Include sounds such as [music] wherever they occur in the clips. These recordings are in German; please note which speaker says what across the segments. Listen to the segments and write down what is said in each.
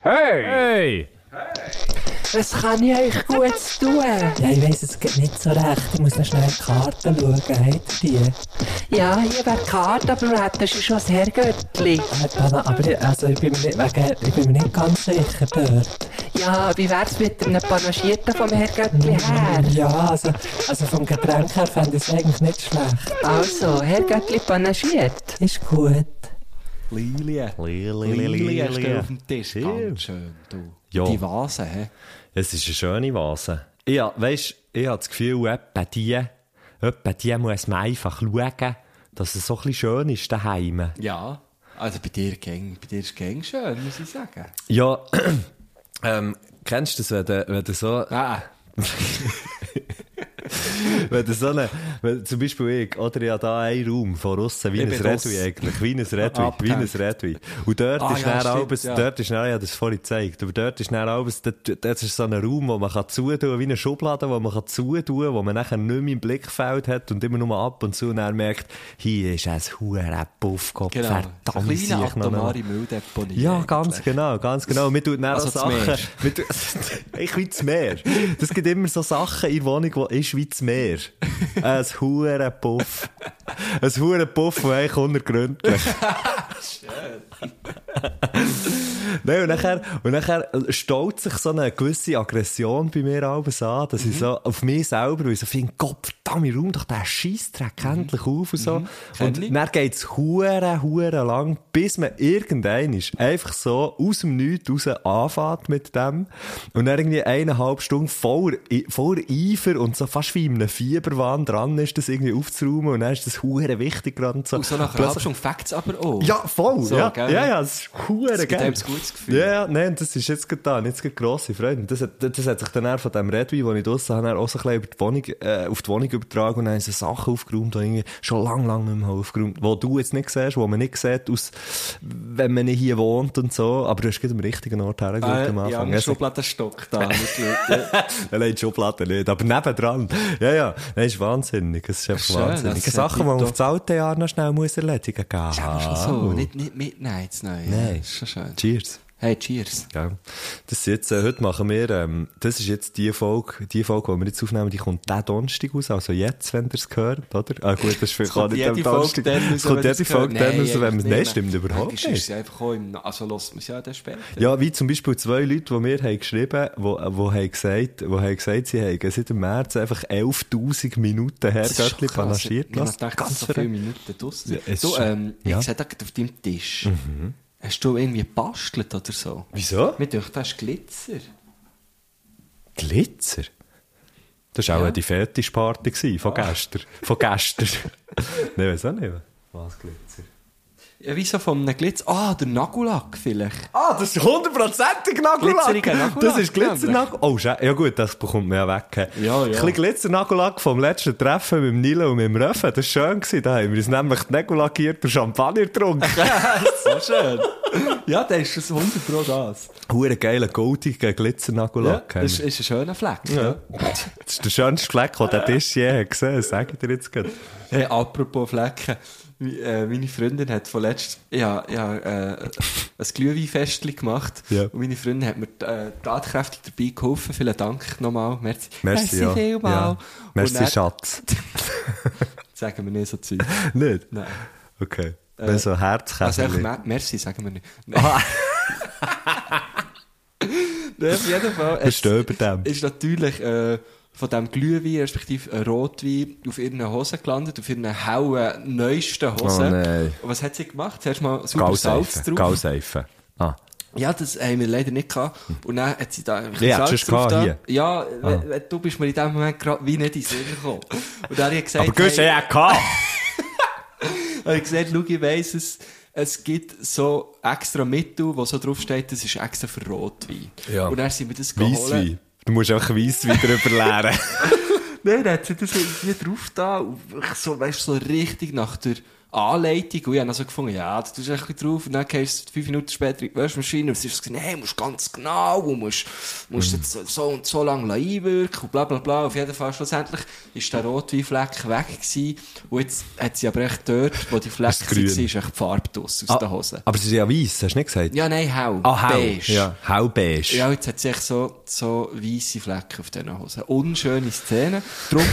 Speaker 1: Hey!
Speaker 2: Hey!
Speaker 3: Was kann ich euch Gutes tun?
Speaker 4: Ja, ich weiss es geht nicht so recht. Ich muss noch schnell in die Karten schauen. Habt ihr die?
Speaker 3: Ja, hier wäre die Karte, aber wir hätten schon das Herrgöttli.
Speaker 4: Äh, Dana, aber ich, also ich, bin mir nicht, wegen, ich bin mir nicht ganz sicher dort.
Speaker 3: Ja, wie wär's mit einem Panagierten vom Herrgöttli her?
Speaker 4: Ja, also, also vom Getränk her fände ich es eigentlich nicht schlecht.
Speaker 3: Also, Herrgöttli panagiert.
Speaker 4: Ist gut.
Speaker 5: Lilie.
Speaker 2: Lili,
Speaker 5: Lilie steht auf dem Tisch. Ganz schön, du.
Speaker 2: Ja.
Speaker 5: Die Vase, hä?
Speaker 2: Es ist eine schöne Vase. Ja, weisst, ich habe das Gefühl, etwa die, etwa die muss man einfach schauen, dass es so ein bisschen schön ist daheim.
Speaker 5: Ja. Also bei dir, gäng, bei dir ist es schön, muss ich sagen.
Speaker 2: Ja, [clears throat] ähm, kennst du das, wenn du, wenn du so,
Speaker 5: Ah,
Speaker 2: [laughs] wenn du so eine, wenn, zum Beispiel ich, oder ich habe da einen Raum von aussen, wie
Speaker 5: Ich
Speaker 2: ein
Speaker 5: bin
Speaker 2: Redwi
Speaker 5: draussen.
Speaker 2: eigentlich,
Speaker 5: [laughs]
Speaker 2: wie ein Redwi, wie ein
Speaker 5: Abgehängt.
Speaker 2: Redwi. Und dort
Speaker 5: Ah,
Speaker 2: ist
Speaker 5: ja,
Speaker 2: dann
Speaker 5: stimmt,
Speaker 2: alles,
Speaker 5: ja.
Speaker 2: dort ist dann, ich habe das vorhin gezeigt, aber dort ist dann alles, dort, dort ist so ein Raum, wo man kann zutun, wie eine Schublade, wo man kann zutun, wo man nachher nicht mehr im Blickfeld hat und immer nur ab und zu und dann merkt, hier ist ein huere Puffkopf,
Speaker 5: genau. So
Speaker 2: verdammt,
Speaker 5: Eine
Speaker 2: sieh ich
Speaker 5: kleine
Speaker 2: noch mal.
Speaker 5: atomare Mülldeponie.
Speaker 2: nou Ja,
Speaker 5: eigentlich.
Speaker 2: ganz genau, ganz genau. Wir tun dann
Speaker 5: Also
Speaker 2: auch Sachen.
Speaker 5: das Meer.
Speaker 2: [laughs] Wir tun- ich will das Meer. Das gibt immer so Sachen in der Wohnung, wo ist wie das Meer. Ein hure Puff. Ein hure Puff, und eigentlich unergründlich. Nein, und nachher, und nachher staut sich so eine gewisse Aggression bei mir alles an, dass
Speaker 5: Mhm.
Speaker 2: ich so auf mich selber, weil ich so finde, Gott, verdammt, räum doch diesen Scheissdreck
Speaker 5: Mhm.
Speaker 2: endlich auf und so.
Speaker 5: Kenn ich.
Speaker 2: Und dann geht es hure, hure lang, bis man irgendein ist, einfach so aus dem Nichts raus anfängt mit dem und dann irgendwie eineinhalb Stunden voller, voller Eifer und so fast wie in einem Fieberwahn dran ist, das irgendwie aufzuräumen und dann ist das hure wichtig gerade und so.
Speaker 5: Und so nachher
Speaker 2: Plötzlich-
Speaker 5: Plötzlich... schon Facts aber auch.
Speaker 2: ja, voll.
Speaker 5: So,
Speaker 2: ja.
Speaker 5: gell?
Speaker 2: ja, ja, das ist hure
Speaker 5: gibt
Speaker 2: geil.
Speaker 5: einem ein gutes Gefühl.
Speaker 2: Ja, ja, nein, das ist jetzt getan. Jetzt gibt grosse Freude. Und Das hat, das hat sich dann auch von dem Redwein, den ich draussen habe, auch so ein bisschen über die Wohnung, äh, auf die Wohnung übertragen und dann haben sie Sachen aufgeräumt, die irgendwie schon lang, lang nicht mehr habe aufgeräumt wo du jetzt nicht siehst, wo man nicht sieht, aus, wenn man nicht hier wohnt und so. Aber du hast gerade am richtigen Ort hergeschaut
Speaker 5: Äh,
Speaker 2: am
Speaker 5: ich
Speaker 2: Anfang.
Speaker 5: habe
Speaker 2: Ja,
Speaker 5: einen Schubladenstock da.
Speaker 2: [laughs]
Speaker 5: mitgeschaut.
Speaker 2: Allein die Schublade nicht, aber nebendran. Ja, ja, das ist wahnsinnig. Es ist einfach
Speaker 5: Schön,
Speaker 2: wahnsinnig.
Speaker 5: das ist
Speaker 2: Sachen, die man
Speaker 5: tipptopp.
Speaker 2: auf das alte Jahr noch schnell muss erledigen muss.
Speaker 5: Ja, aber schon so. Nicht, nicht mitnehmen ins Neue.
Speaker 2: Nein.
Speaker 5: Ist schon schön.
Speaker 2: Cheers.
Speaker 5: Hey, cheers.
Speaker 2: Ja. Das ist jetzt, äh, heute machen wir, ähm, das ist jetzt die Folge, die Folge, die wir jetzt aufnehmen, die kommt diesen Donnerstag raus, also jetzt, wenn ihr es hört, oder? Ah gut, das ist vielleicht auch
Speaker 5: kommt
Speaker 2: nicht
Speaker 5: jede
Speaker 2: am
Speaker 5: Folge
Speaker 2: Donnerstag.
Speaker 5: dann
Speaker 2: Es kommt
Speaker 5: wenn
Speaker 2: jede
Speaker 5: das
Speaker 2: Folge
Speaker 5: gehört.
Speaker 2: dann raus, wenn wir es...
Speaker 5: eigentlich
Speaker 2: Nein, stimmt überhaupt
Speaker 5: Manchmal Ist
Speaker 2: nicht.
Speaker 5: es einfach auch im, also lassen wir es ja dann später.
Speaker 2: Ja, wie zum Beispiel zwei Leute, die mir haben geschrieben haben, die, die haben gesagt, die haben gesagt, sie haben seit dem März einfach 11'000 Minuten Herrgöttli panaschiert
Speaker 5: Ich
Speaker 2: lassen.
Speaker 5: dachte, ganz so viele Minuten draussen.
Speaker 2: Ja, es
Speaker 5: du,
Speaker 2: ist-
Speaker 5: ähm,
Speaker 2: ja. Mhm.
Speaker 5: ich sehe da gerade auf deinem Tisch. Hast du irgendwie gebastelt oder so?
Speaker 2: Wieso?
Speaker 5: Mir dachte, du hast Glitzer.
Speaker 2: Glitzer? Das war auch die Fetischparty gewesen, von
Speaker 5: Ah.
Speaker 2: gestern. Von gestern. [laughs] Nein, weiß auch nicht. Was Glitzer?
Speaker 5: Ja, wieso von einem Glitzer? Ah, der Nagellack vielleicht.
Speaker 2: Ah, das ist hundertprozentig Nagellack.
Speaker 5: Glitzeriger Nagellack,
Speaker 2: Das ist
Speaker 5: nämlich.
Speaker 2: Glitzernagellack. Oh, schä- ja gut, das bekommt man ja weg. hä?
Speaker 5: Ja, ja.
Speaker 2: Ein bisschen Glitzernagellack vom letzten Treffen mit dem Nilo und mit dem Röffen. Das war schön. gewesen. Da haben wir uns nämlich die Nägel lackiert und Champagner getrunken.
Speaker 5: [laughs] so schön. [laughs] ja, dann ist das 100 Pro das.
Speaker 2: Hure geiler, goldiger
Speaker 5: Ja,
Speaker 2: Glitzernagellack. haben
Speaker 5: das ist,
Speaker 2: wir.
Speaker 5: ist ein schöner Fleck.
Speaker 2: Ja.
Speaker 5: Ja.
Speaker 2: das ist der schönste Fleck, den der Tisch je hat gesehen hat. Sag ich dir jetzt gerade.
Speaker 5: Hey, apropos Flecken. Mi- äh, Meine Freundin hat vorletzt ja, ja, äh, ein Glühweinfestli gemacht.
Speaker 2: Ja.
Speaker 5: Und meine Freundin hat mir äh, tatkräftig dabei geholfen. Vielen Dank nochmal. Merci.
Speaker 2: Merci, ja.
Speaker 5: vielmal.
Speaker 2: Ja. Merci,
Speaker 5: Und dann-
Speaker 2: Schatz.
Speaker 5: Sagen wir nicht so Zeug.
Speaker 2: Nicht?
Speaker 5: Nein.
Speaker 2: Okay. Äh, so
Speaker 5: Also
Speaker 2: Herzkäferli.
Speaker 5: einfach mer merci
Speaker 2: [laughs]
Speaker 5: sagen wir nicht. Nein. Nein, auf jeden Fall. Es
Speaker 2: Verstehe über dem.
Speaker 5: ist natürlich äh, von diesem Glühwein, respektive äh, Rotwein, auf ihren Hosen gelandet, auf ihren hauen neuesten Hosen.
Speaker 2: Oh nein.
Speaker 5: Und was hat sie gemacht? Zuerst mal super Salz
Speaker 2: Gauseifen.
Speaker 5: drauf.
Speaker 2: Gauseifen. Ah.
Speaker 5: Ja, das haben wir leider nicht gehabt. Und dann hat sie da ein
Speaker 2: Hm. Ja, hättest du es
Speaker 5: drauf
Speaker 2: gehabt
Speaker 5: getan. Ja,
Speaker 2: Ah.
Speaker 5: we- we- du bist mir in dem Moment gerade wie nicht in den Sinn gekommen.
Speaker 2: [laughs]
Speaker 5: Und dann hat sie gesagt,
Speaker 2: Aber Güsse,
Speaker 5: hey,
Speaker 2: ja, kann.
Speaker 5: Und ich gesagt, schau, ich weiss, es, es gibt so extra Mittel, wo so draufsteht, das ist extra für Rotwein.
Speaker 2: Ja.
Speaker 5: Und dann sind wir das
Speaker 2: Weisswein. Du musst auch Weisswein drüber
Speaker 5: [laughs]
Speaker 2: lernen.
Speaker 5: Nein, dann hat sie das irgendwie drauf da. und ich So, weißt du, so richtig nach der Anleitung. Und ich habe dann so gefunden, ja, du tust ein bisschen drauf. Und dann gehst du fünf Minuten später in die Waschmaschine und sie hast gesagt, nein, musst ganz genau und musst, musst
Speaker 2: Mhm.
Speaker 5: jetzt so und so lange einwirken und bla bla bla. Auf jeden Fall schlussendlich ist der Rotweinfleck weg gewesen. Und jetzt hat sie aber echt dort, wo die Fleck war,
Speaker 2: grün.
Speaker 5: ist echt die Farbe draus, aus
Speaker 2: Ah,
Speaker 5: der Hose.
Speaker 2: Aber sie sind ja weiss, hast du nicht gesagt?
Speaker 5: Ja, nein, hau.
Speaker 2: Ah, hau.
Speaker 5: Beige.
Speaker 2: Ja, hau beige.
Speaker 5: Ja, jetzt hat sie echt so, so weisse Flecken auf diesen Hosen. Unschöne Szene.
Speaker 2: [laughs]
Speaker 5: Drum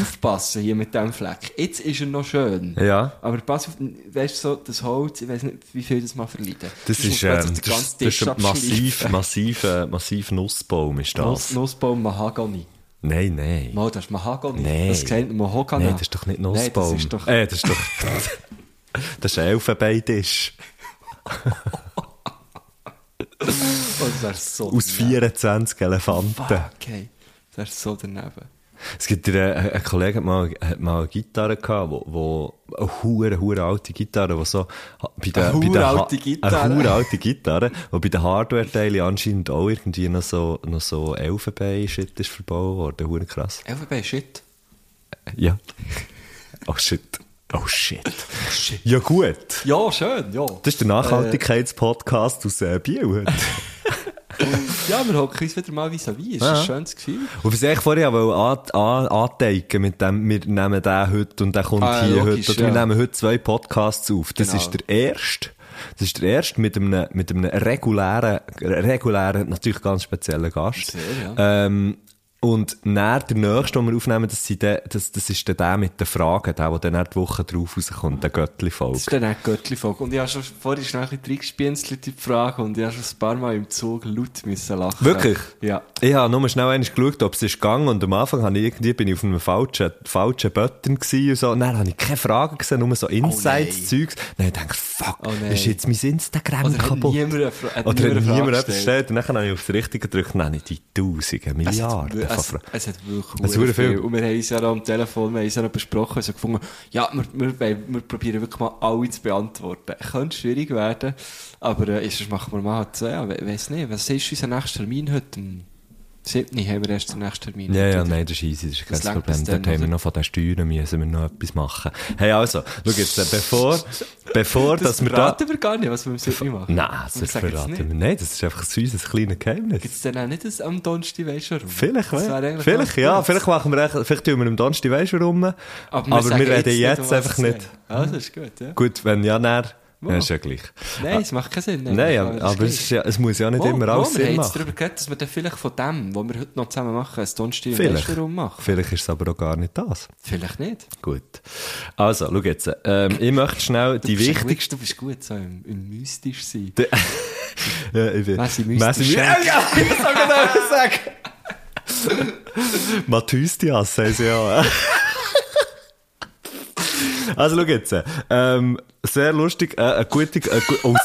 Speaker 5: aufpassen hier mit diesem Fleck. Jetzt ist er noch schön.
Speaker 2: Ja.
Speaker 5: Aber pass auf, weißt du, so, das Holz, ich weiß nicht, wie viel das mal verleiden.
Speaker 2: Das
Speaker 5: Sonst
Speaker 2: ist,
Speaker 5: muss man
Speaker 2: ähm,
Speaker 5: plötzlich
Speaker 2: das,
Speaker 5: den
Speaker 2: das
Speaker 5: ganzen Tisch
Speaker 2: ist ein massiv,
Speaker 5: abschleifen.
Speaker 2: massiv, äh, massiv Nussbaum ist das.
Speaker 5: Nuss, Nussbaum Mahagoni.
Speaker 2: Nein, nein.
Speaker 5: Mal, das ist Mahagoni.
Speaker 2: Nein.
Speaker 5: Das kennt man Mahagoni.
Speaker 2: Nein, das ist doch nicht
Speaker 5: Nein,
Speaker 2: Nussbaum.
Speaker 5: das ist doch...
Speaker 2: Äh, das ist doch... [laughs] das ist ein Elfenbeintisch.
Speaker 5: Oh, das wäre so
Speaker 2: Aus
Speaker 5: daneben.
Speaker 2: 24 Elefanten.
Speaker 5: Okay. Das wäre so daneben.
Speaker 2: Es gibt ja, äh, ein Kollege hat mal, hat mal eine Gitarre gehabt, wo, wo eine hure, hure alte Gitarre, wo so, bei der,
Speaker 5: Eine
Speaker 2: bei der Ha-
Speaker 5: uralte Gitarre.
Speaker 2: Eine hure alte Gitarre, wo bei den Hardware-Teilen anscheinend auch irgendwie noch so, noch so Elfenbein-Shit ist verbaut worden. Hure krass.
Speaker 5: LVB, shit.
Speaker 2: Ja. [laughs] Oh shit. Oh shit. Äh.
Speaker 5: shit.
Speaker 2: Ja gut.
Speaker 5: Ja, schön, ja.
Speaker 2: Das ist der Nachhaltigkeitspodcast aus äh, Biel heute.
Speaker 5: Ja, wir hocken uns wieder mal vis-à-vis. Das ist ein schönes Gefühl.
Speaker 2: Und was ich vorher auch wollte an, an, anteigen mit dem, wir nehmen den heute und der kommt
Speaker 5: Ah,
Speaker 2: hier
Speaker 5: logisch,
Speaker 2: heute. Oder wir
Speaker 5: ja.
Speaker 2: nehmen heute zwei Podcasts auf. Das
Speaker 5: Genau.
Speaker 2: ist der erste. Das ist der erste mit einem, mit einem regulären, regulären, natürlich ganz speziellen Gast.
Speaker 5: Sehr,
Speaker 2: ähm, und dann der nächste, den wir aufnehmen, das, sind der, das, das ist dann der mit den Fragen, der, der dann dann die Woche drauf rauskommt, der
Speaker 5: Das
Speaker 2: Göttli-Folge.
Speaker 5: ist dann auch Göttli-Folge. Und ich habe schon vorhin schnell ein bisschen reingespienzelt, die Frage, und ich habe schon ein paar Mal im Zug laut müssen lachen.
Speaker 2: Wirklich?
Speaker 5: Ja.
Speaker 2: Ich habe nur schnell einmal geschaut, ob es ist gegangen und am Anfang habe ich irgendwie, bin ich auf einem falschen, falschen Button gewesen und so. Und dann habe ich keine Fragen gesehen, nur so Insights-Zeugs. dann habe ich gedacht, fuck,
Speaker 5: Oh nein.
Speaker 2: ist jetzt mein Instagram
Speaker 5: Oder hat
Speaker 2: kaputt?
Speaker 5: niemand eine Fra- hat
Speaker 2: Oder
Speaker 5: niemand
Speaker 2: hat
Speaker 5: eine
Speaker 2: niemand
Speaker 5: Frage
Speaker 2: etwas gestellt? Und dann habe ich aufs Richtige gedrückt und dann habe ich die Tausende,
Speaker 5: Es
Speaker 2: Milliarden
Speaker 5: hat,
Speaker 2: von
Speaker 5: Also, es,
Speaker 2: Fragen.
Speaker 5: es hat wirklich
Speaker 2: Es
Speaker 5: sehr
Speaker 2: wurde viel.
Speaker 5: Und wir haben uns ja noch am Telefon, wir haben uns ja noch besprochen, also gefunden, ja, wir, wir, wollen- wir probieren wirklich mal alle zu beantworten. Könnte schwierig werden, aber äh, sonst machen wir mal halt so, ja, we- weiss nicht, was ist unser nächster Termin heute? Am 7. haben wir erst den nächsten Termin.
Speaker 2: Ja, ja,
Speaker 5: Oder?
Speaker 2: nein, das ist easy, das ist kein
Speaker 5: Das langt
Speaker 2: Problem.
Speaker 5: bis
Speaker 2: Dort
Speaker 5: dann, also
Speaker 2: haben wir
Speaker 5: oder?
Speaker 2: noch von den Steuern müssen wir noch etwas machen. Hey, also, schau jetzt, äh,
Speaker 5: [laughs]
Speaker 2: bevor, bevor,
Speaker 5: Das
Speaker 2: dass wir da...
Speaker 5: verraten wir gar nicht, was wir im 7. machen.
Speaker 2: Nein, das
Speaker 5: Wir sagen es
Speaker 2: verraten
Speaker 5: nicht.
Speaker 2: wir nicht. Das ist einfach ein süßes kleines Geheimnis.
Speaker 5: Gibt es denn auch nicht das am Donnerstag, weisst du warum?
Speaker 2: Vielleicht,
Speaker 5: Das
Speaker 2: ja.
Speaker 5: wäre eigentlich
Speaker 2: vielleicht,
Speaker 5: noch
Speaker 2: ja,
Speaker 5: gut.
Speaker 2: vielleicht machen wir, echt- vielleicht tun wir am Donnerstag weisst du rum. Aber,
Speaker 5: Aber,
Speaker 2: wir reden jetzt,
Speaker 5: um was
Speaker 2: einfach
Speaker 5: es
Speaker 2: nicht.
Speaker 5: geht. Ah, das ist gut, ja.
Speaker 2: Gut, wenn ja, dann, dann
Speaker 5: Ja.
Speaker 2: ist ja gleich.
Speaker 5: Nein, es macht keinen Sinn.
Speaker 2: Ah. Nein, aber, aber es, ist ja, es muss ja nicht immer alles
Speaker 5: Wir haben
Speaker 2: Sinn
Speaker 5: jetzt
Speaker 2: machen.
Speaker 5: darüber geredet, dass wir dann vielleicht von dem, was wir heute noch zusammen machen, ein Donnerstag im
Speaker 2: Vielleicht.
Speaker 5: Restaurant machen.
Speaker 2: Vielleicht ist es aber auch gar nicht das.
Speaker 5: Vielleicht nicht.
Speaker 2: Gut. Also, schau jetzt. Ähm, ich möchte schnell die
Speaker 5: Du bist ein
Speaker 2: wichtigsten...
Speaker 5: gut- Du bist gut so im, im mystisch sein.
Speaker 2: Ja, ich bin...
Speaker 5: Messi müsste
Speaker 2: Messi müsste... Ja, [laughs]
Speaker 5: schenken.
Speaker 2: ja, ich soll genau das sagen. Matthäus-Dias, sagen sie ja. Also, schau jetzt. Ähm, sehr lustig. Äh, ein guter... Ein gu oh, [laughs]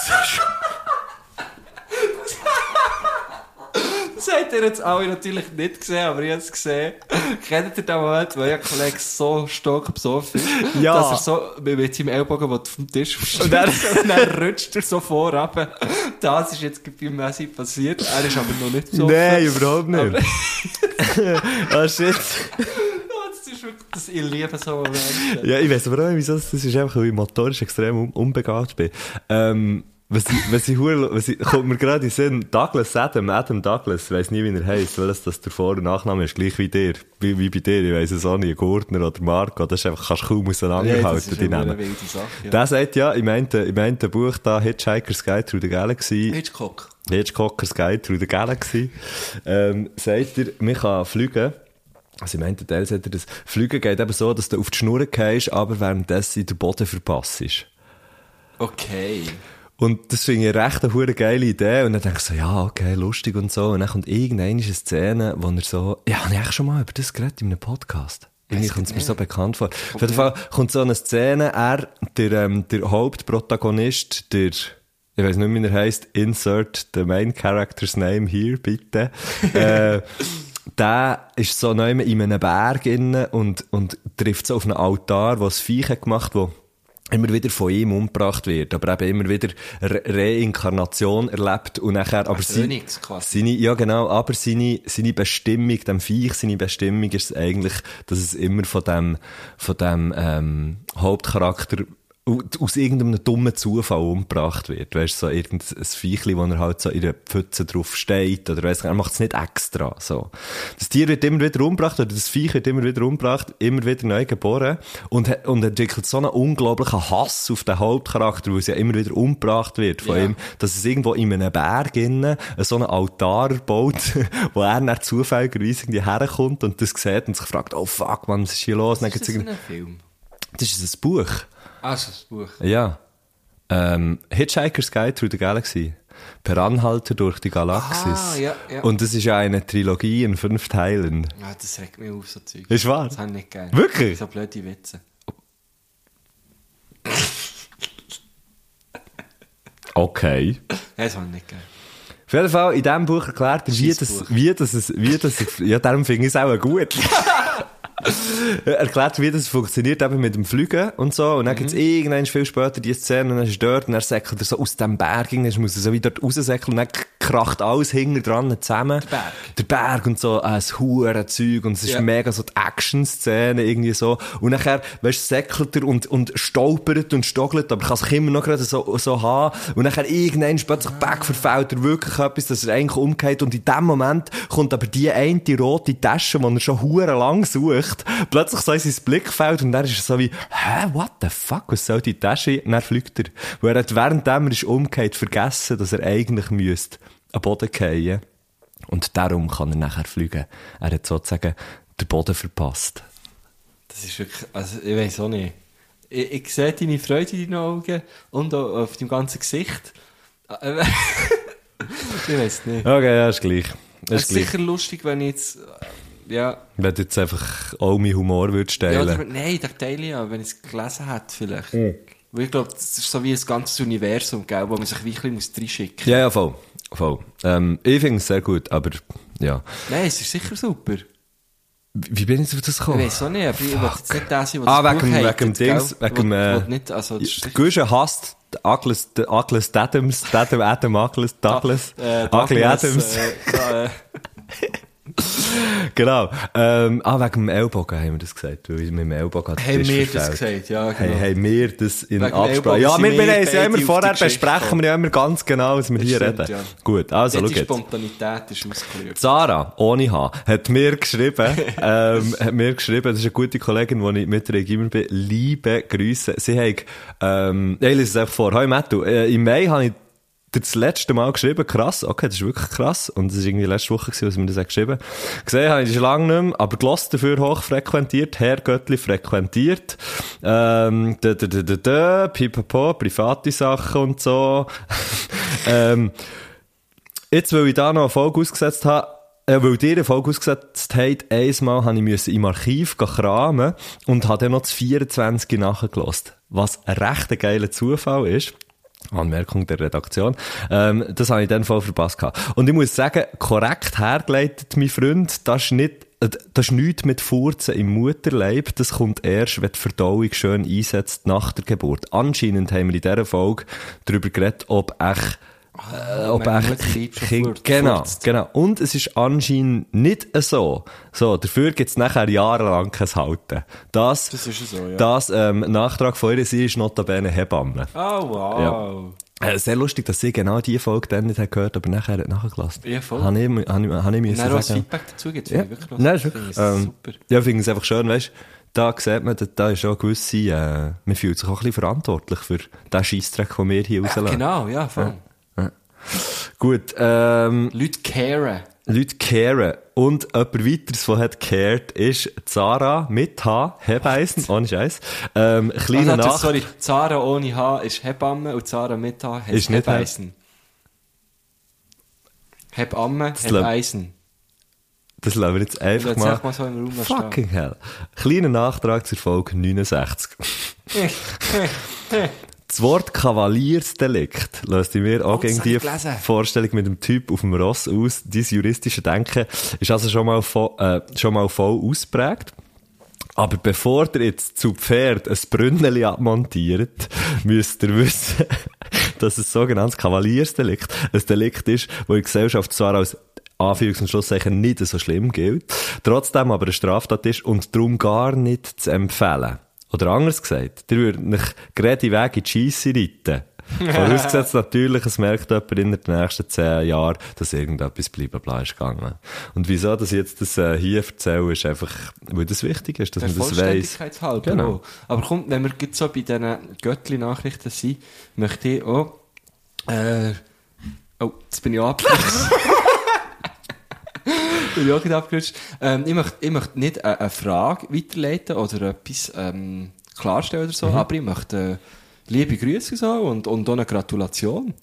Speaker 5: Das habt ihr jetzt alle natürlich nicht gesehen, aber ich habe es gesehen. [laughs] Kennt ihr den Moment, wo ein Kollege so stark besoffen ist,
Speaker 2: [laughs] Ja.
Speaker 5: dass er so mit seinem Ellbogen auf dem Tisch
Speaker 2: [laughs] Und dann-
Speaker 5: aufsteht und dann rutscht er so vor runter. Das ist jetzt gerade beim Messi passiert. Er ist aber noch nicht besoffen.
Speaker 2: Nein, überhaupt nicht. [laughs] oh, shit.
Speaker 5: [laughs] Das ist wirklich, das, ich liebe so Momente.
Speaker 2: Ja, ich weiß aber auch nicht, wieso. Das das ist einfach, weil ich motorisch extrem un unbegabt bin. Ähm, was ich, was ich, hure- was ich, kommt mir gerade in den Sinn, Douglas Adam, Adam Douglas, ich weiss nie, wie er heisst, weil das, das der Vor- und Nachname ist, gleich wie dir, wie, wie bei dir, ich weiss es auch nicht, Gurtner oder Marco, das ist einfach, kannst du kaum auseinanderhalten, die
Speaker 5: eine
Speaker 2: Namen.
Speaker 5: wilde Sache. Ja.
Speaker 2: Der sagt ja, ich meinte, ich meinte Buch da, Hitchhiker's Guide through the Galaxy,
Speaker 5: Hitchcock.
Speaker 2: Hitchcockers Guide through the Galaxy, ähm, sagt er, man kann fliegen. Also im einen Teil sagt er, das Fliegen geht eben so, dass du auf die Schnur gehst, aber währenddessen den Boden verpasst.
Speaker 5: Okay.
Speaker 2: Und das finde ich recht eine hure geile Idee. Und dann denke ich so, ja, okay, lustig und so. Und dann kommt irgendeine eine Szene, wo er so, ja, habe ich eigentlich schon mal über das geredet in einem Podcast? Irgendwie
Speaker 5: Weiss
Speaker 2: kommt es mir
Speaker 5: nicht.
Speaker 2: so bekannt vor. Auf jeden Fall kommt so eine Szene, er, der, ähm, der Hauptprotagonist, der, ich weiß nicht, wie er heißt, insert the main character's name here,
Speaker 5: [laughs]
Speaker 2: bitte. äh, der ist so neu in einem Berg innen und, und trifft so auf einen Altar, wo das Viech hat gemacht wo immer wieder von ihm umgebracht wird, aber eben immer wieder Re Reinkarnation erlebt und nachher, aber sein,
Speaker 5: Phönix quasi.
Speaker 2: seine, ja genau, aber seine, seine Bestimmung, dem Viech, seine Bestimmung ist es eigentlich, dass es immer von dem, von dem ähm, Hauptcharakter und aus irgendeinem dummen Zufall umgebracht wird. Weißt du, so irgendein Viechli, wo er halt so in der Pfütze drauf steht oder weiss ich, er macht es nicht extra. So. Das Tier wird immer wieder umgebracht oder das Viech wird immer wieder umgebracht, immer wieder neu geboren und, he- und entwickelt so einen unglaublichen Hass auf den Hauptcharakter, weil es ja immer wieder umgebracht wird von
Speaker 5: Ja.
Speaker 2: ihm, dass es irgendwo in einem Berg innen so einen Altar baut, [laughs] wo er dann zufälligerweise irgendwie herkommt und das sieht und sich fragt, oh fuck, man, was ist hier los? Dann
Speaker 5: Ist
Speaker 2: gibt's
Speaker 5: das
Speaker 2: irgendwie-
Speaker 5: ein Film?
Speaker 2: das ist ein Buch.
Speaker 5: Ah, das ist ein Buch.
Speaker 2: Ja. Ähm, Hitchhiker's Guide through the Galaxy. Per Anhalter durch die Galaxis.
Speaker 5: Ah, ja, ja.
Speaker 2: Und das ist ja eine Trilogie in fünf Teilen.
Speaker 5: Ah, das regt mich auf, so Zeug.
Speaker 2: Ist wahr?
Speaker 5: Das habe ich nicht gerne.
Speaker 2: Wirklich?
Speaker 5: So blöde Witze.
Speaker 2: Okay.
Speaker 5: Nein, das habe ich nicht gerne.
Speaker 2: Auf jeden Fall in diesem Buch erklärt, er, wie
Speaker 5: Scheissbuch.
Speaker 2: das, wie das, es- wie das, ja, darum finde ich es auch [laughs] gut. erklärt, wie das funktioniert eben mit dem Fliegen und so. Und dann gibt's irgendwann viel später die Szene und dann ist er dort und dann säckelt er so aus dem Berg hin, dann muss er so wieder dort raussäckeln und dann kracht alles hinten dran zusammen. Der
Speaker 5: Berg.
Speaker 2: Der Berg und so, äh, das hure Zeug und es ist
Speaker 5: Ja.
Speaker 2: mega so die Action-Szene irgendwie so. Und nachher, weißt du, säckelt er und, und stolpert und stockelt, aber kann sich immer noch gerade so, so haben. Und nachher irgendwann plötzlich back verfällt er wirklich etwas, dass er eigentlich umgeht. Und in dem Moment kommt aber die eine rote Tasche, die er schon hure lang sucht, plötzlich so in sein Blickfeld und dann ist er so wie, hä, what the fuck, was soll die Tasche? Und dann fliegt er. Weil er hat währenddem er ist umgeht vergessen, dass er eigentlich müsste am Boden fallen. Und darum kann er nachher fliegen. Er hat sozusagen den Boden verpasst.
Speaker 5: Das ist wirklich, also ich weiß auch nicht. Ich, ich sehe deine Freude in deinen Augen und auch auf deinem ganzen Gesicht. Äh, [laughs] ich weiß nicht.
Speaker 2: Okay, ja, ist gleich.
Speaker 5: Es
Speaker 2: Ist
Speaker 5: ist
Speaker 2: gleich.
Speaker 5: sicher lustig, wenn ich jetzt, äh, ja,
Speaker 2: Wenn du jetzt einfach all meinen Humor würdest
Speaker 5: Ja,
Speaker 2: teilen Hmm.
Speaker 5: oder, nein, der Teil ja, wenn ich es gelesen hätte, vielleicht. Weil ich glaube, das ist so wie ein ganzes Universum, gell, wo man sich wirklich muss reinschicken muss.
Speaker 2: Ja, ja, voll. voll. Ähm, ich finde es sehr gut, aber ja.
Speaker 5: Nein, es ist sicher super. Ich
Speaker 2: Wie wie bin ich auf das gekommen?
Speaker 5: weiß auch nicht, aber ich will jetzt nicht der sein, der
Speaker 2: Ah,
Speaker 5: das
Speaker 2: wegen,
Speaker 5: Buch
Speaker 2: dem- wegen
Speaker 5: hatet,
Speaker 2: dem Dings,
Speaker 5: gell?
Speaker 2: wegen dem,
Speaker 5: Will-
Speaker 2: äh,
Speaker 5: will nicht, also, das ist sicher-
Speaker 2: Gusche hasst den Agles, den Agles Adams, Adam, Adam, Agles, Douglas,
Speaker 5: äh,
Speaker 2: Agli
Speaker 5: Douglas,
Speaker 2: Adams,
Speaker 5: [laughs] äh, ja, äh,
Speaker 2: genau. Ähm, ah, wegen dem Ellbogen haben wir das gesagt, weil ich mit dem Ellbogen hat
Speaker 5: Haben wir das gesagt, ja,
Speaker 2: Hey,
Speaker 5: genau.
Speaker 2: haben wir das in
Speaker 5: Wegen dem
Speaker 2: Absprache?
Speaker 5: Ellbogen
Speaker 2: Ja,
Speaker 5: sind
Speaker 2: wir,
Speaker 5: wir
Speaker 2: wir haben es ja
Speaker 5: beide
Speaker 2: immer
Speaker 5: auf die
Speaker 2: vorher
Speaker 5: Geschichte
Speaker 2: besprechen, wir ja immer ganz genau, was wir
Speaker 5: Das
Speaker 2: hier
Speaker 5: stimmt,
Speaker 2: reden.
Speaker 5: ja.
Speaker 2: Gut, also,
Speaker 5: Jetzt
Speaker 2: schau
Speaker 5: die
Speaker 2: jetzt.
Speaker 5: Spontanität ist ausgelöst.
Speaker 2: Sarah, ohne H, hat mir geschrieben, ähm, hat mir geschrieben, das ist eine gute Kollegin, die ich mit der Gimmer bin, liebe Grüße. Sie hat, ähm, ich lese es einfach vor. Hi Mattu, äh, im Mai habe ich dir das letzte Mal geschrieben, krass, okay, das ist wirklich krass, und das war irgendwie letzte Woche, gewesen, als sie mir das hat geschrieben Gesehen habe ich das schon lange nicht mehr, aber gelassen dafür hochfrequentiert, Herr Göttli frequentiert, ähm, da, da, da, da, da, pipapo, private Sachen und so, [laughs] ähm, Jetzt, weil ich da noch eine Folge ausgesetzt habe, äh, weil dir eine Folge ausgesetzt habt, einmal habe ich müssen im Archiv gehen kramen und habe dann noch das 24 nachgelost. Was ein recht geiler Zufall ist. Anmerkung der Redaktion. Ähm, das habe ich dann voll verpasst gehabt. Und ich muss sagen, korrekt hergeleitet, mein Freund, das ist nicht äh, das ist nichts mit Furzen im Mutterleib. Das kommt erst, wenn die Verdauung schön einsetzt nach der Geburt. Anscheinend haben wir in dieser Folge darüber geredet, ob echt äh, ob
Speaker 5: Man
Speaker 2: echt
Speaker 5: muss lieb schon
Speaker 2: Kind-
Speaker 5: furzt-
Speaker 2: genau,
Speaker 5: furzt.
Speaker 2: genau. Und es ist anscheinend nicht so. So, dafür gibt's nachher jahrelang kein Halten. Das,
Speaker 5: Das ist so, ja.
Speaker 2: das ähm, Nachtrag von ihr, sie ist notabene Hebamme.
Speaker 5: Oh, wow.
Speaker 2: Äh, sehr lustig, dass sie genau diese Folge dann nicht hat gehört aber nachher hat nachgelassen.
Speaker 5: Ja, voll.
Speaker 2: Habe ich, mu- habe ich, habe ich
Speaker 5: Und
Speaker 2: müssen
Speaker 5: dann auch das
Speaker 2: sagen.
Speaker 5: Feedback dazu gibt
Speaker 2: Ja,
Speaker 5: wirklich noch-
Speaker 2: Nein, ist
Speaker 5: finde
Speaker 2: wirklich,
Speaker 5: ich
Speaker 2: ähm,
Speaker 5: super.
Speaker 2: ja, ich finde es einfach schön, weißt da sieht man, da, da ist auch eine gewisse, äh, man fühlt sich auch ein bisschen verantwortlich für den Scheissdreck, den wir hier rauslassen.
Speaker 5: Genau, ja, voll.
Speaker 2: Gut, ähm,
Speaker 5: Leute caren.
Speaker 2: Leute caren. Und jemand weiteres, der hat cared, ist Zara mit H, Hebeisen, ohne Scheiß. Ähm, kleine
Speaker 5: Ah, nein,
Speaker 2: Nacht.
Speaker 5: Sorry, Zara ohne H ist Hebamme und Zara mit H hat
Speaker 2: Ist nicht
Speaker 5: Hebeisen. Hebamme,
Speaker 2: glaub-
Speaker 5: Hebeisen.
Speaker 2: Das lassen wir jetzt einfach
Speaker 5: Jetzt
Speaker 2: mal.
Speaker 5: sag mal so im Raum stehen.
Speaker 2: Fucking hell. Kleiner Nachtrag zur Folge 69. Das Wort Kavaliersdelikt löst in mir auch
Speaker 5: das
Speaker 2: gegen
Speaker 5: hab ich
Speaker 2: die
Speaker 5: gelesen.
Speaker 2: Vorstellung mit dem Typ auf dem Ross aus. Dieses juristische Denken ist also schon mal, vo äh, schon mal voll ausprägt. Aber bevor ihr jetzt zu Pferd ein Brünneli abmontiert, müsst ihr wissen, [laughs] dass es sogenanntes Kavaliersdelikt ein Delikt ist, wo in der Gesellschaft zwar als Anführungs- und Schlusszeichen nicht so schlimm gilt, trotzdem aber eine Straftat ist und darum gar nicht zu empfehlen. Oder anders gesagt, ihr würdet euch gerade Weg in die Scheisse reiten. Vorausgesetzt natürlich, es merkt jemand in den nächsten zehn Jahren, dass irgendetwas bleiben bla ist gegangen. Und wieso dass ich jetzt das äh, hier erzähle, ist einfach, weil das wichtig ist, dass
Speaker 5: Der
Speaker 2: man das weiss.
Speaker 5: Vollständigkeit halber.
Speaker 2: Genau.
Speaker 5: Genau. Aber komm, wenn wir jetzt so bei diesen Göttli-Nachrichten sind, möchte ich auch. Äh, oh, jetzt bin
Speaker 2: [laughs]
Speaker 5: ich abgerutscht. [laughs] bin ich auch gerade abgerutscht. Ähm, ich, möchte, ich möchte nicht eine, eine Frage weiterleiten oder etwas ähm, klarstellen oder
Speaker 2: Mhm.
Speaker 5: so, aber ich möchte äh, liebe Grüße so und, und auch eine Gratulation.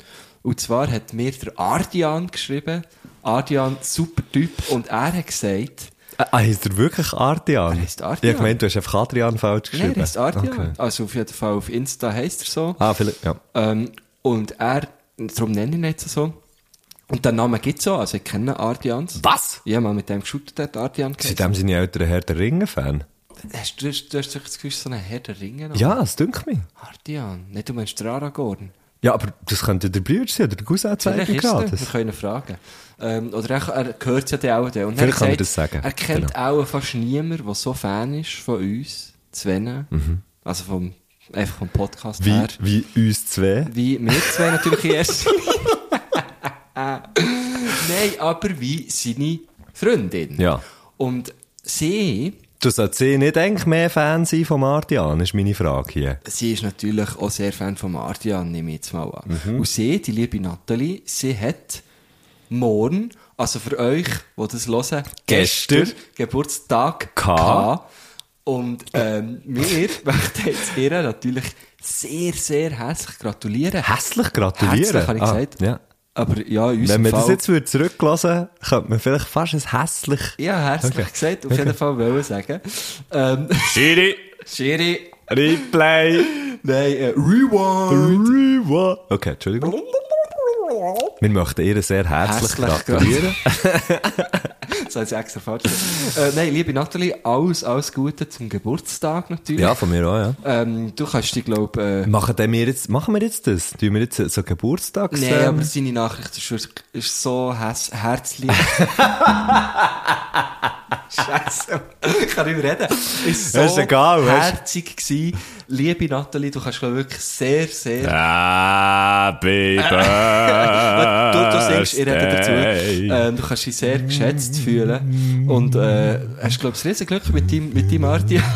Speaker 5: Und zwar hat mir der Ardian geschrieben, Ardian, super Typ, und er hat gesagt,
Speaker 2: Äh, ah, heisst er wirklich Artian?
Speaker 5: Er heisst Artian.
Speaker 2: Ich meine, du hast einfach Adrian falsch geschrieben.
Speaker 5: Nein, er heisst Artian.
Speaker 2: Okay.
Speaker 5: Also auf jeden Fall auf Insta heisst er so.
Speaker 2: Ah, vielleicht, ja.
Speaker 5: Ähm, und er, darum nenne ich ihn jetzt so. Und den Namen gibt es auch, also ich kenne Artians.
Speaker 2: Was?
Speaker 5: Ja, mal mit dem geshootet hat Artian
Speaker 2: Sind
Speaker 5: geheißen.
Speaker 2: dem seine Eltern Herr der Ringe-Fan?
Speaker 5: Hast du, hast, du hast sicher das Gefühl, so einen Herr der Ringe noch?
Speaker 2: Ja, das dünkt mich.
Speaker 5: Artian. Nicht, du meinst den Aragorn.
Speaker 2: Ja, aber das könnte der Bruder sein oder der Cousin
Speaker 5: Vielleicht
Speaker 2: zweiten
Speaker 5: ist er. Wir
Speaker 2: Grades.
Speaker 5: können ihn fragen. Ähm, oder er, er hört ja den auch. Den. Und er
Speaker 2: Vielleicht
Speaker 5: hat
Speaker 2: kann er
Speaker 5: gesagt,
Speaker 2: das sagen. Genau.
Speaker 5: Er kennt auch fast niemanden, der so Fan ist von uns, Sven. Also vom, einfach vom Podcast
Speaker 2: Mhm. Wie,
Speaker 5: her.
Speaker 2: wie uns zwei.
Speaker 5: Wie wir zwei natürlich [laughs] erst. Nein, aber wie seine Freundin.
Speaker 2: Ja.
Speaker 5: Und sie,
Speaker 2: Du sollst sie nicht eigentlich mehr Fan sein von Artian, ist meine Frage hier.
Speaker 5: sie ist natürlich auch sehr Fan von Ardian, nehme ich jetzt mal an.
Speaker 2: Mhm.
Speaker 5: Und sie, die liebe Nathalie, sie hat morgen, also für euch, die das hören,
Speaker 2: Gestern
Speaker 5: Geburtstag
Speaker 2: K.
Speaker 5: gehabt. Und ähm, wir [laughs] möchten jetzt ihr natürlich sehr, sehr herzlich gratulieren.
Speaker 2: Hässlich gratulieren.
Speaker 5: Herzlich, habe ich
Speaker 2: Ah,
Speaker 5: gesagt.
Speaker 2: Ja.
Speaker 5: Aber ja, in
Speaker 2: Wenn
Speaker 5: unserem
Speaker 2: man das
Speaker 5: Fall...
Speaker 2: jetzt würde zurücklassen könnte man vielleicht fast ein hässlich.
Speaker 5: Ja, herzlich
Speaker 2: Okay.
Speaker 5: gesagt, auf jeden Fall wollen sagen. [laughs] Ähm,
Speaker 2: Schiri!
Speaker 5: Schiri,
Speaker 2: Replay!
Speaker 5: nein, äh, Rewind.
Speaker 2: Rewind. Okay, Entschuldigung. Wir möchten ihr sehr herzlich,
Speaker 5: Herzlich
Speaker 2: gratulieren.
Speaker 5: [laughs] Das hat sie extra falsch gesagt. äh, Nein, liebe Nathalie, alles, alles Gute zum Geburtstag natürlich.
Speaker 2: ja, von mir auch, ja.
Speaker 5: Ähm, du kannst dich, glaube äh,
Speaker 2: Machen, denn wir jetzt, machen wir jetzt das? Tun wir jetzt so Geburtstags...
Speaker 5: Nein,
Speaker 2: ähm,
Speaker 5: aber seine Nachricht ist, wirklich- ist so herz- herzlich. [laughs] Scheiße, ich kann nicht mehr reden. Ist so
Speaker 2: Das ist egal, weißt du.
Speaker 5: herzig gewesen. Liebe Nathalie, du kannst glaub ich, wirklich sehr, sehr [laughs]
Speaker 2: Happy
Speaker 5: du, du
Speaker 2: Ah,
Speaker 5: singst, ich rede dazu.
Speaker 2: Birthday.
Speaker 5: Ähm, du kannst dich sehr geschätzt fühlen. Und äh, hast, glaube ich, das riesige Glück mit deinem, mit deinem Artian. [laughs]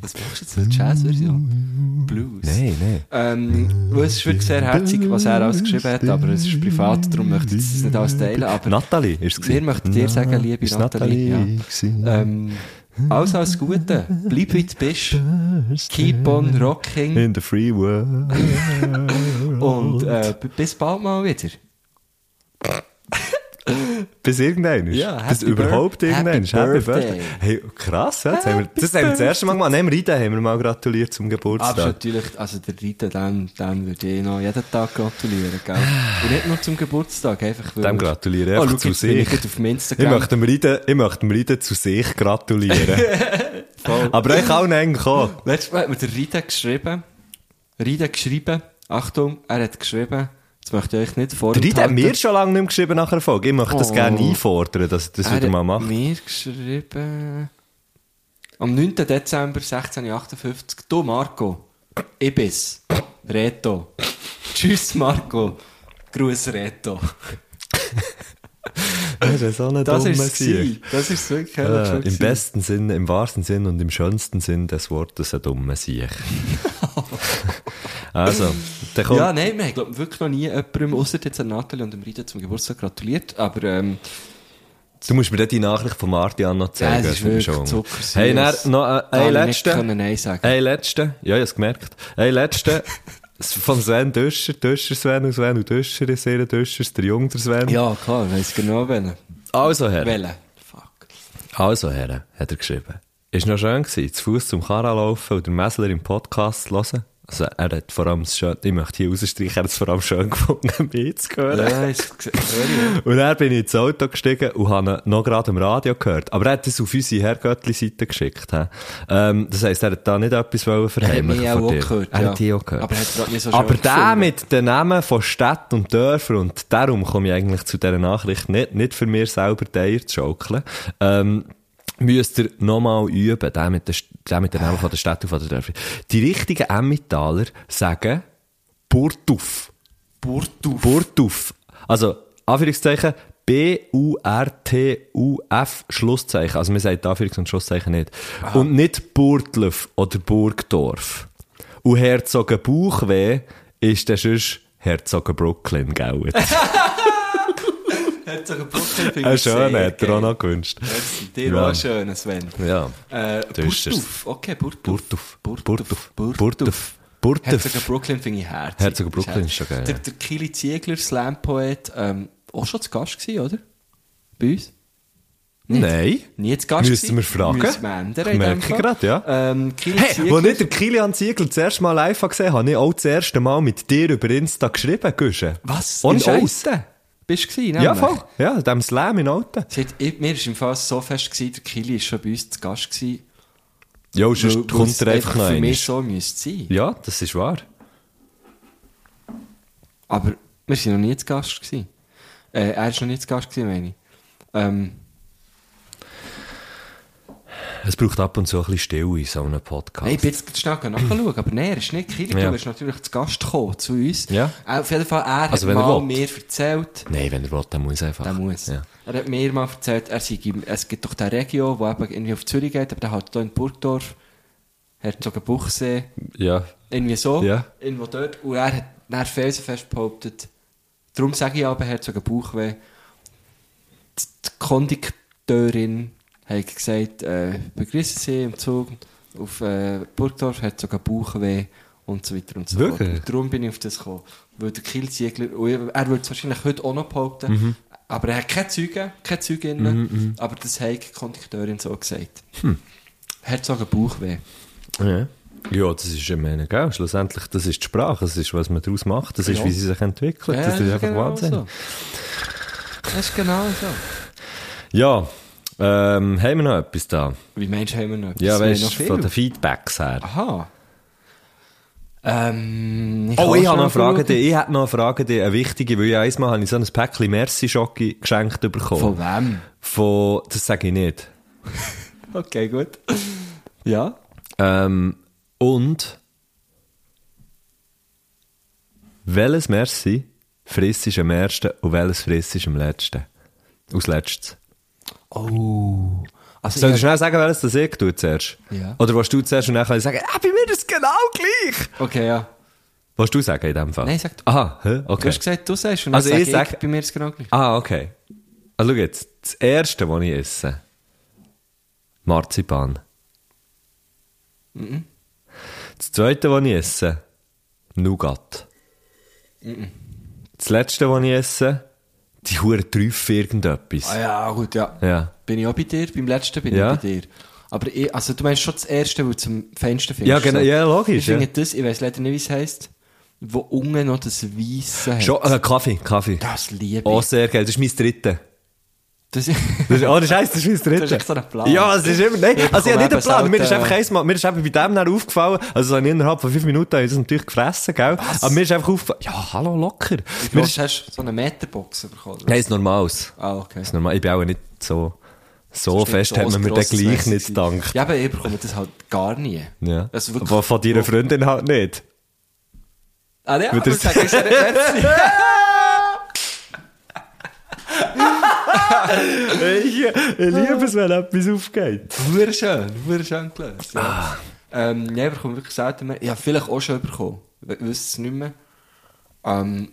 Speaker 5: Was brauchst du jetzt? Eine Jazz-Version? Blues?
Speaker 2: Nein, nein.
Speaker 5: Ähm, weil es ist wirklich sehr herzig, was er alles geschrieben hat, aber es ist privat, darum möchte ich es nicht alles teilen. Aber
Speaker 2: Nathalie ist es.
Speaker 5: wir möchten dir sagen, liebe
Speaker 2: Ist
Speaker 5: Nathalie,
Speaker 2: Nathalie
Speaker 5: ja. ähm, alles, alles Gute. Bleib wie du bist. Keep on rocking.
Speaker 2: In the free world.
Speaker 5: Und äh, b- bis bald mal wieder.
Speaker 2: Bis irgendwann ist.
Speaker 5: Ja,
Speaker 2: Bis
Speaker 5: happy
Speaker 2: überhaupt
Speaker 5: birth-
Speaker 2: irgendwann ist.
Speaker 5: happy
Speaker 2: Happy Birthday.
Speaker 5: birthday.
Speaker 2: Hey, krass, ja. Das haben wir, das haben wir das erste Mal gemacht. Nein, im Rhein haben wir mal gratuliert zum
Speaker 5: Aber
Speaker 2: Geburtstag.
Speaker 5: natürlich, also der Rita, dem, dem würde ich eh noch jeden Tag gratulieren, gell?
Speaker 2: [sighs]
Speaker 5: Und nicht nur zum Geburtstag, einfach weil...
Speaker 2: Dem gratuliere ich einfach zu
Speaker 5: Oh, jetzt bin
Speaker 2: sich.
Speaker 5: Ich gerade auf dem
Speaker 2: Ich
Speaker 5: Instagram.
Speaker 2: möchte, dem Rhein, ich möchte dem Rhein zu sich gratulieren.
Speaker 5: [laughs] Voll.
Speaker 2: Aber euch allen eigentlich auch.
Speaker 5: Letztes Mal hat mir der Rita geschrieben, Rita geschrieben, Achtung, er hat geschrieben, jetzt möchte ich euch nicht
Speaker 2: Der
Speaker 5: vorenthalten.
Speaker 2: Rhein hat mir schon lange nicht mehr geschrieben nach einer Folge. Ich möchte das
Speaker 5: Oh.
Speaker 2: gerne einfordern, dass ich das wieder mal
Speaker 5: Er
Speaker 2: mache.
Speaker 5: hat mir geschrieben... Am 9. Dezember 1658. Du, Marco. Ich bin's. Reto. Tschüss, Marco. Gruß, Reto.
Speaker 2: [laughs] Das ist so eine
Speaker 5: Das
Speaker 2: dumme
Speaker 5: ist
Speaker 2: Sieg.
Speaker 5: es. Das ist wirklich
Speaker 2: Äh,
Speaker 5: herrlich.
Speaker 2: Im besten Sinn, im wahrsten Sinn und im schönsten Sinn des Wortes ein dummer
Speaker 5: [laughs]
Speaker 2: Sieg. also, der kommt.
Speaker 5: Ja, nein, wir haben glaub, wirklich noch nie jemandem, außer jetzt an Nathalie und dem Rita zum Geburtstag gratuliert. Aber ähm,
Speaker 2: du musst mir dann die Nachricht von Martian noch
Speaker 5: ja,
Speaker 2: zeigen.
Speaker 5: es ist
Speaker 2: finde ich
Speaker 5: wirklich
Speaker 2: schon.
Speaker 5: zuckersüß.
Speaker 2: Hey, dann noch äh,
Speaker 5: Da
Speaker 2: ein
Speaker 5: habe ich nicht
Speaker 2: letzter.
Speaker 5: können Nein sagen.
Speaker 2: Ein letzter. Ja, ich habe es gemerkt. Ein letzter. Von Sven Döscher, Döscher Sven und Sven und Döscher ist ihr Döscher, der Jung der Sven.
Speaker 5: Ja, klar, weiss genau welchen.
Speaker 2: Also, Herr.
Speaker 5: Welchen? Fuck.
Speaker 2: Also, Herren, hat er geschrieben. Ist noch schön gewesen, zu Fuß zum Kara laufen oder Messler im Podcast zu hören. Also, er hat vor allem das schön, ich möchte hier rausstreichen, er hat es vor allem schön [laughs] gefunden, mich zu hören. [laughs]
Speaker 5: Ja, ist gesehen.
Speaker 2: Und dann bin ich ins Auto gestiegen und habe ihn noch gerade im Radio gehört. Aber er hat es auf unsere Herrgöttli-Seite geschickt. hä? Ähm, das heisst, er hat da nicht etwas wollen verheimlichen
Speaker 5: mich auch
Speaker 2: von dir.
Speaker 5: gehört,
Speaker 2: Er
Speaker 5: ja.
Speaker 2: hat die auch gehört.
Speaker 5: Aber er hat gerade nicht so
Speaker 2: Aber
Speaker 5: schön
Speaker 2: der
Speaker 5: gefunden.
Speaker 2: mit den Namen von Städten und Dörfern, und darum komme ich eigentlich zu dieser Nachricht nicht, nicht für mir selber die Eier zu schaukeln, ähm, müsst ihr nochmal üben, den mit, der, St- den mit den Namen von der Stadt und von der Dörfer. Die richtigen Emmentaler sagen Burtuf.
Speaker 5: Burtuf.
Speaker 2: Burtuf. Also, Anführungszeichen, B-U-R-T-U-F, Schlusszeichen. Also, man sagt Anführungs- und Schlusszeichen nicht. Und nicht Burtluf oder Burgdorf. Und Herzogenbuchweh ist dann sonst Herzogenbrooklyn, gell? Jetzt.
Speaker 5: Herzlichen Brücke.
Speaker 2: Ein schöner, hat er auch noch gewünscht.
Speaker 5: Dir
Speaker 2: Ja.
Speaker 5: auch schön, Sven.
Speaker 2: Ja.
Speaker 5: Äh,
Speaker 2: Du bist es.
Speaker 5: Burtuf. Okay, Burtuf.
Speaker 2: Burtuf. Burtuf.
Speaker 5: Burtuf.
Speaker 2: Burtuf. Burtuf.
Speaker 5: Herzogen Brooklyn finde ich herzig.
Speaker 2: Herzogen Brooklyn ist schon geil,
Speaker 5: Der,
Speaker 2: ja.
Speaker 5: der Kili Ziegler, Slam-Poet, ähm, auch schon zu Gast gewesen, oder? Bei uns?
Speaker 2: Nein.
Speaker 5: Nie zu Gast
Speaker 2: Müssen wir
Speaker 5: gewesen.
Speaker 2: fragen.
Speaker 5: Müssen wir ändern in
Speaker 2: Ich merke
Speaker 5: dem Fall.
Speaker 2: gerade, ja.
Speaker 5: Ähm, Kili
Speaker 2: Hey,
Speaker 5: Ziegler.
Speaker 2: als ich den Kilian Ziegler das erste Mal live gesehen habe, habe ich auch das erste Mal mit dir über Insta geschrieben, Güsche.
Speaker 5: Was?
Speaker 2: Und
Speaker 5: In Olten?
Speaker 2: Scheiß.
Speaker 5: Bist du gewesen,
Speaker 2: Ja,
Speaker 5: nämlich?
Speaker 2: voll. Ja, dem Slam in Alten.
Speaker 5: Sie hat- ich, mir war im Fall so fest, gewesen, der Kili war schon bei uns zu Gast. Gewesen,
Speaker 2: Ja, sonst
Speaker 5: weil- weil es
Speaker 2: kommt er einfach noch
Speaker 5: für
Speaker 2: einmal.
Speaker 5: mich so müsste sein.
Speaker 2: Ja, das ist wahr.
Speaker 5: Aber wir waren noch nie zu Gast. Gewesen. Äh, er war noch nie zu Gast, gewesen, meine ich. Ähm,
Speaker 2: Es braucht ab und zu ein bisschen Stille in so einem Podcast.
Speaker 5: Hey, ich bin jetzt gerade schnell gehen nachschauen, aber nein, er ist nicht Kili,
Speaker 2: Ja.
Speaker 5: du bist natürlich zu Gast gekommen zu uns.
Speaker 2: Ja.
Speaker 5: Äh, Auf jeden Fall, er
Speaker 2: Also,
Speaker 5: hat
Speaker 2: wenn er
Speaker 5: mal
Speaker 2: will.
Speaker 5: mir erzählt,
Speaker 2: Nein, wenn er will, dann muss er einfach.
Speaker 5: der muss.
Speaker 2: Ja.
Speaker 5: Er hat mir mal erzählt, er sei, im- es gibt doch den Regio, der eben irgendwie auf Zürich geht, aber der halt hier in Burgdorf, Herzogenbuchsee,
Speaker 2: ja.
Speaker 5: irgendwie so,
Speaker 2: Ja.
Speaker 5: irgendwo dort. Und er hat dann felsenfest behauptet, darum sage ich aber Herzogenbuchweh, die die Kondukteurin hat gesagt, äh, begrüßen Sie im Zug auf äh, Burgdorf, hat sogar Bauchweh und so weiter und so
Speaker 2: Wirklich?
Speaker 5: fort. Und darum bin ich auf das gekommen. Weil der Kielziegler, und ich- er würde es wahrscheinlich heute auch noch behaupten,
Speaker 2: Mhm.
Speaker 5: aber er hat keine Zeugen, keine Zeuginnen, aber das hat die Kondukteurin so gesagt.
Speaker 2: Hm.
Speaker 5: Hat sogar Bauchweh.
Speaker 2: ja. Ja, das ist, ich meine, gell, schlussendlich, das ist die Sprache, das ist, was man daraus macht, das ist,
Speaker 5: Ja. genau
Speaker 2: wie sie sich entwickelt, das ist einfach Wahnsinn.
Speaker 5: so. Das ist genau so.
Speaker 2: Ja, ähm, haben wir noch etwas da?
Speaker 5: Wie meinst du, haben wir noch etwas?
Speaker 2: Ja,
Speaker 5: Wir haben
Speaker 2: weißt
Speaker 5: noch
Speaker 2: du,
Speaker 5: viel.
Speaker 2: von den Feedbacks her.
Speaker 5: Aha. Ähm,
Speaker 2: Oh,
Speaker 5: kann
Speaker 2: ich habe noch eine
Speaker 5: schnell
Speaker 2: Frage,
Speaker 5: schauen.
Speaker 2: die, ich habe noch eine Frage, die eine wichtige, weil ich einmal habe ich so ein Päckchen Merci-Schocke geschenkt bekommen.
Speaker 5: Von wem?
Speaker 2: Von, das sage ich nicht.
Speaker 5: Okay, gut. Ja?
Speaker 2: Ähm, und, welches Merci frisst ist am ersten und welches frisst ist am letzten? Aus letztes.
Speaker 5: Oh. Also,
Speaker 2: Soll ich
Speaker 5: ich
Speaker 2: schnell sagen, welches das ich tue zuerst?
Speaker 5: Ja.
Speaker 2: Oder was du zuerst und dann kann ich sagen, ah, bei mir ist es genau gleich.
Speaker 5: hab- okay, ja.
Speaker 2: Was du sagen in dem Fall?
Speaker 5: Nein, sag du.
Speaker 2: Aha, hä?
Speaker 5: Du
Speaker 2: okay.
Speaker 5: hast gesagt, du sagst und
Speaker 2: Also
Speaker 5: dann
Speaker 2: ich
Speaker 5: sag
Speaker 2: sag-
Speaker 5: bei mir ist es genau gleich.
Speaker 2: Ah, okay. Also schau jetzt, das erste, was ich esse, Marzipan. Das zweite, was ich esse, Nougat. Das letzte, was ich esse, die Hure Trüffel irgendetwas.
Speaker 5: Ah ja, gut, ja.
Speaker 2: Ja.
Speaker 5: Bin ich auch bei dir? Beim letzten bin
Speaker 2: Ja.
Speaker 5: ich bei dir. Aber ich, also du meinst schon das erste, wo du zum Fenster findest.
Speaker 2: Ja, genau,
Speaker 5: so.
Speaker 2: ja, logisch,
Speaker 5: Ich finde
Speaker 2: ja.
Speaker 5: das, ich weiß leider nicht, wie es heisst, wo unten noch das Weisse hat.
Speaker 2: Schon, äh, Kaffee, Kaffee.
Speaker 5: Das liebe ich.
Speaker 2: Oh, sehr geil, das ist mein dritte.
Speaker 5: Das [laughs]
Speaker 2: Das ist, oh, das heisst, das ist mein dritte.
Speaker 5: Das ist echt so ein Plan.
Speaker 2: Ja, es ist immer, nein,
Speaker 5: Ich
Speaker 2: also ich habe nicht
Speaker 5: bekomme
Speaker 2: einen
Speaker 5: eben
Speaker 2: Plan. Mir ist
Speaker 5: selten-
Speaker 2: einfach eins Mal, mir ist einfach bei dem dann aufgefallen, also das habe ich innerhalb von fünf Minuten habe ich das natürlich gefressen, gell? Aber mir ist einfach aufgefallen, ja, hallo, locker. Mir
Speaker 5: Gross
Speaker 2: ist,
Speaker 5: hast du so eine Meterbox bekommen? oder?
Speaker 2: nein, ist normales.
Speaker 5: Ah, okay.
Speaker 2: Ist normal. Ich bin auch nicht so, so
Speaker 5: Das ist
Speaker 2: Also, oh, fest
Speaker 5: nicht so
Speaker 2: hat man
Speaker 5: ein
Speaker 2: mir den
Speaker 5: grosses
Speaker 2: gleich
Speaker 5: Messer
Speaker 2: nicht
Speaker 5: gewesen.
Speaker 2: gedankt.
Speaker 5: Ja, aber ich bekomme das halt gar nie.
Speaker 2: Ja.
Speaker 5: Also wirklich.
Speaker 2: Aber von deiner Freundin halt nicht. [laughs]
Speaker 5: Ah, ja,
Speaker 2: Wird
Speaker 5: aber
Speaker 2: das-
Speaker 5: sag ich sage es nicht.
Speaker 2: Ich, ich liebe es, wenn etwas aufgeht.
Speaker 5: Wunderschön, wunderschön gelöst. Ja.
Speaker 2: Ah.
Speaker 5: Ähm, nein, ich bekomme wirklich selten mehr. Ich habe vielleicht auch schon bekommen. Ich wüsste es nicht mehr. Ähm,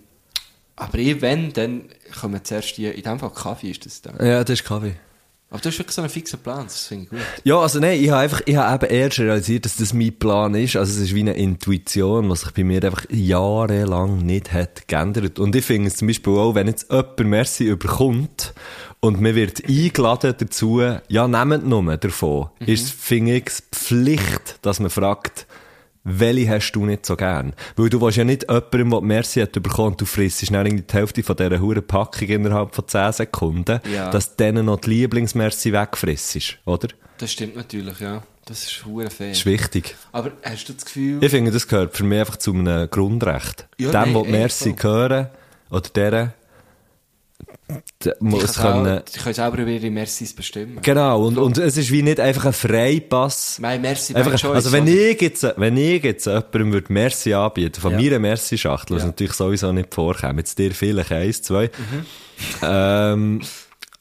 Speaker 5: aber ich, wenn, dann kommen zuerst die, in dem Fall Kaffee ist das dann.
Speaker 2: Ja, das ist Kaffee.
Speaker 5: Aber du hast wirklich so einen fixen Plan, das finde ich gut.
Speaker 2: Ja, also nein, ich habe einfach, ich habe eben erst realisiert, dass das mein Plan ist. Also es ist wie eine Intuition, was sich bei mir einfach jahrelang nicht hat geändert. Und ich finde es zum Beispiel auch, wenn jetzt jemand Merci überkommt und man wird eingeladen dazu, ja, nehmt nur davon, ist, finde ich, es Pflicht, dass man fragt, welche hast du nicht so gern? Weil du willst ja nicht jemandem, der die Merci hat bekommen und du frisst dann irgendwie die Hälfte von dieser huren Packung innerhalb von 10 Sekunden,
Speaker 5: Ja.
Speaker 2: dass denen noch die Lieblingsmerci wegfrissst, oder?
Speaker 5: Das stimmt natürlich, ja. Das ist hure fair.
Speaker 2: Das ist wichtig.
Speaker 5: Aber hast du das Gefühl...
Speaker 2: Ich finde, das gehört für mich einfach zu einem Grundrecht.
Speaker 5: Ja,
Speaker 2: Dem,
Speaker 5: nein,
Speaker 2: wo die
Speaker 5: ey,
Speaker 2: Merci
Speaker 5: voll.
Speaker 2: gehören, oder deren, d- muss
Speaker 5: Ich kann
Speaker 2: können.
Speaker 5: auch- Die können selber über ihre Mercis bestimmen.
Speaker 2: Genau, und, und es ist wie nicht einfach ein Freipass.
Speaker 5: Mein Merci, mein
Speaker 2: Einfach,
Speaker 5: Choice,
Speaker 2: also wenn
Speaker 5: oder?
Speaker 2: ich jetzt, wenn ich jetzt jemandem würde Merci anbieten, von
Speaker 5: Ja.
Speaker 2: mir eine Merci-Schachtel, was
Speaker 5: Ja.
Speaker 2: natürlich sowieso nicht vorkommt, jetzt dir vielleicht eins, zwei, ähm,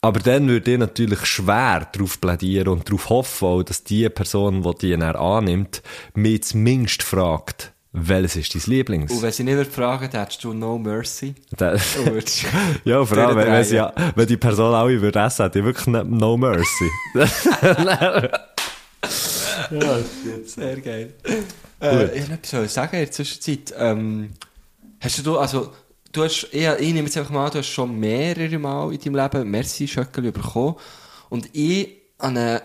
Speaker 2: aber dann würde ich natürlich schwer darauf plädieren und darauf hoffen, auch, dass die Person, die die dann annimmt, mich zumindest fragt, welches ist dein Lieblings?
Speaker 5: Und wenn sie nicht würde fragen, dann hättest du No Mercy. Oh,
Speaker 2: Der-
Speaker 5: [laughs] Und würdest-
Speaker 2: [laughs] Ja, vor allem, wenn, wenn, sie,
Speaker 5: Durchdrehen.
Speaker 2: Oh. ja- wenn die Person alle würde essen, hätte ich wirklich ne- no mercy.
Speaker 5: Sehr geil. Äh, ich wollte etwas sagen in der Zwischenzeit. Ähm, hast du, also, du hast, ich, ich nehme jetzt einfach mal an, du hast schon mehrere Mal in deinem Leben merci schöckel bekommen. Und ich habe eine,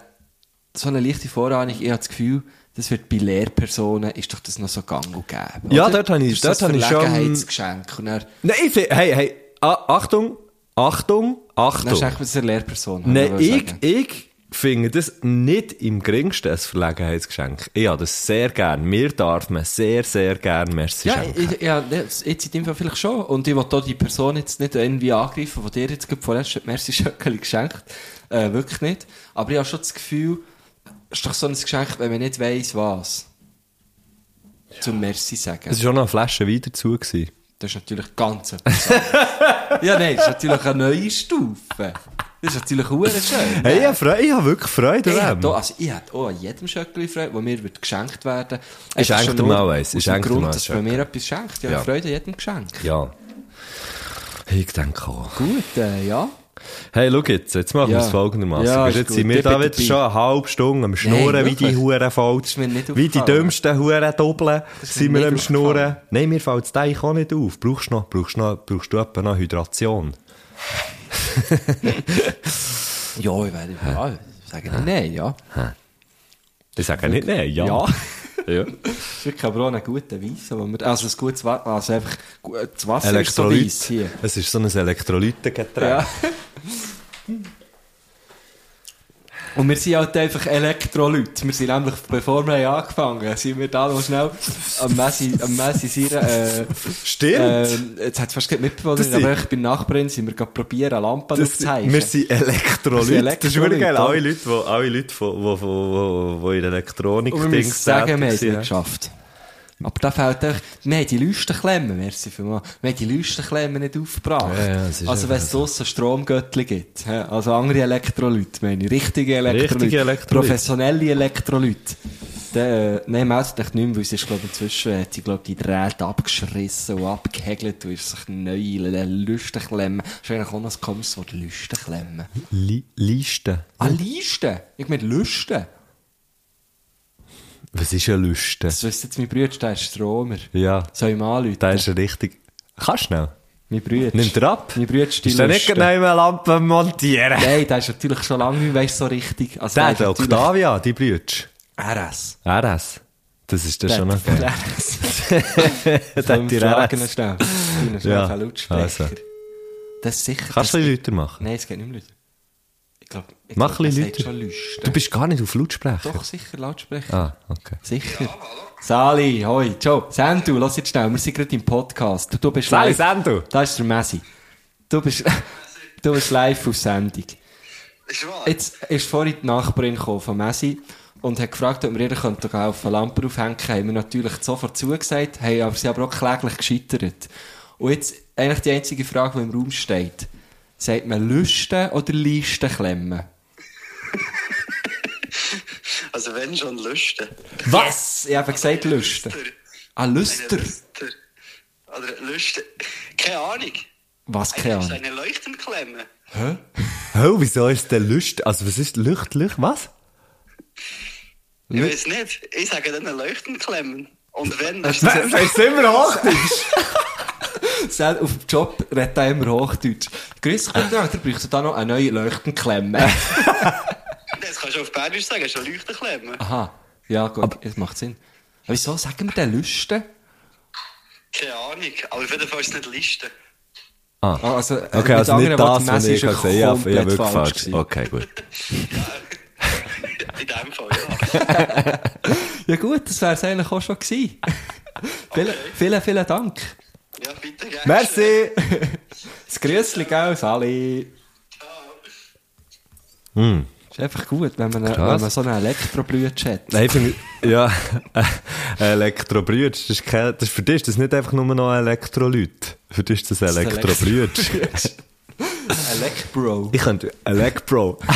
Speaker 5: so eine leichte Vorahnung, ich habe das Gefühl, das wird bei Lehrpersonen, ist doch das noch so gang und gäbe.
Speaker 2: Ja,
Speaker 5: oder?
Speaker 2: dort habe ich-
Speaker 5: Das ist
Speaker 2: dort
Speaker 5: so ein
Speaker 2: habe ich schon-
Speaker 5: Verlegenheitsgeschenk. Und dann,
Speaker 2: [laughs] Nein, ich fi- hey, hey, A Achtung, Achtung,
Speaker 5: dann
Speaker 2: Achtung.
Speaker 5: schenkt man es der Lehrperson. habe
Speaker 2: Nein, Ne,
Speaker 5: ich
Speaker 2: ich,
Speaker 5: sagen.
Speaker 2: ich finde das nicht im geringsten ein Verlegenheitsgeschenk. Ich habe das sehr gern. Mir darf man sehr, sehr gern merci
Speaker 5: Ja,
Speaker 2: schenken.
Speaker 5: ich, ja, jetzt jetzt in dem Fall vielleicht schon. Und ich will da die Person jetzt nicht irgendwie angreifen, die dir jetzt gerade vorerst hat Merci Schöckeli geschenkt äh, Wirklich nicht. Aber ich habe schon das Gefühl, es ist doch so ein Geschenk, wenn man nicht weiss, was. Zum Merci sagen.
Speaker 2: Es war auch noch eine Flasche Wein dazu. Gewesen.
Speaker 5: Das ist natürlich ganz etwas anderes. [laughs] Ja, nein, das ist natürlich eine neue Stufe. Das ist natürlich auch schön.
Speaker 2: Hey, ich habe Freude, ich habe wirklich Freude
Speaker 5: Ich
Speaker 2: an
Speaker 5: hätte auch,
Speaker 2: dem.
Speaker 5: also ich hätte auch an jedem Schöckli Freude, das mir wird geschenkt werden
Speaker 2: Ich
Speaker 5: Einfach
Speaker 2: schenke
Speaker 5: schon
Speaker 2: dir
Speaker 5: nur
Speaker 2: mal eins. Ich
Speaker 5: aus dem
Speaker 2: schenke dir
Speaker 5: Grund,
Speaker 2: mal ein
Speaker 5: dass man mir etwas schenkt. Ja,
Speaker 2: Ja.
Speaker 5: ja. Freude an jedem Geschenk.
Speaker 2: Ja. Ich denke auch.
Speaker 5: Gut, äh, ja.
Speaker 2: Hey, schau jetzt, jetzt machen wir
Speaker 5: Ja.
Speaker 2: es folgendermaßen.
Speaker 5: Ja, ist
Speaker 2: jetzt
Speaker 5: gut.
Speaker 2: sind wir
Speaker 5: Ich
Speaker 2: da
Speaker 5: bin
Speaker 2: wieder
Speaker 5: dabei.
Speaker 2: schon eine halbe Stunde am Schnurren, wie die
Speaker 5: wirklich?
Speaker 2: Huren
Speaker 5: Das
Speaker 2: fällt.
Speaker 5: ist mir nicht
Speaker 2: Wie die
Speaker 5: aufgefallen.
Speaker 2: dümmsten Huren doppeln,
Speaker 5: Das ist
Speaker 2: sind
Speaker 5: mir
Speaker 2: wir am
Speaker 5: nicht
Speaker 2: Schnurren.
Speaker 5: aufgefallen.
Speaker 2: Nein, mir fällt das Teich auch nicht auf. Brauchst du noch, brauchst du noch, brauchst du etwa noch Hydration?
Speaker 5: Ja, ich werde ja, sagen wir nein, ja.
Speaker 2: Ich sage nicht nein, ja.
Speaker 5: Ja. [laughs]
Speaker 2: ja.
Speaker 5: Das ist wirklich aber auch ein guter Weiss. wo wir- Also ein gutes Wasser, also einfach gu- das Wasser
Speaker 2: Elektrolyt.
Speaker 5: ist so weiss hier.
Speaker 2: Es ist so ein Elektrolytengetränk.
Speaker 5: Ja. [laughs] Und wir sind halt einfach Elektrolyt. Wir sind nämlich, bevor wir haben angefangen haben, sind wir da noch schnell am Messi, am Messi Sire, äh,
Speaker 2: Stimmt!
Speaker 5: äh, jetzt hat es fast gerade mitbekommen,
Speaker 2: Das
Speaker 5: aber
Speaker 2: sind-
Speaker 5: ich bin Nachbarin, sind wir gerade probieren, Lampen
Speaker 2: Das,
Speaker 5: aufzuheizen.
Speaker 2: wir sind Elektrolyt.
Speaker 5: Wir sind
Speaker 2: Das ist wirklich geil.
Speaker 5: Elektrolyt,
Speaker 2: Alle Leute, die, alle Leute, die, die, die, die in der Elektronik
Speaker 5: Und wir
Speaker 2: Dings
Speaker 5: müssen sagen,
Speaker 2: tätig
Speaker 5: wir haben es
Speaker 2: sind.
Speaker 5: nicht geschafft. Aber da fehlt euch, wir haben die Leustenklemmen, merci vielmals, wir haben die Leustenklemmen nicht aufgebracht.
Speaker 2: Ja, ja, es ist
Speaker 5: also wenn es draussen Stromgöttli gibt, hä? also andere Elektrolyte, meine ich, richtige Elektrolyte,
Speaker 2: Richtige Elektrolyte.
Speaker 5: professionelle Elektrolyte. Dann, äh, nein, meldet euch nicht mehr, weil es ist, glaube ich, inzwischen hat sie, glaube ich, die Drähte abgeschrissen und abgehegelt und ist sich neue Leustenklemmen. Das ist eigentlich auch noch ein komisches Wort, Leustenklemmen.
Speaker 2: Li Listen.
Speaker 5: Ah, Leisten! Ich meine Lüsten.
Speaker 2: Was ist eine Liste?
Speaker 5: Das wisst jetzt mein Bruder, der ist Stromer.
Speaker 2: Ja,
Speaker 5: Soll ich mal anrufen?
Speaker 2: da ist er richtig. Kannst schnell.
Speaker 5: Mein Bruder.
Speaker 2: Nimm dir ab.
Speaker 5: Mein Bruder ist die
Speaker 2: Ist da nicht
Speaker 5: Lüste.
Speaker 2: genau eine Lampe montieren?
Speaker 5: Nein, der ist natürlich schon lange nicht mehr weiss, so richtig. Also,
Speaker 2: Der
Speaker 5: ist
Speaker 2: hat eine
Speaker 5: natürlich-
Speaker 2: Octavia, die Blütsch.
Speaker 5: RS.
Speaker 2: RS. Das ist das schon noch
Speaker 5: Der
Speaker 2: geil.
Speaker 5: hat RS.
Speaker 2: Der
Speaker 5: Der
Speaker 2: hat die RS.
Speaker 5: schnell. Schnell
Speaker 2: Ja,
Speaker 5: auf den Lautsprecher.
Speaker 2: also.
Speaker 5: Das ist sicher.
Speaker 2: Kannst du
Speaker 5: das-
Speaker 2: ein bisschen lauter machen?
Speaker 5: Nein, es geht nicht mehr Leute. Ich glaube, ich
Speaker 2: Mach
Speaker 5: glaub,
Speaker 2: ein bisschen
Speaker 5: es hat
Speaker 2: lauter.
Speaker 5: schon Lüste.
Speaker 2: Du bist gar nicht auf Lautsprecher.
Speaker 5: Doch, sicher Lautsprecher.
Speaker 2: Ah, okay.
Speaker 5: Sicher. Sali, hoi, ciao. Sandu, lass jetzt schnell, wir sind gerade im Podcast. Du, du bist
Speaker 2: Sali,
Speaker 5: live.
Speaker 2: Sandu.
Speaker 5: Da ist der Messi. Du bist, du bist live auf Sendung. Jetzt ist vorhin die Nachbarin gekommen von Messi und hat gefragt, ob wir ihr helfen könnten, Lampen aufhängen. Haben wir natürlich sofort zugesagt, haben aber sie aber auch kläglich gescheitert. Und jetzt eigentlich die einzige Frage, die im Raum steht. Sagt man Lüsten oder Listen klemmen?
Speaker 1: Also wenn schon Lüste.
Speaker 5: Was? Ich habe gesagt Lüsten. Ah, Lüster.
Speaker 1: Eine Lüster. Oder Lüste. Keine Ahnung.
Speaker 5: Was, keine
Speaker 1: Eigentlich ist es
Speaker 5: Ahnung.
Speaker 1: eine Leuchtenklemme.
Speaker 2: Oh, wieso ist der Lüst? Also, was ist Lücht, Lücht, was?
Speaker 1: Ich weiß nicht. Ich sage dann eine Leuchtenklemme. Und wenn, dann
Speaker 2: Was? Das ist immer Hochdeutsch.
Speaker 5: Sel- Auf dem Job redet er immer Hochdeutsch. Grüß Gott, da brauchst du da noch eine neue Leuchtenklemme.
Speaker 2: [laughs]
Speaker 1: das kannst du auf Bernisch sagen, ist eine Leuchtenklemme.
Speaker 5: Aha. Ja, gut, das macht Sinn. Aber wieso sagen wir denn Lüsten?
Speaker 1: Keine Ahnung. Aber auf jeden Fall ist es nicht Liste.
Speaker 5: Ah, Also, äh,
Speaker 2: Okay,
Speaker 5: mit
Speaker 2: also nicht
Speaker 5: anderen Worten,
Speaker 2: das, was
Speaker 5: Messi
Speaker 2: ich
Speaker 5: ist
Speaker 2: gesagt habe. Ja,
Speaker 5: komplett
Speaker 2: ja, wirklich
Speaker 5: falsch
Speaker 2: falsch.
Speaker 5: gewesen.
Speaker 2: Okay, gut.
Speaker 1: In dem Fall, ja.
Speaker 5: Ja gut, das wäre es eigentlich auch schon
Speaker 2: [laughs]
Speaker 5: gewesen. vielen, vielen, vielen Dank.
Speaker 1: Ja, bitte, gerne.
Speaker 2: Merci!
Speaker 5: Das Grüßli, gell, Sali.
Speaker 2: Hm.
Speaker 5: Ist einfach gut, wenn man, wenn
Speaker 2: Krass.
Speaker 5: man so einen
Speaker 2: [laughs]
Speaker 5: Elektrobrütsch hat.
Speaker 2: Nein, ich finde, ja, Elektrobrütsch, das ist kein, das, für dich ist das nicht einfach nur noch Elektrolyt. Für dich ist das
Speaker 5: ist
Speaker 2: Elektrobrütsch.
Speaker 5: [laughs] Elektbro.
Speaker 2: Ich könnte Elektro.
Speaker 5: [laughs]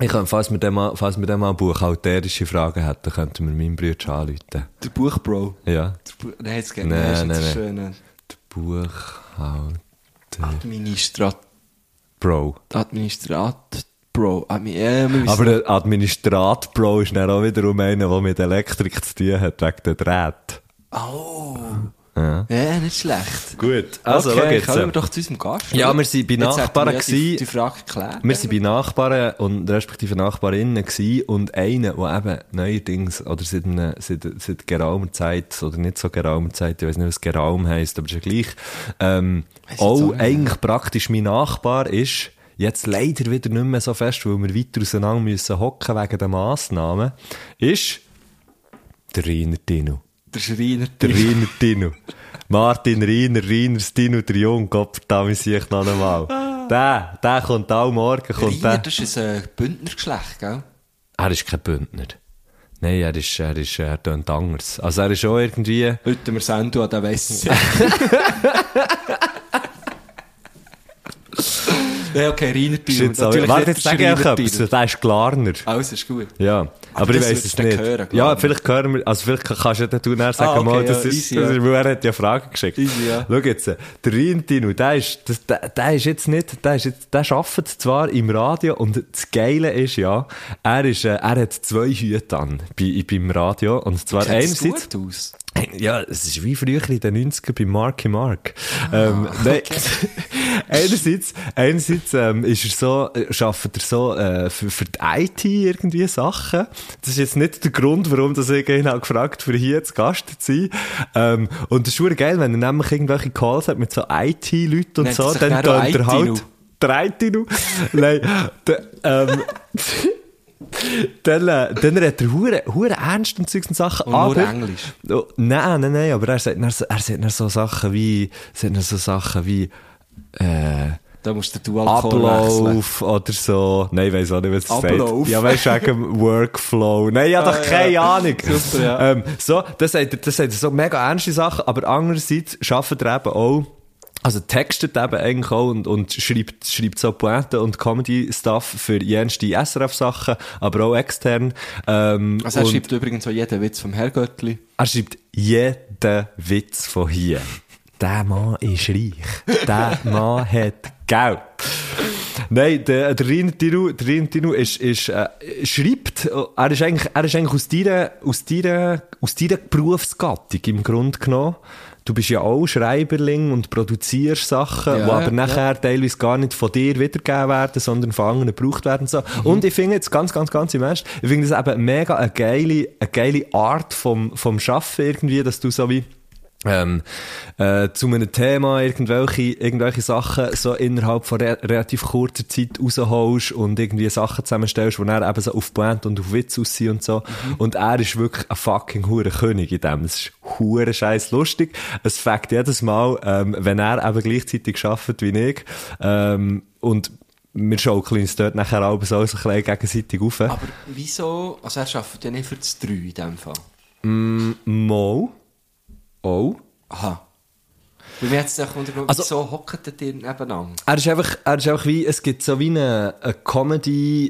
Speaker 2: ich könnte, falls wir dem mal, falls wir dem mal buchhalterische Fragen hätten, könnten wir meinen Brütsch anrufen.
Speaker 5: Der Buchbro.
Speaker 2: Ja.
Speaker 5: Der Bu- Nein, jetzt geht
Speaker 2: Nein,
Speaker 5: nein, ist
Speaker 2: nein,
Speaker 5: jetzt
Speaker 2: nein.
Speaker 5: ein
Speaker 2: Der Buchhalter.
Speaker 5: schöner Administrat...
Speaker 2: Bro.
Speaker 5: Administrat... Bro. Admi ja, wir wissen-
Speaker 2: Aber der Administrat Bro ist dann auch wiederum einer, der mit Elektrik zu tun hat, wegen der Draht.
Speaker 5: Oh. Ja. nicht schlecht.
Speaker 2: Gut, also, schau
Speaker 5: okay,
Speaker 2: jetzt.
Speaker 5: kommen wir doch zu unserem Gast.
Speaker 2: Ja, wir sind bei
Speaker 5: Jetzt hätten wir
Speaker 2: Nachbarn
Speaker 5: ja Die,
Speaker 2: gewesen.
Speaker 5: die Frage geklärt.
Speaker 2: Wir waren bei Nachbarn und respektive Nachbarinnen gewesen und einer, der eben neuerdings oder seit, einem, seit, seit geraumer Zeit oder nicht so geraumer Zeit, ich weiß nicht, was geraum heisst, aber ist ja gleich, ähm,
Speaker 5: Weiss jetzt auch
Speaker 2: auch
Speaker 5: nicht.
Speaker 2: eigentlich praktisch mein Nachbar ist, jetzt leider wieder nicht mehr so fest, weil wir weiter auseinander müssen hocken wegen der Massnahmen, ist der Rainer Dino.
Speaker 5: Der Schreiner.
Speaker 2: Der Rainer Dino. Martin Rainer, Rainers Dino, der Jung, Gottverdammt, sehe ich noch einmal. Der, der kommt auch morgen, kommt der.
Speaker 5: Reiner, das ist ein äh, Bündnergeschlecht, gell?
Speaker 2: Er ist kein Bündner. Nein, er ist, er ist, er tönt anders. Also er ist auch irgendwie,
Speaker 5: Heute wir Sendu an den Wessel.
Speaker 2: [laughs]
Speaker 5: Nein, okay, Reinerbier.
Speaker 2: Shit, sorry. warte, jetzt sag ich euch etwas, der ist Glarner.
Speaker 5: Alles ist gut.
Speaker 2: Ja, aber,
Speaker 5: Aber
Speaker 2: ich
Speaker 5: das
Speaker 2: weiß
Speaker 5: würdest
Speaker 2: es
Speaker 5: du
Speaker 2: nicht.
Speaker 5: dann hören,
Speaker 2: ja,
Speaker 5: Glarner.
Speaker 2: vielleicht hören wir, also vielleicht kannst du ja dann nachher sagen,
Speaker 5: Ah, okay,
Speaker 2: mal, das
Speaker 5: ja,
Speaker 2: ist,
Speaker 5: easy,
Speaker 2: das
Speaker 5: ja.
Speaker 2: ist, weil er hat ja Fragen geschickt.
Speaker 5: Easy, ja.
Speaker 2: Schau jetzt, äh, der Rintino, der ist, das, der, der ist jetzt nicht, der ist jetzt, der arbeitet zwar im Radio und das Geile ist ja, er ist, äh, er hat zwei Hüte an bei, beim Radio und zwar
Speaker 5: Sieht das
Speaker 2: einerseits,
Speaker 5: gut aus?
Speaker 2: Ja, es ist wie früher in den 90ern bei Marky Mark.
Speaker 5: Ah, [laughs]
Speaker 2: ähm, nein, [laughs] einerseits, einerseits ähm, ist er so, äh, arbeitet er so äh, für, für die IT irgendwie Sachen. Das ist jetzt nicht der Grund, warum dass ich ihn auch gefragt für hier zu Gast zu sein. Ähm, und das ist schon geil, wenn er nämlich irgendwelche Calls hat mit so IT-Leuten und
Speaker 5: Nennt er
Speaker 2: so,
Speaker 5: sich
Speaker 2: dann
Speaker 5: dann auch
Speaker 2: tönt er
Speaker 5: IT-Nu?
Speaker 2: halt... Der IT-Nu? Nein, der,
Speaker 5: [laughs]
Speaker 2: ähm... Dann, äh, dann redet er hure, hure ernst und solche Sachen.
Speaker 5: Und nur
Speaker 2: aber-
Speaker 5: Englisch.
Speaker 2: Oh, nein, nein, nein, aber er sagt, dann so- er sagt dann so Sachen wie, sagt dann so Sachen wie, äh,
Speaker 5: Da musst du den Dualkohl wechseln.
Speaker 2: Ablauf oder so. Nein, ich weiß auch nicht, was er
Speaker 5: Ablauf.
Speaker 2: sagt. Ja, weißt du, wegen Workflow. Nein, ich habe
Speaker 5: Ah,
Speaker 2: doch
Speaker 5: ja.
Speaker 2: keine Ahnung.
Speaker 5: Super, ja.
Speaker 2: Ähm, so, das sagt er, das sagt er so mega ernste Sachen, aber andererseits schafft er eben auch, also textet eben eigentlich auch und, und schreibt, schreibt so Poeten und Comedy-Stuff für jenste SRF-Sachen, aber auch extern. Ähm,
Speaker 5: Also er
Speaker 2: und-
Speaker 5: schreibt übrigens auch jeden Witz vom Herrgöttli.
Speaker 2: er schreibt jeden Witz von hier. Der Mann ist reich. Der Mann hat Geld. Nein, der, der Rintinu, der Rintinu ist, ist, äh, schreibt, äh, er ist eigentlich, er ist eigentlich aus deiner, aus deiner, aus deiner Berufsgattung im Grunde genommen. Du bist ja auch Schreiberling und produzierst Sachen,
Speaker 5: Ja,
Speaker 2: die aber
Speaker 5: ja.
Speaker 2: nachher nachher teilweise gar nicht von dir wiedergegeben werden, sondern von anderen gebraucht werden. und So. Und ich finde jetzt ganz, ganz, ganz im Ernst, ich finde das eben mega eine geile, eine geile Art vom, vom Schaffen irgendwie, dass du so wie, ähm, äh, zu einem Thema irgendwelche, irgendwelche Sachen so innerhalb von re relativ kurzer Zeit rausholst und irgendwie Sachen zusammenstellst, die dann eben so auf Pointe und auf Witz aussehen und so. Und er ist wirklich ein fucking hure König in dem. Es ist hure scheiß lustig. Es fängt jedes Mal, ähm, wenn er eben gleichzeitig arbeitet wie ich. Ähm, und wir schaukeln uns dort nachher auch so ein bisschen gegenseitig auf.
Speaker 5: Aber wieso? Also er arbeitet ja nicht für das 3 in dem Fall.
Speaker 2: Mal. Auch.
Speaker 5: Aha. Bei mir hat es doch untergenommen,
Speaker 2: Also-
Speaker 5: wieso hockt er dir nebeneinander?
Speaker 2: Er ist einfach, er ist einfach wie, es gibt so wie eine, eine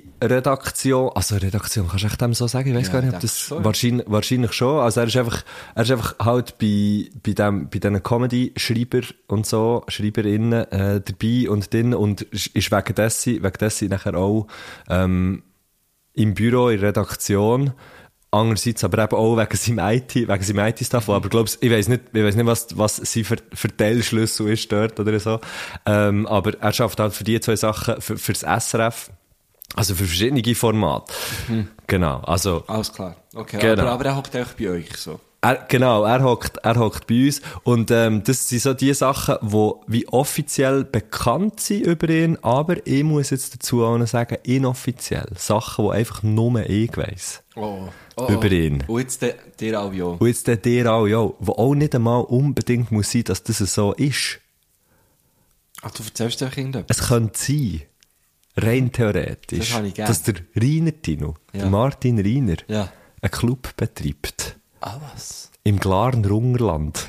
Speaker 2: Comedy-Redaktion, also Redaktion, kannst du echt dem so sagen? Ich weiß
Speaker 5: Ja,
Speaker 2: gar nicht,
Speaker 5: ich
Speaker 2: ob
Speaker 5: denke
Speaker 2: das,
Speaker 5: schon, ja.
Speaker 2: wahrscheinlich, wahrscheinlich schon, also er ist einfach, er ist einfach halt bei, bei dem, bei diesen Comedy-Schreiber und so, Schreiberinnen, äh, dabei und drin und ist ist wegen dessen, wegen dessen nachher auch, ähm, im Büro, in der Redaktion. Andererseits aber eben auch wegen seinem IT, wegen seinem IT-Stuff, wo aber glaubst, ich weiß nicht, ich weiß nicht, was, was sein Ver- Verteilschlüssel ist dort oder so. Ähm, aber er schafft halt für die zwei Sachen, für, fürs SRF, also für verschiedene Formate. Genau. Also,
Speaker 5: Alles klar. Okay,
Speaker 2: Genau.
Speaker 5: aber, aber er hockt auch bei euch so.
Speaker 2: Er, genau, er hockt, er hockt bei uns. Und ähm, das sind so die Sachen, die wie offiziell bekannt sind über ihn, aber ich muss jetzt dazu auch noch sagen, inoffiziell. Sachen, die einfach nur ich weiss.
Speaker 5: Oh,
Speaker 2: Über ihn.
Speaker 5: Und jetzt der, der Alvio.
Speaker 2: Und jetzt der dir auch, ja, wo auch nicht einmal unbedingt muss sein, dass das so ist.
Speaker 5: Ach, Ah, du erzählst den Kindern.
Speaker 2: Es könnte sein, rein theoretisch,
Speaker 5: Das habe ich gern.
Speaker 2: dass der Reiner Tino,
Speaker 5: Ja.
Speaker 2: der Martin Reiner,
Speaker 5: Ja.
Speaker 2: einen Club betreibt.
Speaker 5: Ah, was?
Speaker 2: Im Glarner
Speaker 5: [laughs]
Speaker 2: Ungerland.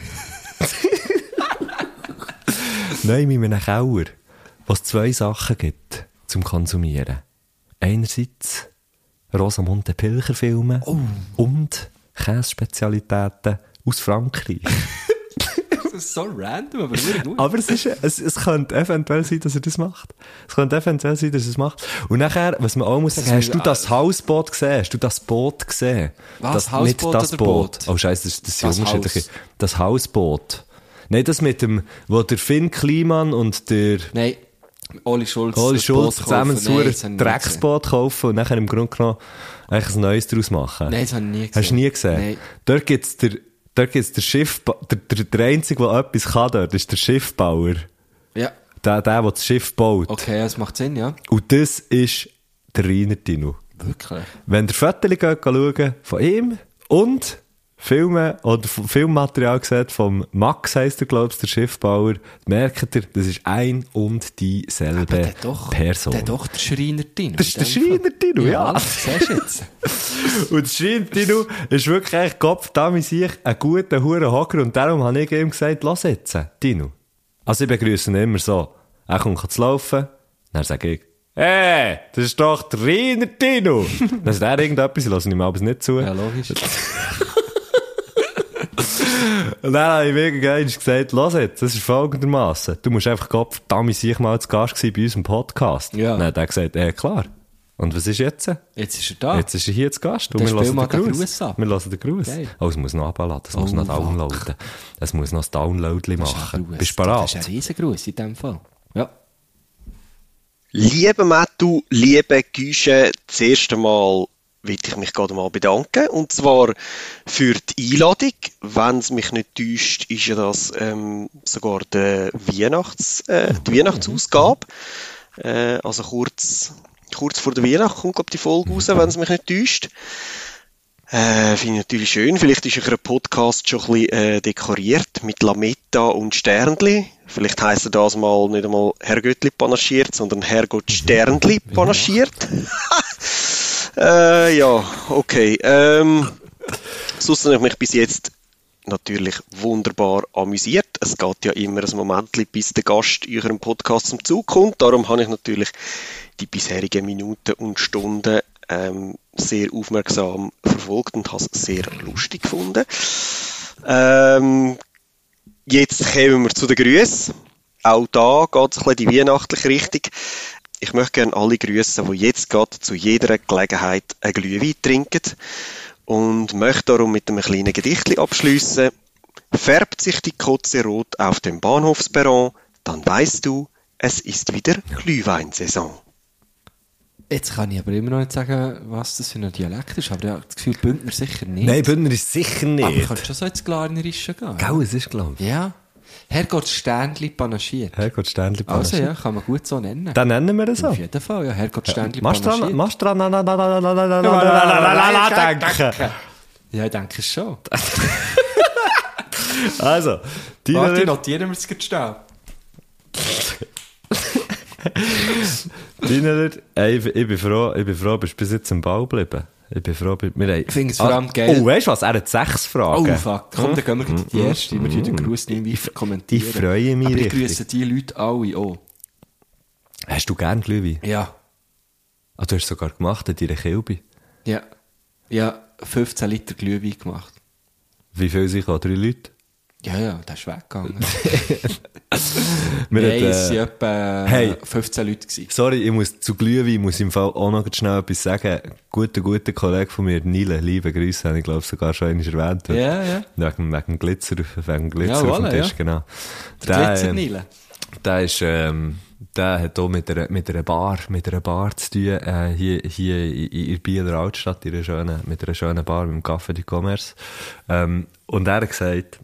Speaker 2: Nein, in einem Keller, wo es zwei Sachen gibt zum Konsumieren. Einerseits Rosamunde Pilcher Filme
Speaker 5: Oh.
Speaker 2: und Kässpezialitäten aus Frankreich.
Speaker 5: Das ist so random, aber nur [laughs] gut.
Speaker 2: Aber es, ist, es, es könnte eventuell sein, dass er das macht. Es könnte eventuell sein, dass er es macht. Und nachher, was man auch muss sagen, hast du das Hausboot gesehen? Hast du das Boot gesehen?
Speaker 5: Was?
Speaker 2: Das,
Speaker 5: Hausboot
Speaker 2: nicht das
Speaker 5: oder
Speaker 2: Boot.
Speaker 5: Boot?
Speaker 2: Oh scheiße, das, das sind
Speaker 5: Das
Speaker 2: unterschiedliche.
Speaker 5: Haus.
Speaker 2: Das Hausboot. Nein, das mit dem, wo der Finn Kliman und der
Speaker 5: Nein, Oli Schulz.
Speaker 2: Oli
Speaker 5: das
Speaker 2: Schulz
Speaker 5: Boot
Speaker 2: zusammen
Speaker 5: kaufen.
Speaker 2: so
Speaker 5: Nein,
Speaker 2: ein
Speaker 5: das habe ich nicht gesehen.
Speaker 2: Drecksboot kaufen und nachher im Grunde genommen eigentlich ein neues daraus machen.
Speaker 5: Nein, das habe ich nie gesehen.
Speaker 2: Hast du nie gesehen?
Speaker 5: Nein.
Speaker 2: Dort gibt es der, dort gibt's der Schiff, der, der, der Einzige, der etwas kann dort, ist der Schiffbauer.
Speaker 5: Ja,
Speaker 2: Der, der, der das Schiff baut.
Speaker 5: okay, das macht Sinn, ja.
Speaker 2: Und das ist der Rainer Dino.
Speaker 5: Wirklich.
Speaker 2: Wenn ihr Fotos geht schauen von ihm und Filme oder F- Filmmaterial seht vom Max, heisst er, glaubst der Schiffbauer, merkt ihr, das ist ein und dieselbe
Speaker 5: Der doch.
Speaker 2: Äh, Person.
Speaker 5: Der doch, der Schreiner Dino.
Speaker 2: Das ist der Schreiner Dino, ja.
Speaker 5: Siehst du [laughs] jetzt?
Speaker 2: Und Schindinu ist wirklich echt Kopf, da mit sich ein guter Hurenhocker und darum habe ich ihm gesagt, lass jetzt, Dino. Also ich begrüße ihn immer so. Er kommt zu laufen, dann sage ich, hey, das ist doch der Reiner
Speaker 5: [laughs]
Speaker 2: Dino. dann ist er irgendetwas, ich lasse ihm aber nicht zu.
Speaker 5: Ja, logisch.
Speaker 2: Und dann habe ich mir irgendwann gesagt, lass jetzt, das ist folgendermaßen. Du musst einfach Kopf, da mit sich mal zu Gast gewesen bei unserem Podcast.
Speaker 5: Ja.
Speaker 2: Dann hat er gesagt, eh, klar. Und was ist jetzt?
Speaker 5: Jetzt ist er da.
Speaker 2: Jetzt ist er hier zu Gast und
Speaker 5: Dann
Speaker 2: wir lassen
Speaker 5: spiel
Speaker 2: den
Speaker 5: mal den
Speaker 2: Gruß.
Speaker 5: Gruß ab.
Speaker 2: Wir lassen den Gruß.
Speaker 5: Geil.
Speaker 2: Oh, es muss noch abladen, es muss
Speaker 5: Oh,
Speaker 2: noch
Speaker 5: fuck.
Speaker 2: downloaden. Es muss noch das Downloadli
Speaker 5: Das ist ein
Speaker 2: machen.
Speaker 5: Gruß.
Speaker 2: Bist du
Speaker 5: Das ist
Speaker 2: bereit?
Speaker 5: ein Riesengruß in dem Fall. Ja.
Speaker 6: Liebe Mattu, liebe Güsche, zuerst einmal will ich mich gerade mal bedanken. Und zwar für die Einladung. Wenn es mich nicht täuscht, ist ja das ähm, sogar die, Weihnachts, äh, die Weihnachtsausgabe. Äh, also kurz, kurz vor der Weihnacht kommt glaub, die Folge raus, wenn es mich nicht täuscht. Äh, Finde ich natürlich schön. Vielleicht ist euer Podcast schon ein bisschen äh, dekoriert mit Lametta und Sternli. Vielleicht heisst er das mal nicht einmal Herr Göttli panaschiert, sondern Herrgott Sternli panaschiert. [laughs] äh, ja, okay. Ähm, sonst habe ich mich bis jetzt natürlich wunderbar amüsiert. Es geht ja immer ein Moment, bis der Gast in eurem Podcast zum Zug kommt. Darum habe ich natürlich die bisherigen Minuten und Stunden ähm, sehr aufmerksam verfolgt und habe es sehr lustig gefunden. Ähm, jetzt kommen wir zu den Grüßen. Auch da geht es ein bisschen in die weihnachtliche Richtung. Ich möchte gerne alle grüßen, die jetzt gerade zu jeder Gelegenheit ein Glühwein trinken und möchte darum mit einem kleinen Gedicht abschließen. Färbt sich die Kotze rot auf dem Bahnhofsperron, dann weißt du, es ist wieder Glühweinsaison.
Speaker 5: Jetzt kann ich aber immer noch nicht sagen, was das für ein Dialekt ist, aber ich habe das Gefühl, Bündner sicher nicht.
Speaker 2: Nein, Bündner ist sicher
Speaker 5: aber ich
Speaker 2: nicht.
Speaker 5: könnte schon so ins Glarnerische gehen.
Speaker 2: Gell, es ist, glaube ich.
Speaker 5: Ja. Herrgott Ständli panaschiert.
Speaker 2: Herrgott Sternli
Speaker 5: Also
Speaker 2: Panache.
Speaker 5: ja, kann man gut so nennen.
Speaker 2: Dann nennen wir es so.
Speaker 5: Auf jeden Fall, ja. Herrgott Ständli
Speaker 2: Machst du dran,
Speaker 5: panaschiert.
Speaker 2: machst du dran, na, na, na, na, na, na, na, na, na, na, denken.
Speaker 5: Ja, ich denke schon.
Speaker 2: Also,
Speaker 5: Warte,
Speaker 2: deine
Speaker 5: notieren wir es gerade schnell.
Speaker 2: Leute, ey, ich ich bin froh, ich bin froh, bist bis jetzt im Ball geblieben. Ich bin froh, wir haben...
Speaker 5: Ich finde es vor allem geil.
Speaker 2: Oh, weißt du was, er hat sechs
Speaker 5: Oh
Speaker 2: Fragen.
Speaker 5: fuck, komm, dann gehen wir gleich in die erste. Wir tun den Gruß nicht mehr kommentieren.
Speaker 2: Mhm. Ich freue mich
Speaker 5: Aber ich
Speaker 2: richtig.
Speaker 5: grüße die Leute alle auch.
Speaker 2: Hast du gern Glühwein?
Speaker 5: Ja.
Speaker 2: Ah, du hast sogar gemacht in deiner Kilbe.
Speaker 5: Ja. Ja, 15 Liter Glühwein gemacht.
Speaker 2: Wie viel sind auch drei Leute?
Speaker 5: Ja, ja, der ist weggegangen.
Speaker 2: [laughs] Wir
Speaker 5: Nein,
Speaker 2: hatten,
Speaker 5: es waren
Speaker 2: äh,
Speaker 5: etwa
Speaker 2: hey.
Speaker 5: 15 Leute. Gewesen.
Speaker 2: sorry, ich muss zu Glühwein muss ich im Fall auch noch schnell etwas sagen. Guter, guter Kollege von mir, Nile, liebe Grüße, habe ich glaube sogar schon einmal erwähnt.
Speaker 5: Ja, ja.
Speaker 2: Wegen, wegen dem Glitzer, wegen dem Glitzer
Speaker 5: Ja,
Speaker 2: auf dem
Speaker 5: voilà,
Speaker 2: Tisch,
Speaker 5: ja.
Speaker 2: genau.
Speaker 5: Der
Speaker 2: ähm,
Speaker 5: Glitzernile.
Speaker 2: Der ist, ähm, der hat auch mit einer, mit einer Bar, mit einer Bar zu tun, äh, hier, hier in, in der Bieler Altstadt, in einer schönen, mit einer schönen Bar, mit dem Café du Commerce. Ähm, und er hat gesagt,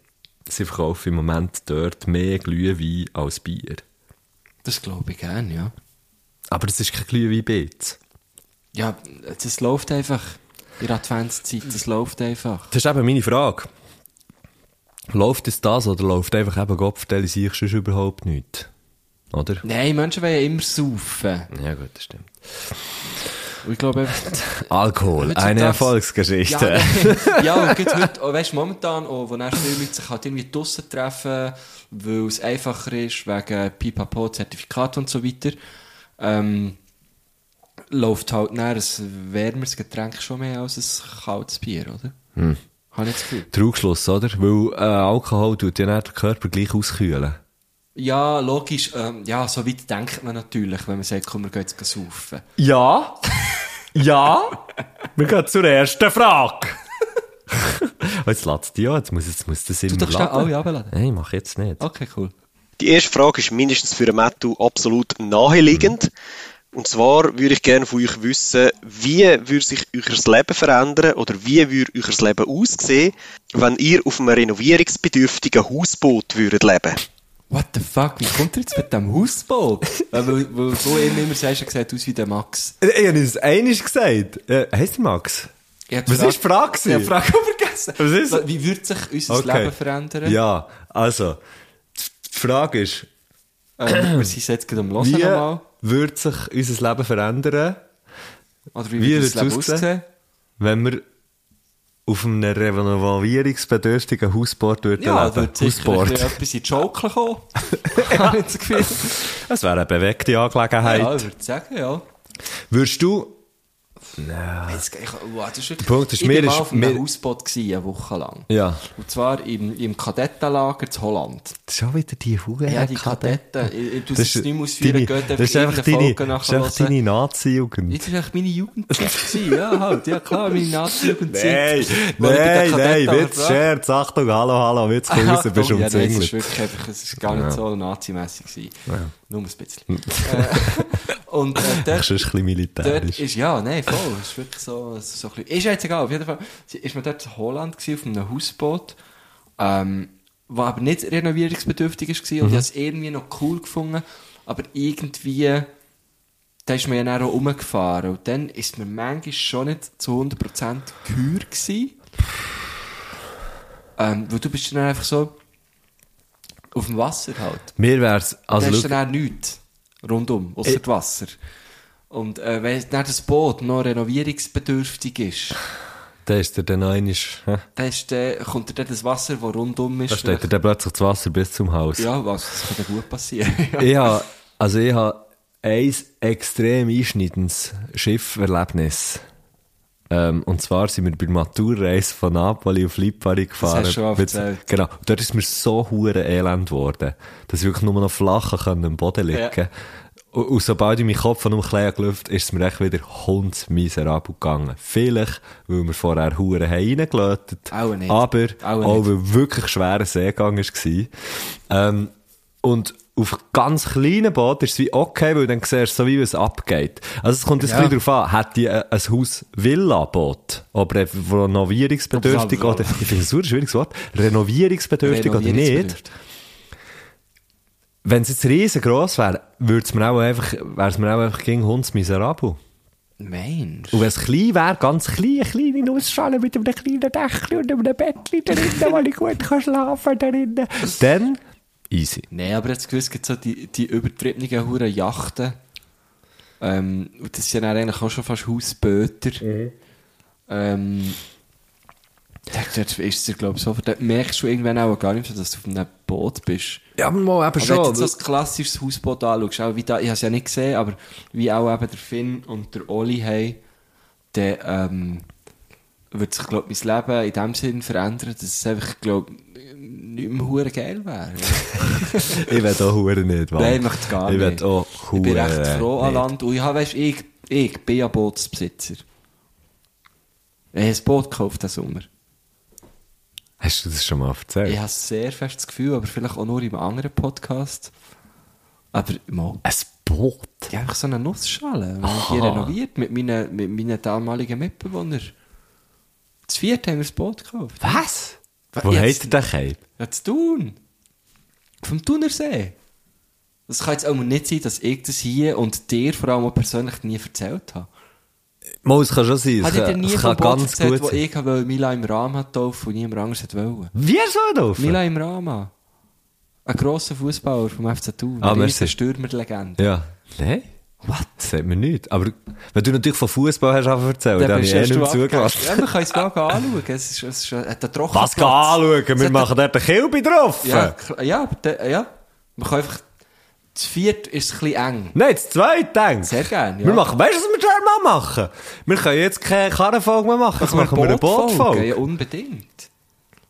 Speaker 2: sie verkaufen im Moment dort mehr Glühwein als Bier.
Speaker 5: Das glaube ich gerne, ja.
Speaker 2: Aber es ist kein Glühweinbild.
Speaker 5: Ja, das läuft einfach. In der Adventszeit, das läuft einfach.
Speaker 2: Das ist eben meine Frage. Läuft es das oder läuft einfach eben Gott, vertelle ich sonst überhaupt nichts? Oder?
Speaker 5: Nein, Menschen wollen ja immer saufen.
Speaker 2: Ja gut, das stimmt.
Speaker 5: Und ich glaube einfach...
Speaker 2: Alkohol,
Speaker 5: Heutzutage-
Speaker 2: eine Erfolgsgeschichte.
Speaker 5: Ja, [laughs] ja und gibt heute, oh, weißt, momentan, oh, wo dann viele Leute sich halt irgendwie draussen treffen, weil es einfacher ist, wegen Pipapo, Zertifikat und so weiter, ähm, läuft halt näher ein wärmeres Getränk schon mehr als ein kaltes Bier, oder? Hm. Habe ich das Gefühl.
Speaker 2: Trugschluss, oder? Weil äh, Alkohol tut ja nicht den Körper gleich auskühlen.
Speaker 5: Ja, logisch, ähm, ja, so weit denkt man natürlich, wenn man sagt, komm, wir gehen jetzt saufen.
Speaker 2: Ja. Ja. Wir gehen zur ersten Frage. [laughs] jetzt lässt die ja, jetzt muss, jetzt muss das immer
Speaker 5: darfst
Speaker 2: laden.
Speaker 5: auch alle runterladen.
Speaker 2: Nein, mach jetzt nicht.
Speaker 5: Okay, cool.
Speaker 6: Die erste Frage ist mindestens für einen Mattu absolut naheliegend. Und zwar würde ich gerne von euch wissen, wie würde sich euer Leben verändern oder wie würde euer Leben aussehen, wenn ihr auf einem renovierungsbedürftigen Hausboot würdet leben?
Speaker 5: What the fuck, wie kommt er jetzt mit dem Hausboot? weil, weil, weil du ihm immer sagst, er sieht aus wie der Max.
Speaker 2: Ich, ich habe es einmal gesagt. Äh, heißt der Max?
Speaker 5: Ich hab
Speaker 2: Was
Speaker 5: Frage-
Speaker 2: ist die Frage gewesen?
Speaker 5: Ich habe die Frage auch vergessen.
Speaker 2: Was ist-
Speaker 5: Wie würde sich unser Leben verändern?
Speaker 2: Ja, also. Die Frage ist,
Speaker 5: Ähm, wir sind jetzt gerade am Hören
Speaker 2: wie
Speaker 5: nochmal.
Speaker 2: würde sich unser Leben verändern,
Speaker 5: Oder wie,
Speaker 2: wie
Speaker 5: würde
Speaker 2: wird's
Speaker 5: das
Speaker 2: aussehen?
Speaker 5: Leben aussehen?
Speaker 2: wenn wir auf einem renovierungsbedürftigen Hausboot würden
Speaker 5: Ja,
Speaker 2: leben?
Speaker 5: wird sicher ein bisschen etwas in die
Speaker 2: [laughs]
Speaker 5: Schaukel kommen. Habe ich das Gefühl.
Speaker 2: Es wäre eine bewegte Angelegenheit.
Speaker 5: Ja, also- ich würde sagen, ja.
Speaker 2: Würdest du
Speaker 5: Jetzt, ich, wow, das ist wirklich,
Speaker 2: Punkt ist,
Speaker 5: ich
Speaker 2: mir
Speaker 5: war mal
Speaker 2: ist-
Speaker 5: auf einem
Speaker 2: mir-
Speaker 5: Hausboot, gewesen, eine Woche lang.
Speaker 2: Ja.
Speaker 5: Und zwar im, im Kadettenlager in Holland.
Speaker 2: schon wieder die Huren?
Speaker 5: Ja, die Kadetten. Ich, ich, du es nicht mehr ausführen, geht
Speaker 2: Das ist einfach
Speaker 5: irgendeine
Speaker 2: deine,
Speaker 5: Folge
Speaker 2: das ist
Speaker 5: nachher
Speaker 2: einfach
Speaker 5: hören.
Speaker 2: deine Nazi-Jugend.
Speaker 5: Jetzt war echt meine Jugendzeit. gewesen. ja, halt, ja klar, meine Nazi-Jugendzeit.
Speaker 2: Nein,
Speaker 5: Wo ich bei den
Speaker 2: nein, nein,
Speaker 5: Kadetten
Speaker 2: Witz,
Speaker 5: war.
Speaker 2: Scherz, Achtung, hallo, hallo, Witz,
Speaker 5: [laughs]
Speaker 2: komm raus, du bist
Speaker 5: Oh, Ja, nein, es ist
Speaker 2: umzingelt.
Speaker 5: wirklich einfach, es ist gar nicht so nazimässig gewesen. Nur ein bisschen. äh, [laughs] und äh,
Speaker 2: Das ist ein
Speaker 5: dort,
Speaker 2: bisschen
Speaker 5: dort
Speaker 2: militärisch.
Speaker 5: ist, ja, nein, voll, es ist wirklich so, so ein bisschen, ist ja jetzt egal, auf jeden Fall, sie- ist man dort in Holland gewesen, auf einem Hausboot, ähm, was aber nicht renovierungsbedürftig war und ich habe es irgendwie noch cool gefunden, aber irgendwie, da ist man ja dann auch rumgefahren und dann ist man manchmal schon nicht zu 100% gehör gewesen. Ähm, weil du bist dann einfach so auf dem Wasser halt.
Speaker 2: Mir wär's, also,
Speaker 5: da ist
Speaker 2: schau, Äh.
Speaker 5: dann auch nichts rundum, außer
Speaker 2: Ich-
Speaker 5: das Wasser. Und äh, wenn dann das Boot noch renovierungsbedürftig ist,
Speaker 2: da ist der dann noch einmal, hä?
Speaker 5: dann ist, äh, kommt dir dann das Wasser, das rundum ist.
Speaker 2: da steht dir dann plötzlich das Wasser bis zum Haus.
Speaker 5: ja, was, das kann dann gut passieren. [laughs] ja.
Speaker 2: Ich habe, also ich habe ein extrem einschneidendes Schifferlebnis. Ähm, und zwar sind wir bei der Maturreise von Napoli auf Lipari gefahren.
Speaker 5: hast du schon
Speaker 2: Mit-
Speaker 5: erzählt.
Speaker 2: Genau. Und dort ist mir so hure elend geworden, dass ich wirklich nur noch flach kann am Boden liegen
Speaker 5: Ja.
Speaker 2: Und, und sobald ich meinen Kopf von einem Kleid gelüft ist es mir echt wieder hundsmiserabel gegangen. Vielleicht, weil wir vorher hure reingelötet
Speaker 5: Auch nicht.
Speaker 2: Aber
Speaker 5: Auch
Speaker 2: auch
Speaker 5: nicht.
Speaker 2: weil wirklich schwerer Seegang war. Ähm, und auf ganz kleinen Boot ist es wie okay, weil dann siehst du so, wie es abgeht. Also es kommt jetzt ein bisschen darauf an, hat die äh, ein Haus Villa-Boot, ob re- renovierungsbedürftig
Speaker 5: Ob's-
Speaker 2: oder, ich finde es ein schwieriges Wort, renovierungsbedürftig oder nicht.
Speaker 5: Renovierungsbedürftig.
Speaker 2: Wenn es jetzt riesengroß wäre, würde es mir auch einfach, wäre es mir auch einfach gegen Hunds miserabel.
Speaker 5: Mensch.
Speaker 2: Und wenn es klein wäre, ganz klein, eine kleine Nussschale mit einem kleinen Dächchen und einem Bettchen drinnen, wo ich gut kann schlafen drinnen, dann easy.
Speaker 5: Nein, aber jetzt gewusst, gibt so die, die übertriebenen Huren Yachten. Ähm, und das sind ja dann eigentlich auch schon fast Hausböter.
Speaker 2: Mhm.
Speaker 5: Ähm, da- dort ist es, glaube ich, so. Da merkst du irgendwann auch gar nicht, mehr, dass du auf einem Boot bist.
Speaker 2: Ja, aber mal eben
Speaker 5: Aber wenn du jetzt so ein klassisches Hausboot anschaust, auch wie da, ich habe es ja nicht gesehen, aber wie auch eben der Finn und der Oli haben, dann ähm, würde sich, glaube ich, mein Leben in dem Sinn verändern, dass es einfach, glaube ich, nicht mehr hure geil wäre.
Speaker 2: Ich will auch Huren nicht, Mann.
Speaker 5: Nein, ich möchte gar
Speaker 2: ich
Speaker 5: nicht.
Speaker 2: will auch
Speaker 5: ich
Speaker 2: Huren
Speaker 5: bin recht froh an
Speaker 2: nicht.
Speaker 5: Land. Und ich, habe, weißt, ich, ich bin ja Bootsbesitzer. Ich habe ein Boot gekauft diesen Sommer.
Speaker 2: Hast du das schon mal erzählt?
Speaker 5: Ich habe sehr fest das Gefühl, aber vielleicht auch nur im anderen Podcast. Aber mal,
Speaker 2: Ein Brot.
Speaker 5: Ja, einfach so eine Nussschale. Die habe ich hier renoviert mit meinen, mit meinen damaligen Mitbewohnern. Das vierte haben wir das Boot gekauft.
Speaker 2: Was? Wo
Speaker 5: Jetzt-
Speaker 2: hat er den Keim?
Speaker 5: Ja, zu tun. Vom Thunersee. Das kann jetzt auch mal nicht sein, dass ich das hier und dir vor allem auch persönlich nie erzählt habe.
Speaker 2: Mal, es kann schon sein. Es
Speaker 5: Hat ich dir
Speaker 2: kann,
Speaker 5: nie
Speaker 2: es kann
Speaker 5: vom Boot
Speaker 2: ganz
Speaker 5: erzählt,
Speaker 2: gut
Speaker 5: wo
Speaker 2: sein.
Speaker 5: ich habe, weil Mila im Rahmen hat getauft und niemand anderes hat wollen.
Speaker 2: Wie ist er drauf?
Speaker 5: Mila im Rahmen. Ein grosser Fußballer vom FC Thun.
Speaker 2: Ah,
Speaker 5: Eine
Speaker 2: merci.
Speaker 5: riesige Stürmerlegende.
Speaker 2: Ja. Nein? Was? Das sagt mir nicht. Aber wenn du natürlich von Fußball hast angefangen zu erzählen, dann habe ich eh nicht mehr zugelassen.
Speaker 5: Ja, man kann es mal anschauen. Es ist, es ist, es hat einen trockenen
Speaker 2: Was
Speaker 5: Platz.
Speaker 2: gehen anschauen?
Speaker 5: Es
Speaker 2: Wir
Speaker 5: hat
Speaker 2: machen dort einen Kilby drauf.
Speaker 5: Ja, klar, ja, aber der- ja. Man kann einfach. Das vierte ist ein bisschen eng.
Speaker 2: Nein, das zweite Ding.
Speaker 5: Sehr gerne, ja.
Speaker 2: Wir machen, weißt du, was wir schon mal machen? Wir können jetzt keine Karrenfolge mehr machen. Jetzt machen wir eine
Speaker 5: Bootfolge? Ja,
Speaker 2: Bootfolge.
Speaker 5: unbedingt.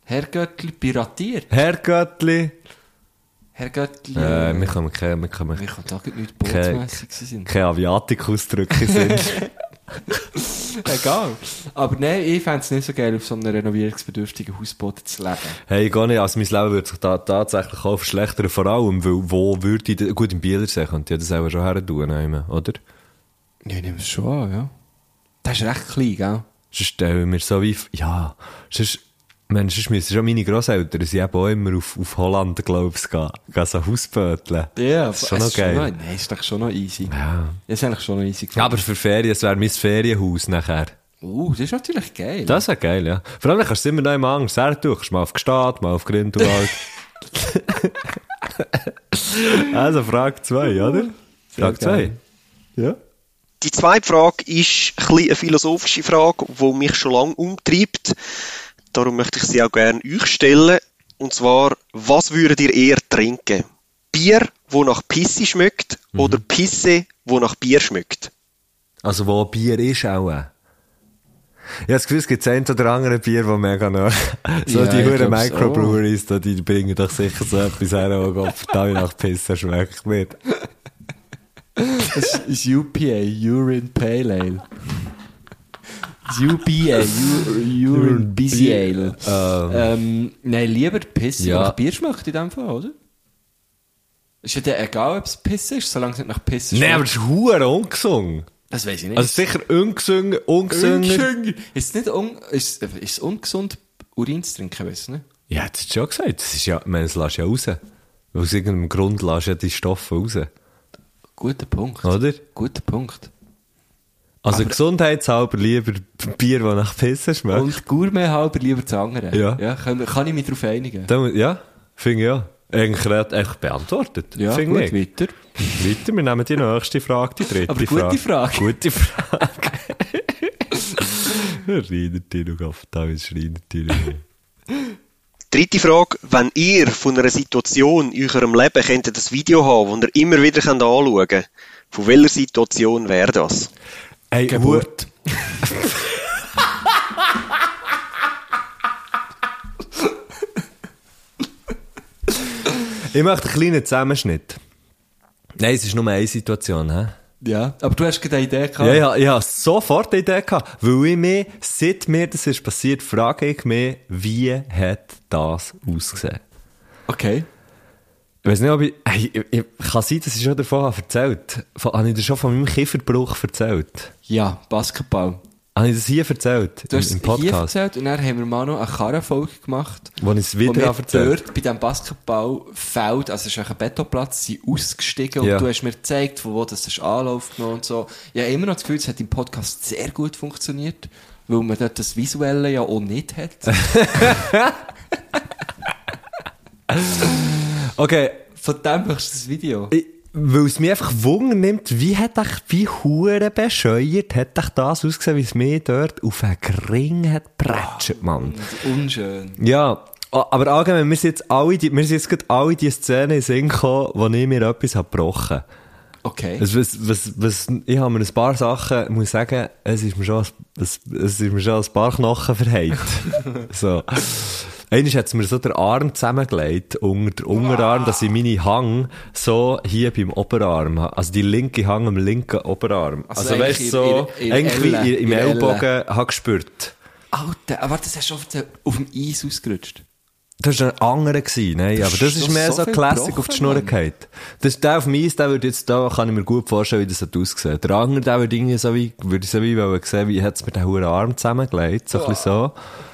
Speaker 5: Herr Göttli piratiert.
Speaker 2: Herr Göttli.
Speaker 5: Herr Göttli.
Speaker 2: Äh,
Speaker 5: äh,
Speaker 2: wir können keine, wir können
Speaker 5: wir können da gerade nicht
Speaker 2: keine,
Speaker 5: bootsmässig sein.
Speaker 2: keine Aviatikausdrücke [laughs] sind.
Speaker 5: Egal. Aber nein, ich fände es nicht so geil, auf so einem renovierungsbedürftigen Hausboot zu leben.
Speaker 2: hey, gar nicht. Also mein Leben würde sich da tatsächlich auch verschlechtern. Vor allem, weil, wo würde ich, denn- gut, im Bielersee könnte ich das auch schon her tun, nehmen, oder?
Speaker 5: Ja, ich nehme es schon an, ja. Das ist recht klein, gell?
Speaker 2: Sonst stellen wir so wie, ja, sonst, Mensch, sonst müssen schon meine Grosseltern, sie eben auch immer auf, auf Holland, glaube ich, gehen, gehen so Hausböteln. das ist schon noch geil.
Speaker 5: Nein, ist doch schon noch easy.
Speaker 2: Ja.
Speaker 5: Das ist eigentlich schon noch easy.
Speaker 2: Ja, aber für Ferien, es wäre mein Ferienhaus nachher.
Speaker 5: Uh, das ist natürlich geil.
Speaker 2: Das wäre geil, ja. Vor allem dann kannst du immer noch im Angst. Sehr durch. Kannst Mal auf Gstaad, mal auf Grindelwald. [laughs] also, Frage 2, oder? Frage 2.
Speaker 5: geil.
Speaker 2: Ja.
Speaker 6: Die zweite Frage ist ein bisschen eine philosophische Frage, die mich schon lange umtreibt. Darum möchte ich sie auch gerne euch stellen. Und zwar, was würdet ihr eher trinken? Bier, wo nach Pisse schmeckt, oder Pisse, wo nach Bier schmeckt?
Speaker 2: Also, wo Bier ist auch. äh. Ich habe das Gefühl, es gibt ein oder andere Bier, das mega noch. [laughs] so
Speaker 5: Ja,
Speaker 2: die
Speaker 5: ich
Speaker 2: Huren
Speaker 5: glaub's
Speaker 2: Microbreweries, da, die bringen doch sicher so etwas her, wo Gott verdammt nach Pissen schmeckt mit.
Speaker 5: Das ist UPA, Urine Pale Ale. Das UPA, U- Urine Busy Ale. Ähm, nein, lieber Pisse
Speaker 2: Ja.
Speaker 5: nach Bier schmeckt in dem Fall, oder? Ist ja dann egal, ob es Pisse ist, solange es nicht nach Pisse schmeckt.
Speaker 2: Nein, aber es ist Huren ungesungen.
Speaker 5: das weiß ich nicht.
Speaker 2: Also, sicher ungesungen, ungesungen.
Speaker 5: ist es nicht un ist, ist es ungesund, Urin zu trinken, weißt du nicht?
Speaker 2: Ja, das hast du schon gesagt. Das ist ja, ich meine, das lässt du ja raus. Aus irgendeinem Grund lässt du ja die Stoffe raus.
Speaker 5: Guter Punkt.
Speaker 2: Oder?
Speaker 5: Guter Punkt.
Speaker 2: Also gesundheitshalber lieber Bier, das nach Pissen schmeckt.
Speaker 5: Und Gourmet halber lieber zu anderen.
Speaker 2: Ja.
Speaker 5: ja kann, kann ich mich darauf einigen?
Speaker 2: Dann muss- ja, finde ich ja. Eigentlich recht- echt beantwortet.
Speaker 5: Ja,
Speaker 2: finde ich.
Speaker 5: gut, weiter.
Speaker 2: Weiter, wir nehmen die nächste Frage, die dritte
Speaker 5: Aber gute Frage.
Speaker 2: Gute Frage. [laughs] Schreinertier auf, da ist Schreinertier.
Speaker 6: Dritte Frage, wenn ihr von einer Situation in eurem Leben könntet ein Video haben, das ihr immer wieder könnt anschauen könnt, von welcher Situation wäre das? [laughs]
Speaker 2: Hey,
Speaker 5: Geburt.
Speaker 2: ich möchte einen kleinen Zusammenschnitt. Nein, es ist nur eine Situation, hä?
Speaker 5: Ja, aber du hast gerade eine Idee gehabt.
Speaker 2: Ja, ja, ich habe sofort die Idee gehabt, weil ich mich, seit mir das ist passiert, frage ich mich, wie hat das ausgesehen?
Speaker 5: Okay.
Speaker 2: Ich weiß nicht, ob ich, hey, ich, ich kann sein, dass ich schon davon habe erzählt. Von, habe ich dir schon von meinem Kieferbruch erzählt?
Speaker 5: Ja, Basketball.
Speaker 2: Habe ich das hier erzählt?
Speaker 5: Du
Speaker 2: Im,
Speaker 5: hast
Speaker 2: im
Speaker 5: es hier
Speaker 2: Podcast?
Speaker 5: erzählt und dann haben wir mal noch eine Karrenfolge gemacht.
Speaker 2: Wo ich es wieder
Speaker 5: Wo wir
Speaker 2: erzählt.
Speaker 5: dort bei diesem Basketballfeld, also es ist eigentlich ein Betonplatz, sind ausgestiegen
Speaker 2: Ja.
Speaker 5: und du hast mir gezeigt, von wo das ist Anlauf genommen und so. Ich habe immer noch das Gefühl, es hat im Podcast sehr gut funktioniert, weil man dort das Visuelle ja auch nicht hat.
Speaker 2: [laughs] Okay.
Speaker 5: Von dem machst du das Video.
Speaker 2: Ich- Weil es mich einfach Wunder nimmt, wie hat ich, wie hure bescheuert hat ich das ausgesehen, wie es mir dort auf einen Ring hat prätscht, Mann.
Speaker 5: Unschön.
Speaker 2: Ja, a- aber allgemein, wir sind jetzt alle die, wir sind jetzt gerade alle die Szenen in den Sinn gekommen, wo ich mir etwas habe gebrochen habe.
Speaker 5: Okay.
Speaker 2: Es, was, was, was, ich habe mir ein paar Sachen, muss sagen, es ist mir schon, ein- es, es ist mir schon ein paar Knochen
Speaker 5: [laughs]
Speaker 2: verheilt. so. Einmal hat es mir so den Arm zusammengelegt, unter den Unterarm, dass ich meine Hang so hier beim Oberarm habe. Also die linke Hang am linken Oberarm.
Speaker 5: Also
Speaker 2: Also, weißt du,
Speaker 5: eigentlich
Speaker 2: so,
Speaker 5: in- in- in
Speaker 2: irgendwie
Speaker 5: Elle,
Speaker 2: im
Speaker 5: in Elle.
Speaker 2: Ellbogen habe ich gespürt.
Speaker 5: ah, Alter, aber warte, das hast du schon auf dem Eis ausgerutscht.
Speaker 2: Das war ein anderer, gewesen, nein, aber das ist
Speaker 5: doch
Speaker 2: mehr
Speaker 5: so
Speaker 2: so
Speaker 5: viel
Speaker 2: Classic auf
Speaker 5: gebrochen,
Speaker 2: die Schnur
Speaker 5: Mann.
Speaker 2: gefallen. Das Der auf Mies, der würde jetzt, da kann ich mir gut vorstellen, wie das hat ausgesehen. Der andere, der würde irgendwie so wie, würde ich so wie wollen sehen, wie hat es mir den hohen Arm zusammengelegt, so ein bisschen so.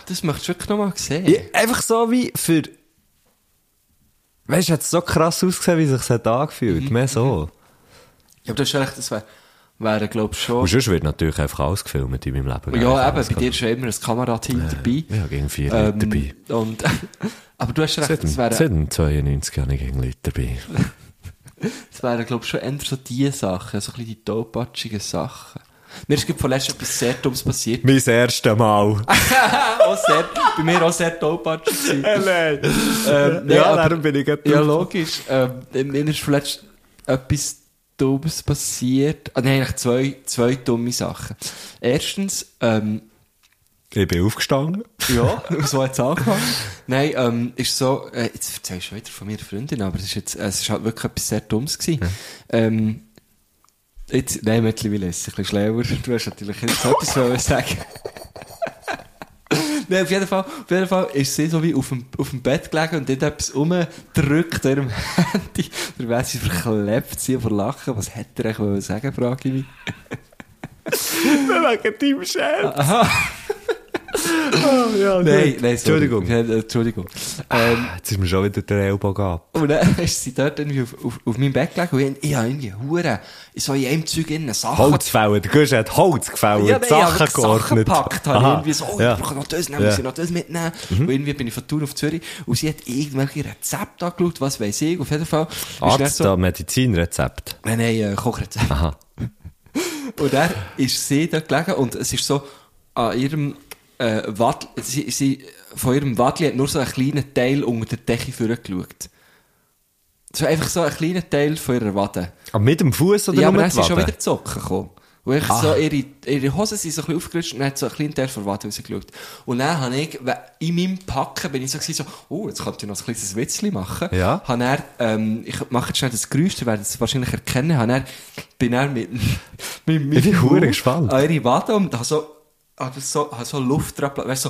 Speaker 5: Das möchtest du wirklich nochmal sehen.
Speaker 2: Ja, einfach so wie für, weißt du, hat es so krass ausgesehen, wie sich es hat
Speaker 5: Mhm,
Speaker 2: angefühlt, mehr so.
Speaker 5: Ja, aber das ist echt, das wäre, wär, glaube ich, schon.
Speaker 2: Und sonst wird natürlich einfach alles gefilmt in meinem Leben.
Speaker 5: Ja,
Speaker 2: Alles
Speaker 5: eben, bei dir ist ja immer ein Kamerateam dabei.
Speaker 2: Ja, gegen vier
Speaker 5: Ähm,
Speaker 2: Leute dabei.
Speaker 5: Und, [laughs] aber du hast recht,
Speaker 2: Seit,
Speaker 5: es
Speaker 2: dem-
Speaker 5: wäre,
Speaker 2: seit dem 92 habe ich gegen Leute dabei.
Speaker 5: es wäre, glaube ich, schon eher so die Sachen, so ein bisschen die tollpatschigen Sachen. Mir ist gerade vorletzt etwas sehr Dummes passiert. [laughs]
Speaker 2: mein erstes [laughs] Mal.
Speaker 5: auch sehr, bei mir auch sehr tollpatschig. gewesen.
Speaker 2: Nein.
Speaker 5: Ähm, nee,
Speaker 2: ja,
Speaker 5: aber-
Speaker 2: darum bin ich gerade
Speaker 5: Ja,
Speaker 2: drauf.
Speaker 5: logisch. Ähm, mir ist vielleicht etwas Dummes passiert. Ah, nein, eigentlich zwei, zwei dumme Sachen. Erstens, ähm,
Speaker 2: Ich bin aufgestanden.
Speaker 5: ja, so hat es angefangen. Nein, ähm, ist so, äh, jetzt erzählst du wieder von mir Freundin, aber es ist jetzt, es ist halt wirklich etwas sehr Dummes gewesen. Ähm, jetzt, nein, mittlerweile ist es ein bisschen schlauer. Du hast natürlich jetzt etwas wollen sagen. [laughs] Nein, auf jeden Fall, auf jeden Fall ist sie so wie auf dem, auf dem Bett gelegen und dort etwas rumdrückt an ihrem [laughs] Handy. Oder weiss sie verklebt sie vor Lachen. Was hätte er eigentlich wollen sagen, frage ich mich.
Speaker 2: Wegen deinem Scherz.
Speaker 5: [laughs]
Speaker 2: oh, ja,
Speaker 5: Nein,
Speaker 2: gut.
Speaker 5: nein, sorry.
Speaker 2: Entschuldigung.
Speaker 5: Ja, äh, Entschuldigung. Ähm,
Speaker 2: Jetzt ist mir schon wieder der Ellbogen ab.
Speaker 5: Und dann [laughs] ist sie dort irgendwie auf, auf, auf meinem Bett gelegen und ich, ich habe irgendwie Huren, in so in einem Zeug innen Sachen.
Speaker 2: Holz gefällt. Der Gusch hat Holz gefällt.
Speaker 5: Ja, nein,
Speaker 2: Sachen
Speaker 5: ich habe Sachen
Speaker 2: geordnet.
Speaker 5: gepackt, habe
Speaker 2: Aha.
Speaker 5: ich irgendwie so, oh,
Speaker 2: ja.
Speaker 5: ich brauche noch das, dann
Speaker 2: Ja. Mhm.
Speaker 5: muss ich noch das mitnehmen. Und irgendwie bin ich von Tour auf Zürich und sie hat irgendwelche Rezepte angeschaut, was weiß ich, auf jeden Fall. Ist dann
Speaker 2: Arzt,
Speaker 5: so-
Speaker 2: da, Medizinrezept.
Speaker 5: Nein, nein, äh, Kochrezept.
Speaker 2: Aha.
Speaker 5: [laughs] Und dann ist sie dort gelegen und es ist so an ihrem äh, Wadl, sie, sie, von ihrem Wadli hat nur so einen kleinen Teil unter der Decke vorgeschaut. So einfach so ein kleiner Teil von ihrer Wade.
Speaker 2: Aber mit dem Fuß oder
Speaker 5: ja,
Speaker 2: nur
Speaker 5: aber
Speaker 2: mit
Speaker 5: dann sind schon
Speaker 2: Waden? Ah.
Speaker 5: wieder die Socken gekommen. Und ich so, ihre, ihre Hosen sind so ein bisschen aufgerutscht und dann hat so ein kleiner Teil von der Wade rausgeschaut. Und dann habe ich, we- in meinem Packen bin ich so, gewesen, so oh, jetzt könnte ich noch ein kleines Witzchen machen.
Speaker 2: Ja.
Speaker 5: Habe dann, ähm, ich mache jetzt schnell das Geräusch, ihr werdet es wahrscheinlich erkennen, habe dann, bin dann mit, [laughs] mit, mit
Speaker 2: Ich bin
Speaker 5: Mund
Speaker 2: verdammt gespannt.
Speaker 5: an ihre Wade und habe so, habe so, habe so Luft dran, weißt du,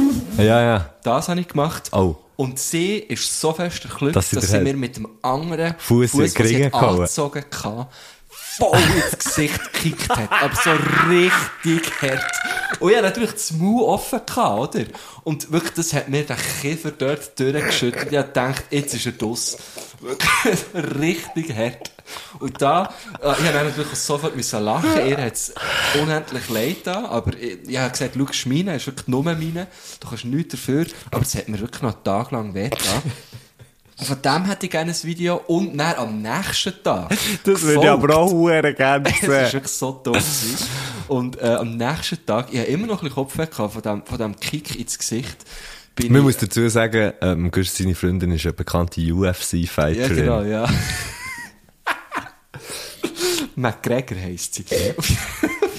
Speaker 5: so,
Speaker 2: Ja, ja.
Speaker 5: das habe ich gemacht.
Speaker 2: Ah. Oh.
Speaker 5: Und sie ist so fest erklüpft,
Speaker 2: Dass
Speaker 5: dass,
Speaker 2: sie dir
Speaker 5: sie
Speaker 2: hat-
Speaker 5: mir mit dem anderen
Speaker 2: Fuss in
Speaker 5: Fuss,
Speaker 2: den
Speaker 5: den sie
Speaker 2: Ring
Speaker 5: hat
Speaker 2: gehauen.
Speaker 5: angezogen hatte, voll ins Gesicht gekickt hat. Aber so richtig hart. Und ja, natürlich das Maul offen gehabt, oder? Und wirklich, das hat mir den Kiefer dort durchgeschüttelt. Ich hab gedacht, jetzt ist er dus. Wirklich richtig hart. Und da, äh, ich habe natürlich sofort müssen lachen. Ihr hat es unendlich leid da, aber ich, ich habe gesagt, schau, es ist meine, es ist wirklich nur meine. Du kannst nichts dafür. Aber es hat mir wirklich noch einen Tag lang weh getan. Und Von dem hätte ich gerne ein Video und dann am nächsten Tag.
Speaker 2: [laughs] Das würde ich
Speaker 5: gefolgt.
Speaker 2: aber auch verdammt [laughs] gerne
Speaker 5: Das war
Speaker 2: sehen.
Speaker 5: wirklich so dumm. gewesen. Und äh, am nächsten Tag, ich habe immer noch ein bisschen Kopfweh gehabt von dem, von dem Kick ins Gesicht. Bin
Speaker 2: Man
Speaker 5: ich-
Speaker 2: muss dazu sagen, ähm, Gusch, seine Freundin ist eine bekannte UFC-Fighterin.
Speaker 5: Ja, genau, ja. [laughs] McGregor heisst sie. Auf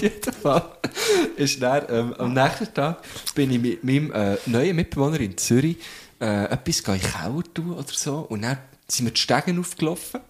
Speaker 5: [laughs] jeden Fall ist dann, ähm, am nächsten Tag bin ich mit meinem äh, neuen Mitbewohner in Zürich äh, etwas gehen in den Keller tun oder so und dann sind mir die Stegen aufgelaufen.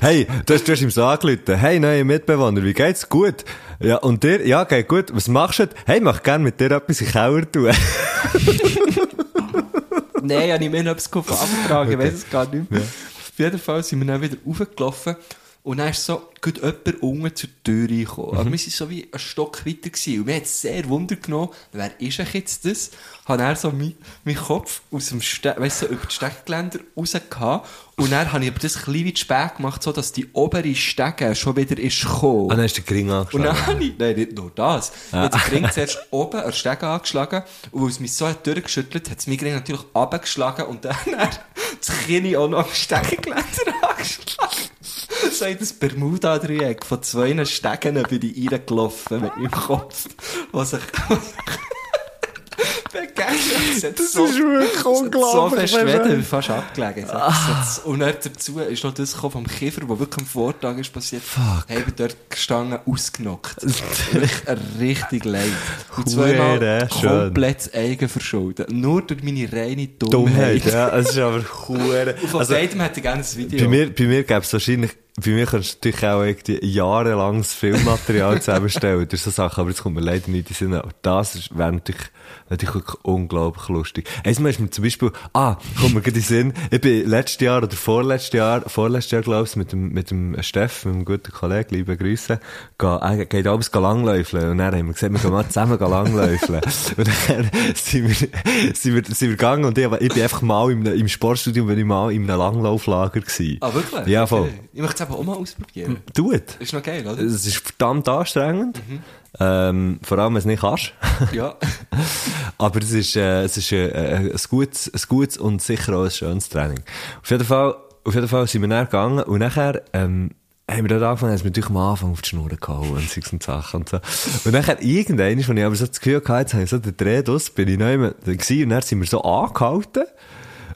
Speaker 2: Hey, du hast, du hast ihm so angerufen. Hey, neue Mitbewohner, wie geht's? Gut. Ja, und dir? Ja, geht gut. Was machst du? heute? Hey, ich mach gerne mit dir etwas in den Keller tun.
Speaker 5: Ah,
Speaker 2: [laughs]
Speaker 5: Nein, habe ich mir noch etwas von abgetragen, ich weiß es gar nicht mehr. Auf jeden Fall sind wir dann wieder raufgelaufen und dann ist so gut jemand unten zur Tür reingekommen. Aber wir waren so wie ein Stock weiter gewesen. und mir hat es sehr Wunder genommen, wer ist eigentlich jetzt das? Habe dann so meinen mein Kopf aus dem Ste weißt, so über die Steckgeländer rausgehauen und dann habe ich aber das ein bisschen zu spät gemacht, so dass die obere Stege schon wieder ist gekommen.
Speaker 2: Und dann hast du den Kring
Speaker 5: Und
Speaker 2: angeschlagen. [laughs]
Speaker 5: dann habe ich, nein, nicht nur das. Ah. Jetzt Ring zuerst oben an den Steg angeschlagen und weil es mich so hat durchgeschüttelt hat, hat es mich Ring natürlich runtergeschlagen und dann [laughs] hat das Kinn auch noch am Stegengeländer [laughs] angeschlagen. So in das Bermuda-Dreieck von zwei Stegen bin ich reingelaufen mit meinem Kopf, was ich... [laughs] Begegnet. Das so, ist wirklich unglaublich. So fest Wetter, ich bin fast abgelegen. So,
Speaker 2: Ah.
Speaker 5: so, so. Und dann dazu ist noch das gekommen vom Kiefer, was wirklich am Vortag ist passiert. Fuck. Ich bin dort gestanden,
Speaker 2: [laughs]
Speaker 5: ausgenockt. Wirklich richtig leid. Und zweimal
Speaker 2: Hure schön.
Speaker 5: komplett eigenverschuldet. Nur durch meine reine Dummheit.
Speaker 2: Dummheit, ja. Es ist aber cool.
Speaker 5: Und [laughs] von
Speaker 2: Also,
Speaker 5: beidem hätte ich gerne ein Video.
Speaker 2: bei mir, bei mir gäbe es wahrscheinlich bei mir kannst du natürlich auch irgendwie jahrelanges Filmmaterial [laughs] zusammenstellen durch so Sachen, aber jetzt kommt mir leider nicht in den Sinn. Aber das ist- wäre natürlich, natürlich wirklich unglaublich lustig. Einmal ist mir zum Beispiel, ah, kommt mir gerade in den Sinn, ich bin letztes Jahr oder vorletztes Jahr, vorletztes Jahr glaube ich, mit dem, mit dem Steff, mit einem guten Kollegen, liebe Grüße, gehen, äh, geht abends gehen langläufeln. Und dann haben wir gesagt, wir gehen mal zusammen gehen langläufeln. [laughs] und dann sind wir, sind wir, sind wir gegangen und ich, ich bin einfach mal im, im Sportstudio, bin ich mal in einem Langlauflager gewesen.
Speaker 5: Ah, wirklich?
Speaker 2: Ja, voll.
Speaker 5: Okay. Ich möchte es eben auch mal ausprobieren.
Speaker 2: Tut.
Speaker 5: Ist noch geil, oder? Mhm.
Speaker 2: Es ist verdammt anstrengend. Ähm, vor allem, wenn du es nicht kannst.
Speaker 5: Ja.
Speaker 2: [laughs] Aber es ist, äh, es ist äh, äh, ein, gutes, ein gutes und sicher auch ein schönes Training. Auf jeden Fall, auf jeden Fall sind wir dann gegangen und nachher ähm, haben wir dort angefangen, haben wir natürlich am Anfang auf die Schnur gehauen und solche Sachen und so. Und nachher irgendwann, als ich aber so das Gefühl hatte, jetzt habe ich so den Dreh aus, bin ich noch immer gewesen und dann sind wir so angehalten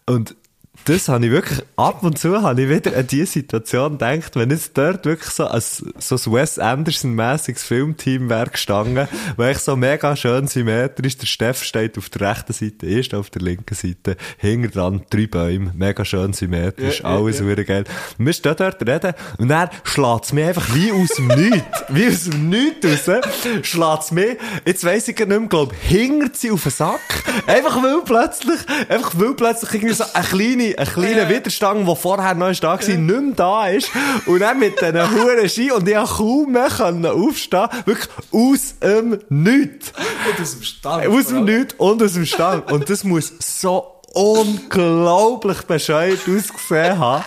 Speaker 2: und das habe ich wirklich, ab und zu habe ich wieder an diese Situation gedacht, wenn jetzt dort wirklich so ein, so ein Wes Anderson-mässiges Filmteam wäre gestanden, weil ich so mega schön symmetrisch, der Steff steht auf der rechten Seite, ich stehe auf der linken Seite, hinter dran drei Bäume, mega schön symmetrisch,
Speaker 5: Ja, ja,
Speaker 2: alles
Speaker 5: ja.
Speaker 2: super geil. Und wir stehen dort reden und dann schlägt es mich einfach wie aus dem Nichts, wie aus dem Nichts raus, schlägt es mich, jetzt weiss ich gar nicht mehr, glaube hingert sie auf den Sack, einfach weil plötzlich, einfach weil plötzlich irgendwie so eine kleine, eine kleine Widerstand, der vorher noch ist da war, nicht mehr da ist und dann mit diesen Huren Ski und ich konnte kaum mehr können aufstehen, wirklich aus dem Nichts.
Speaker 5: Und aus dem Stand.
Speaker 2: Äh, Aus dem Nichts und aus dem Stamm. Und das muss so unglaublich bescheuert ausgesehen haben.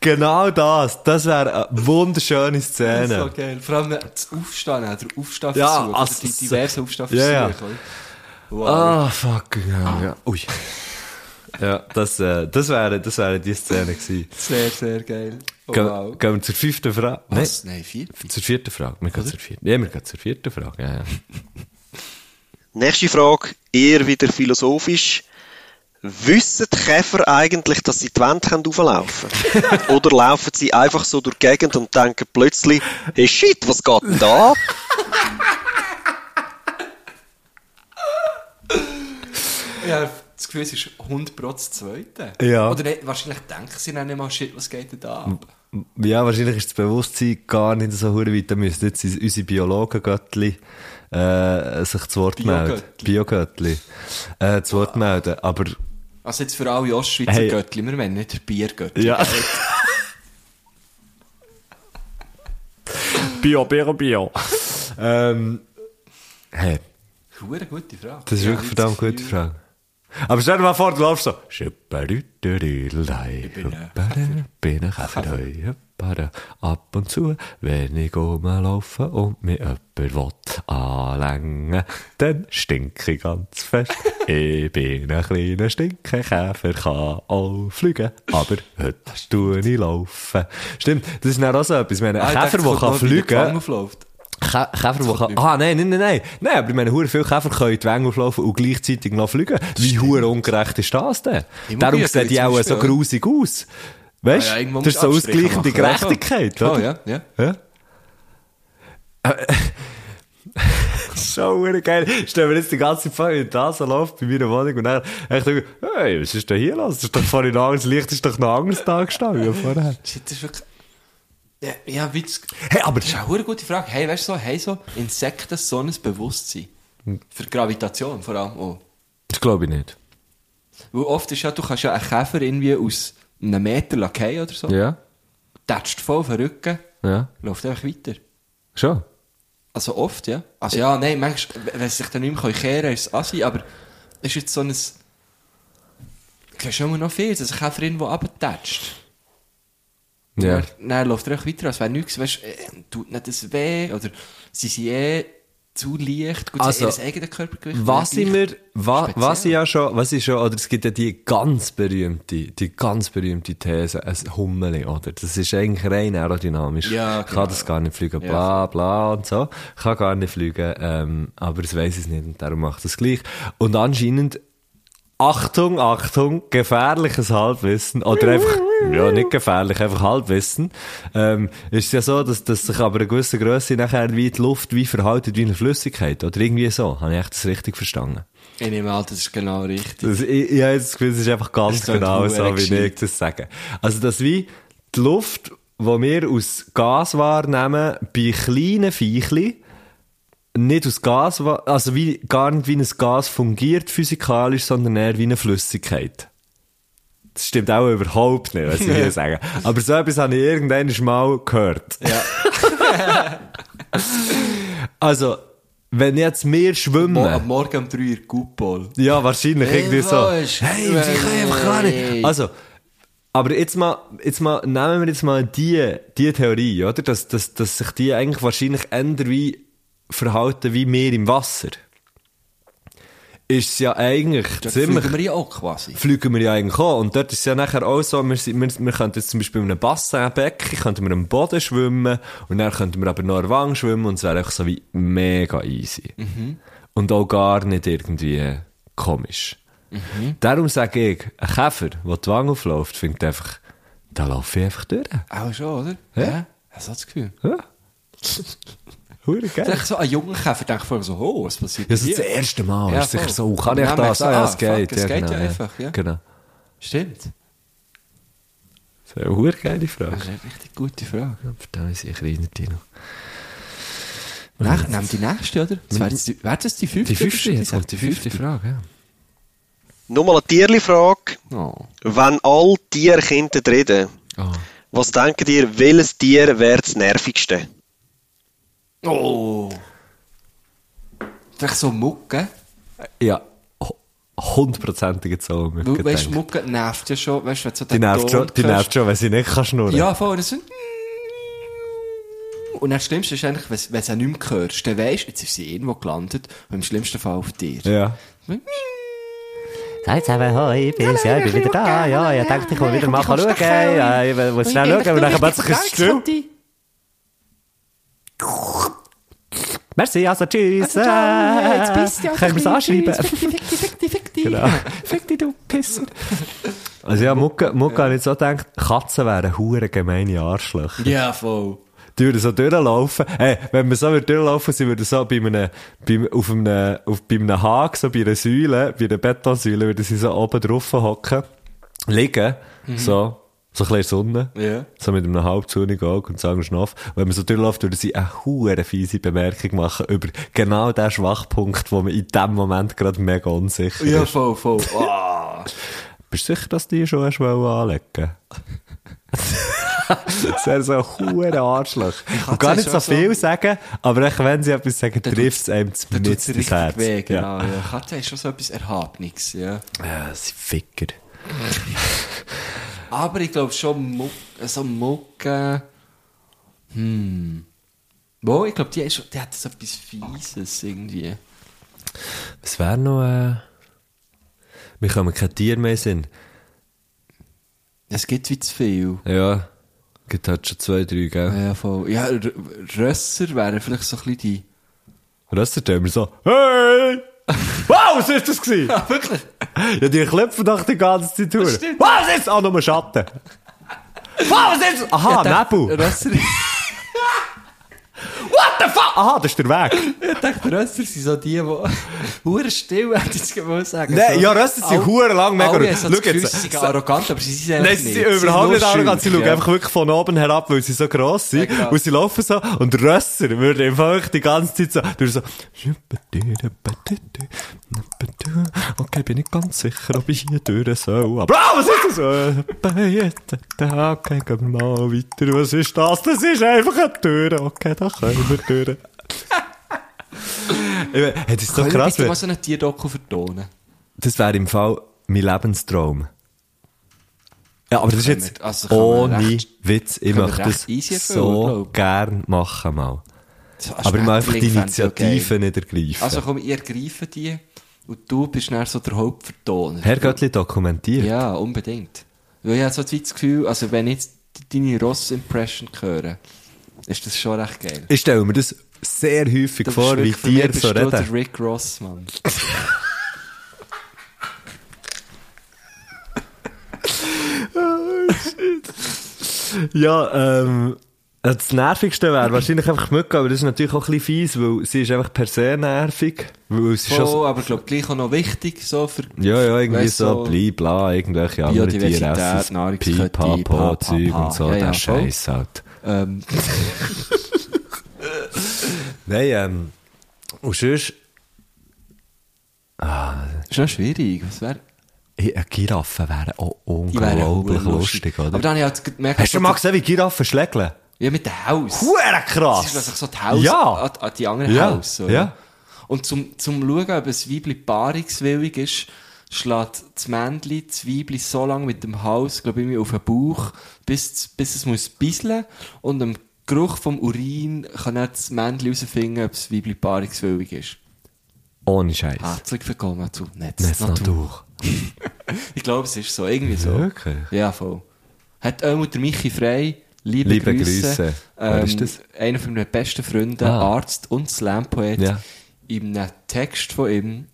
Speaker 2: Genau das. Das wäre eine wunderschöne
Speaker 5: Das ist
Speaker 2: Szene.
Speaker 5: so geil. Vor allem das Aufstehen, der Aufstehversuch.
Speaker 2: Ja,
Speaker 5: oder
Speaker 2: also-
Speaker 5: die diversen Aufstehversuche.
Speaker 2: Ja, ja.
Speaker 5: oder?
Speaker 2: Ah, fuck, ja, ja. Ui. Ja, das, äh, das wäre, das wäre die Szene gewesen.
Speaker 5: Sehr, sehr geil. Oh,
Speaker 2: Gehen,
Speaker 5: wow.
Speaker 2: gehen wir zur fünften Frage. Nein,
Speaker 5: Was? Nein, vier.
Speaker 2: zur vierten Frage. Wir gehen zur vierten. Ja, wir gehen zur vierten Frage. Ja, ja.
Speaker 6: Nächste Frage, eher wieder philosophisch. Wissen die Käfer eigentlich, dass sie die Wände können hochlaufen können? Oder laufen sie einfach so durch die Gegend und denken plötzlich, hey shit, was geht denn da? ab?
Speaker 5: Ja, das Gefühl, es ist 100% das Zweite.
Speaker 2: Ja.
Speaker 5: Oder nicht, wahrscheinlich denken sie dann nicht mal, shit, was geht denn da ab?
Speaker 2: Ja, wahrscheinlich ist das Bewusstsein gar nicht so hure weit. Da müssen jetzt uns- unsere Biologengöttli äh, sich zu Wort
Speaker 5: Biogöttli.
Speaker 2: melden. Biogöttli. Äh, zu Wort melden. Aber
Speaker 5: Also jetzt für alle Ostschweizer
Speaker 2: Hey.
Speaker 5: Göttli, wir meinen nicht Biergöttli.
Speaker 2: ja. bio, bio, bio. ähm, hey,
Speaker 5: Hure gute Frage.
Speaker 2: das ist
Speaker 5: Ja,
Speaker 2: wirklich verdammt
Speaker 5: das
Speaker 2: gute
Speaker 5: Gefühl-
Speaker 2: Frage. Aber stell dir mal vor, du läufst so.
Speaker 5: ein
Speaker 2: bin ein Käferheu. Hüppere. Ab und zu, wenn ich rumlaufe und mir jemand will anlängen, dann stinke ich ganz fest. Ich bin ein kleiner Stinkekäfer, kann auch fliegen, aber heute tue ich laufen. Stimmt, das ist dann auch so etwas. Ich meine,
Speaker 5: Ah,
Speaker 2: ein
Speaker 5: ich dachte,
Speaker 2: Käfer,
Speaker 5: es
Speaker 2: der
Speaker 5: kommt
Speaker 2: kann
Speaker 5: noch, wie der Fang
Speaker 2: fliegen...
Speaker 5: aufläuft.
Speaker 2: Kä- Käfer, der kann... Ah, nein, nein, nein, nein. Nein, aber ich meine, hure viele Käfer können die Wänge auflaufen und gleichzeitig noch fliegen. Wie hure ungerecht ist das denn?
Speaker 5: Immobilien
Speaker 2: Darum sehen die
Speaker 5: zum
Speaker 2: auch
Speaker 5: Beispiel,
Speaker 2: so
Speaker 5: oder?
Speaker 2: grusig aus. Weißt du,
Speaker 5: irgendwo
Speaker 2: das ist so
Speaker 5: musst du Abstriche
Speaker 2: ausgleichende
Speaker 5: machen, oder?
Speaker 2: Gerechtigkeit,
Speaker 5: Oh,
Speaker 2: oder?
Speaker 5: ja, ja.
Speaker 2: [laughs] Ja? Äh, so hure geil. Stell mir jetzt die ganze Zeit vor, wie das so läuft bei meiner Wohnung und dann ich denke, hey, was ist denn hier los? Das ist doch vorhin anders, das Licht ist doch noch anders da gestanden vorher.
Speaker 5: Shit, das ist wirklich... Ja, ja wie das...
Speaker 2: Hey, aber
Speaker 5: Das ist eine hure gute Frage. Hey, weißt du, so, hey, so Insekten so ein Bewusstsein.
Speaker 2: Hm.
Speaker 5: Für Gravitation vor allem auch.
Speaker 2: das glaube ich nicht.
Speaker 5: Weil oft ist ja, du kannst ja einen Käfer irgendwie aus einem Meter lassen fallen oder so.
Speaker 2: Ja,
Speaker 5: Tätscht voll auf den Rücken,
Speaker 2: ja,
Speaker 5: läuft einfach weiter.
Speaker 2: schon.
Speaker 5: Also oft, ja. Also ja, nein, manchmal, wenn es sich dann nicht mehr kehren kann, ist es assi, aber es ist jetzt so ein... Du siehst immer noch viel, dass ein Käfer irgendwo runtertätscht.
Speaker 2: Ja.
Speaker 5: Dann, dann läuft er einfach weiter, als wäre nichts. Weißt, äh, tut nicht das weh? Oder sie sind eh zu leicht? Gut,
Speaker 2: Also,
Speaker 5: also, ihr eigenes Körpergewicht.
Speaker 2: Was
Speaker 5: nicht
Speaker 2: ich mir,
Speaker 5: leicht.
Speaker 2: wa,
Speaker 5: Speziell.
Speaker 2: was ich ja schon, was ich schon, oder es gibt ja die ganz berühmte, die ganz berühmte These, ein Hummeli, oder? Das ist eigentlich rein aerodynamisch.
Speaker 5: Ja,
Speaker 2: Ich Kann das gar nicht fliegen, bla, bla und so. Kann gar nicht fliegen, ähm, aber es weiß es nicht und darum macht es gleich. Und anscheinend, Achtung, Achtung, gefährliches Halbwissen, oder einfach, ja, nicht gefährlich, einfach Halbwissen, ähm, ist ja so, dass, dass sich aber eine gewisse Größe nachher wie die Luft wie verhaltet wie eine Flüssigkeit, oder irgendwie so. Habe ich echt das richtig verstanden?
Speaker 5: Ich nehme an, das ist genau richtig.
Speaker 2: Das, ich, ich habe jetzt das Gefühl, es ist einfach ganz
Speaker 5: Das klingt
Speaker 2: genau so,
Speaker 5: verdammt
Speaker 2: wie
Speaker 5: gescheit.
Speaker 2: ich das sage. Also, dass wie die Luft, wo wir aus Gas wahrnehmen, bei kleinen Viechli, nicht aus Gas, wa- also wie, gar nicht wie ein Gas fungiert physikalisch, sondern eher wie eine Flüssigkeit. Das stimmt auch überhaupt nicht, was ich [laughs] hier sage. Aber so etwas habe ich irgendwann mal gehört. [laughs] also, wenn jetzt wir schwimmen...
Speaker 5: Mo am Morgen um 3 Uhr, Gubball.
Speaker 2: Ja, wahrscheinlich. Hm. Irgendwie so.
Speaker 5: weisst,
Speaker 2: Hey, ich kann einfach gar nicht. Also, aber jetzt mal, jetzt mal, nehmen wir jetzt mal die, die Theorie, oder? Dass, dass, dass sich die eigentlich wahrscheinlich ändern wie verhalten wie wir im Wasser. Ist es ja eigentlich
Speaker 5: Da
Speaker 2: ziemlich.
Speaker 5: fliegen wir ja auch quasi.
Speaker 2: Fliegen wir ja eigentlich auch. Und dort ist es ja nachher auch so, wir, sind- wir, wir könnten jetzt zum Beispiel in einem Bassinbecken, könnten wir am Boden schwimmen und dann könnten wir aber noch an der Wange schwimmen und es wäre einfach so wie mega easy.
Speaker 5: Mhm.
Speaker 2: Und auch gar nicht irgendwie komisch.
Speaker 5: Mhm.
Speaker 2: Darum sage ich, ein Käfer, der die Wange aufläuft, findet einfach, da laufe ich einfach durch.
Speaker 5: Auch schon, oder?
Speaker 2: Ja.
Speaker 5: Hast du das Gefühl?
Speaker 2: Ja. [laughs] Hure
Speaker 5: Das ist
Speaker 2: geil.
Speaker 5: echt so ein junger Käfer, denke ich vorher so, oh, was passiert
Speaker 2: Ja, so
Speaker 5: hier?
Speaker 2: das erste Mal.
Speaker 5: Ja,
Speaker 2: ist sicher
Speaker 5: voll.
Speaker 2: so, kann
Speaker 5: Und
Speaker 2: ich
Speaker 5: dann
Speaker 2: das?
Speaker 5: merkst du,
Speaker 2: Ah,
Speaker 5: ah,
Speaker 2: es geht.
Speaker 5: fuck, es
Speaker 2: ja,
Speaker 5: geht
Speaker 2: genau,
Speaker 5: ja einfach, ja.
Speaker 2: Genau.
Speaker 5: Stimmt.
Speaker 2: Das ist eine hure geile
Speaker 5: Das
Speaker 2: Frage.
Speaker 5: ist eine richtig gute Frage.
Speaker 2: Verdammt, ist ich rein, Tino.
Speaker 5: Nach, nehmen die nächste, oder? Das wäre jetzt die- wäre das die fünfte?
Speaker 2: Die fünfte, jetzt kommt die
Speaker 5: Die
Speaker 2: fünfte Frage, ja.
Speaker 6: Nochmal eine Tierli-Frage.
Speaker 5: Oh.
Speaker 6: Wenn all Tiere könnten reden,
Speaker 2: Ah.
Speaker 6: was denkt ihr, welches Tier wäre das nervigste?
Speaker 5: Oh. Vielleicht so Mucke.
Speaker 2: Ja, ho- hundertprozentig jetzt auch. mir
Speaker 5: Weil, weißt
Speaker 2: gedacht.
Speaker 5: du, Mucke nervt ja schon. Weißt du, wenn du so
Speaker 2: Die
Speaker 5: den
Speaker 2: nervt,
Speaker 5: Ton
Speaker 2: schon, die
Speaker 5: hörst.
Speaker 2: nervt schon, wenn sie nicht kann schnurren
Speaker 5: Ja, voll. Das sind und am schlimmsten ist eigentlich, wenn wenn du es auch nicht mehr hörst, dann weisst du, jetzt ist sie irgendwo gelandet und im schlimmsten Fall auf dir.
Speaker 2: Ja.
Speaker 7: Hallo zusammen, hoi, ich bin's, ja, ich bin wieder da. Ja, ich dachte, ich komme wieder mal schauen. Ja, ich will will schnell schauen, aber dann plötzlich ist es still. Merci, also tschüss. Äh, Können wir es anschreiben? [laughs] Genau.
Speaker 2: Also ja, Mucke, Mucke hat jetzt so gedacht, Katzen wären hure gemeine Arschlöcher.
Speaker 5: Ja, voll.
Speaker 2: Die würden so durchlaufen. Hey, wenn wir so würden durchlaufen, sie würden so bei einem, bei, auf einem, auf, bei einem Haag, so bei einer Säule, bei einer Betonsäule, würden sie so oben drauf hocken, liegen, so, so ein bisschen in der Sonne.
Speaker 5: Mhm. Ja.
Speaker 2: So mit einem halb zunigen Auge und sagen Schnaff. Und wenn man so durchläuft, würde sie eine hure fiese Bemerkung machen über genau den Schwachpunkt, wo man in dem Moment gerade mega unsicher
Speaker 5: Ja,
Speaker 2: ist.
Speaker 5: voll, voll. Ah.
Speaker 2: Bist du sicher, dass du die schon hast wollen [laughs] anlegen? das wäre so ein hure Arschloch. Und gar
Speaker 5: ist
Speaker 2: nicht so
Speaker 5: auch so-
Speaker 2: viel sagen, aber echt, wenn sie etwas sagen,
Speaker 5: Dann
Speaker 2: trifft es einem
Speaker 5: Da
Speaker 2: mit
Speaker 5: tut's
Speaker 2: ins
Speaker 5: richtig
Speaker 2: Herz.
Speaker 5: weh,
Speaker 2: Ja.
Speaker 5: genau. Ja. Katze ist schon so etwas Erhabniges, ja.
Speaker 2: Ja, sie Ficker.
Speaker 5: Aber ich glaube schon, Muck, so Mucke. Hm. Wo? Ich glaube, die, ist schon- die hat so etwas Fieses irgendwie.
Speaker 2: Was wäre noch, äh, wir kommen kein Tier mehr in den Sinn.
Speaker 5: Es gibt wie zu viel.
Speaker 2: Ja. Gibt halt schon zwei, drei, gell?
Speaker 5: Ja, voll. Ja, R- Rösser wären vielleicht so ein bisschen
Speaker 2: [laughs]
Speaker 5: die.
Speaker 2: Und das tun wir so, hey! Wow, was ist das [laughs] gewesen? Ja,
Speaker 5: wirklich?
Speaker 2: die klopfen doch die ganze Zeit durch.
Speaker 5: stimmt.
Speaker 2: Wow, was ist das? Ah, nur Schatten. Wow, was ist das? Aha, Nebel.
Speaker 5: Rösser,
Speaker 2: What the fuck? Aha, das ist der Weg.
Speaker 5: ich dachte, Rösser sind so die, die. Huren still, [laughs] hätte ich jetzt mal sagen.
Speaker 2: Nee, ja, Rösser sind
Speaker 5: All-
Speaker 2: hure lang mega-
Speaker 5: alle haben so
Speaker 2: Schau
Speaker 5: das Gefühl,
Speaker 2: jetzt,
Speaker 5: sie sind
Speaker 2: so-
Speaker 5: arrogant, aber sie sind
Speaker 2: Nein,
Speaker 5: eigentlich
Speaker 2: sie
Speaker 5: nicht.
Speaker 2: sind überhaupt
Speaker 5: nur
Speaker 2: nicht arrogant. Sie
Speaker 5: schüch,
Speaker 2: schauen
Speaker 5: ja.
Speaker 2: einfach wirklich von oben herab, weil sie so gross sind.
Speaker 5: Ja, genau.
Speaker 2: Und sie laufen so. Und Rösser würden einfach die ganze Zeit so, durch so, okay, bin ich ganz sicher, ob ich hier durch soll. Aber, ah, was ist das? Äh, jetzt, da, Okay, gehen wir mal weiter. Was ist das? Das ist einfach eine Tür. Okay, da können wir
Speaker 5: [laughs]
Speaker 2: durch. Ich meine, hey, das ist so
Speaker 5: Können wir
Speaker 2: krass.
Speaker 5: bitte
Speaker 2: wenn-
Speaker 5: mal so einen Tierdoku vertonen?
Speaker 2: Das wäre im Fall mein Lebenstraum. Ja, aber das ist
Speaker 5: Können
Speaker 2: jetzt
Speaker 5: wir- also können wir
Speaker 2: ohne
Speaker 5: recht-
Speaker 2: Witz. Ich
Speaker 5: können wir
Speaker 2: möchte
Speaker 5: recht
Speaker 2: das
Speaker 5: easy erfüllen,
Speaker 2: so
Speaker 5: glaub ich.
Speaker 2: gern machen mal.
Speaker 5: So ein
Speaker 2: Aber ich muss einfach die
Speaker 5: Schmetterling fände ich auch geil.
Speaker 2: Initiative nicht ergreifen.
Speaker 5: Also komm, ihr greift die und du bist dann so der Hauptvertoner.
Speaker 2: Herr Göttli dokumentiert.
Speaker 5: Ja, unbedingt. Weil ich habe so ein das Gefühl, also wenn ich jetzt d- deine Ross-Impression höre, ist das schon recht geil.
Speaker 2: Ich stelle mir das sehr häufig
Speaker 5: Du bist
Speaker 2: vor, wie
Speaker 5: wirklich- für mich
Speaker 2: Tiere
Speaker 5: bist
Speaker 2: so
Speaker 5: du
Speaker 2: reden.
Speaker 5: der Rick Ross, Mann.
Speaker 2: Ja, ähm, Das Nervigste wäre wahrscheinlich einfach die Mücke, aber das ist natürlich auch ein bisschen fies, weil sie ist einfach per se nervig. Weil sie
Speaker 5: Voll,
Speaker 2: schon so,
Speaker 5: Oh, aber ich glaube, gleich auch noch wichtig, so für
Speaker 2: ja, ja, irgendwie
Speaker 5: weißt,
Speaker 2: so, bli, bla, irgendwelche andere Tiere
Speaker 5: Biodiversität,
Speaker 2: essen es,
Speaker 5: Nahrungskette,
Speaker 2: Pi, Papo,
Speaker 5: Pa, Pa,
Speaker 2: Zeug
Speaker 5: Pa.
Speaker 2: und so,
Speaker 5: Ja,
Speaker 2: der
Speaker 5: ja, voll.
Speaker 2: Scheiß halt.
Speaker 5: Ähm,
Speaker 2: Nein, ähm, und sonst,
Speaker 5: ist noch schwierig. Was wär,
Speaker 2: Hey, eine Giraffe wäre auch
Speaker 5: die wäre
Speaker 2: unglaublich lustig, oder?
Speaker 5: Aber dann habe ich halt gemerkt,
Speaker 2: Hast du schon mal gesehen, wie Giraffen schlägeln?
Speaker 5: ja, mit dem Haus.
Speaker 2: Huere krass!
Speaker 5: Siehst du, was sich so die Haus
Speaker 2: Ja.
Speaker 5: an, an die anderen
Speaker 2: Ja.
Speaker 5: Haus. so,
Speaker 2: Ja.
Speaker 5: Und zum, zum Schauen, ob ein Weibchen paarungswillig ist, schlägt das Männchen das Weibchen so lange mit dem Haus, glaube ich, irgendwie auf den Bauch, bis, bis es muss bisseln und am Geruch vom Urin kann dann das Männchen herausfinden, ob das Weibchen paarungswillig ist.
Speaker 2: Ohne Scheiß.
Speaker 5: Herzlich willkommen zu Netz,
Speaker 2: Netz
Speaker 5: Ah, Natur.
Speaker 2: Natur.
Speaker 5: Ich glaube, es ist so, irgendwie so.
Speaker 2: Wirklich?
Speaker 5: Ja, voll. Hat auch der Michi Frey, liebe,
Speaker 2: Liebe
Speaker 5: Grüße.
Speaker 2: Grüße.
Speaker 5: Ähm,
Speaker 2: Wer ist das?
Speaker 5: Einer von meinen besten Freunden,
Speaker 2: Ah.
Speaker 5: Arzt und Slam-Poet,
Speaker 2: Ja.
Speaker 5: in einem Text von ihm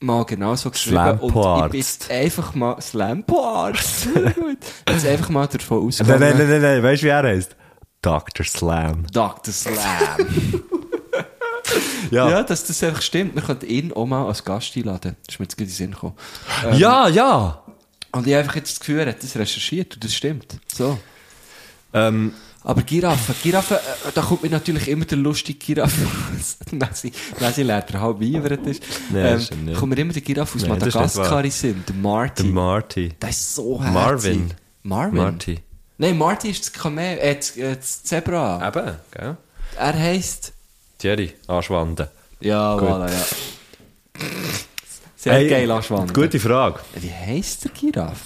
Speaker 5: mal genau so geschrieben. Und ich
Speaker 2: Slam-Poarzt.
Speaker 5: bin jetzt einfach
Speaker 2: [laughs]
Speaker 5: mal Slam-Poarzt. Sehr gut. Jetzt einfach mal davon
Speaker 2: Nein,
Speaker 5: ausgegangen.
Speaker 2: nein, nein, nein, nein, weißt du, wie er heißt? Dr. Slam.
Speaker 5: Dr. Slam. ja. dass das einfach stimmt. Man könnte ihn auch mal als Gast einladen. Das ist mir jetzt gut in den Sinn gekommen. Ähm,
Speaker 2: Ja, ja.
Speaker 5: Und ich habe einfach jetzt das Gefühl, er hat das recherchiert und das stimmt. So.
Speaker 2: Ähm,
Speaker 5: Aber Giraffen, Giraffen, äh, da kommt mir natürlich immer der lustige Giraffe [laughs] aus. Messi, Messi lernt er halb wie er ist.
Speaker 2: Nein,
Speaker 5: ähm,
Speaker 2: das stimmt nicht.
Speaker 5: Kommt mir immer der Giraffe aus
Speaker 2: Nein, das ist nicht
Speaker 5: Madagaskar
Speaker 2: wahr.
Speaker 5: in den Sinn, der
Speaker 2: der
Speaker 5: Marty.
Speaker 2: Marty.
Speaker 5: der ist so herzig.
Speaker 2: Marvin.
Speaker 5: Marvin?
Speaker 2: Marty.
Speaker 5: Nein, Marty ist das Kamel, äh, das, äh, das Zebra.
Speaker 2: Eben, gell?
Speaker 5: Er heisst...
Speaker 2: Thierry, Anschwanden.
Speaker 5: Ja,
Speaker 2: Gut.
Speaker 5: voilà, ja. Sehr geil, Aschwand.
Speaker 2: Gute Frage.
Speaker 5: Wie heisst der Giraffe?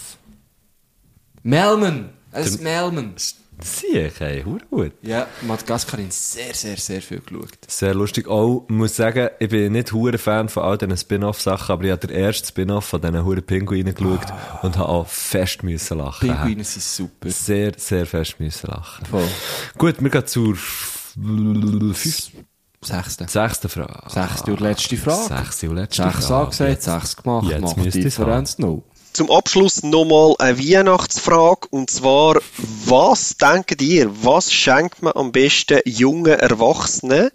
Speaker 5: Melman. Er ist Melman.
Speaker 2: Sieh, hey, hure gut.
Speaker 5: Ja, Madagaskar hat sehr, sehr, sehr viel geschaut.
Speaker 2: Sehr lustig. Auch, muss sagen, ich bin nicht hure Fan von all diesen Spin-Off-Sachen, aber ich habe den ersten Spin-Off von diesen huren Pinguinen geschaut und habe auch fest müssen lachen.
Speaker 5: Ah. Pinguine sind super.
Speaker 2: Sehr, sehr fest müssen lachen.
Speaker 5: Voll.
Speaker 2: Gut, wir gehen zur fünften,
Speaker 5: Sechste.
Speaker 2: sechsten Frage.
Speaker 5: Sechste und letzte Frage.
Speaker 2: Sechste und letzte
Speaker 5: Sechs
Speaker 2: Frage.
Speaker 5: angesagt, sechs gemacht.
Speaker 2: Jetzt
Speaker 5: macht
Speaker 2: müsste
Speaker 5: die
Speaker 2: es haben.
Speaker 5: Differenz null.
Speaker 6: Zum Abschluss nochmal eine Weihnachtsfrage und zwar, was denkt ihr, was schenkt man am besten jungen Erwachsenen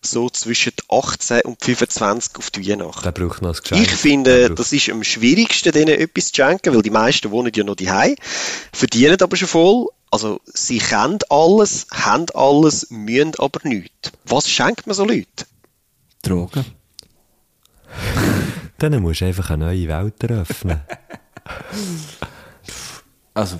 Speaker 6: so zwischen 18 und 25 auf die Weihnacht?
Speaker 2: Der braucht noch ein Geschenk.
Speaker 6: Ich finde,
Speaker 2: Der braucht-
Speaker 6: das ist am schwierigsten, denen etwas zu schenken, weil die meisten wohnen ja noch daheim, verdienen aber schon voll. Also, sie kennen alles, haben alles, müssen aber nichts. Was schenkt man so Leuten?
Speaker 5: Drogen.
Speaker 2: Dann musst du einfach eine neue Welt eröffnen.
Speaker 5: Also,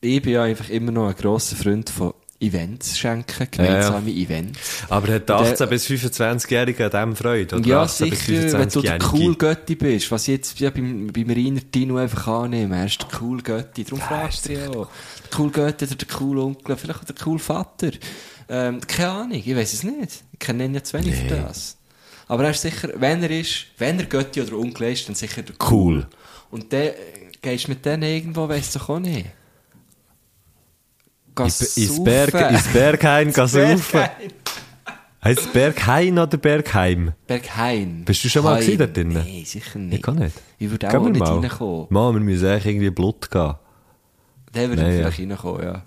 Speaker 5: ich bin ja einfach immer noch ein grosser Freund von Events schenken, gemeinsame Events.
Speaker 2: aber hat der 18- bis 25-Jährige an dem Freude? Oder
Speaker 5: Ja,
Speaker 2: 18 bis
Speaker 5: sicher, wenn du der
Speaker 2: 25-Jährige?
Speaker 5: cool Götti bist, was ich jetzt ja beim, beim Rainer Tino einfach annehmen, er ist der cool Götti, darum fragst du ja auch. Der cool Götti oder der cool Onkel, vielleicht auch der cool Vater. Ähm, keine Ahnung, ich weiß es nicht. Ich kenne ihn ja zu wenig für das. Aber er ist sicher, wenn er ist, wenn er Götti oder Onkel ist, dann sicher der
Speaker 2: Cool.
Speaker 5: Und dann äh, gehst du mit denen irgendwo, weißt du auch nicht. Gehst
Speaker 2: Ins
Speaker 5: saufen.
Speaker 2: Berg, ins
Speaker 5: [laughs]
Speaker 2: Bergheim gehen saufen.
Speaker 5: Berghain.
Speaker 2: Heißt es Berghain oder Bergheim?
Speaker 5: Berghain.
Speaker 2: Bist du schon mal
Speaker 5: Hain.
Speaker 2: gewesen dort drinnen?
Speaker 5: Nein, sicher nicht.
Speaker 2: Ich kann nicht.
Speaker 5: Ich würde auch
Speaker 2: Gehen wir
Speaker 5: nicht
Speaker 2: mal.
Speaker 5: reinkommen.
Speaker 2: Mal, wir müssen eigentlich irgendwie Blut gehen.
Speaker 5: Der würde
Speaker 2: Nein,
Speaker 5: vielleicht reinkommen, ja.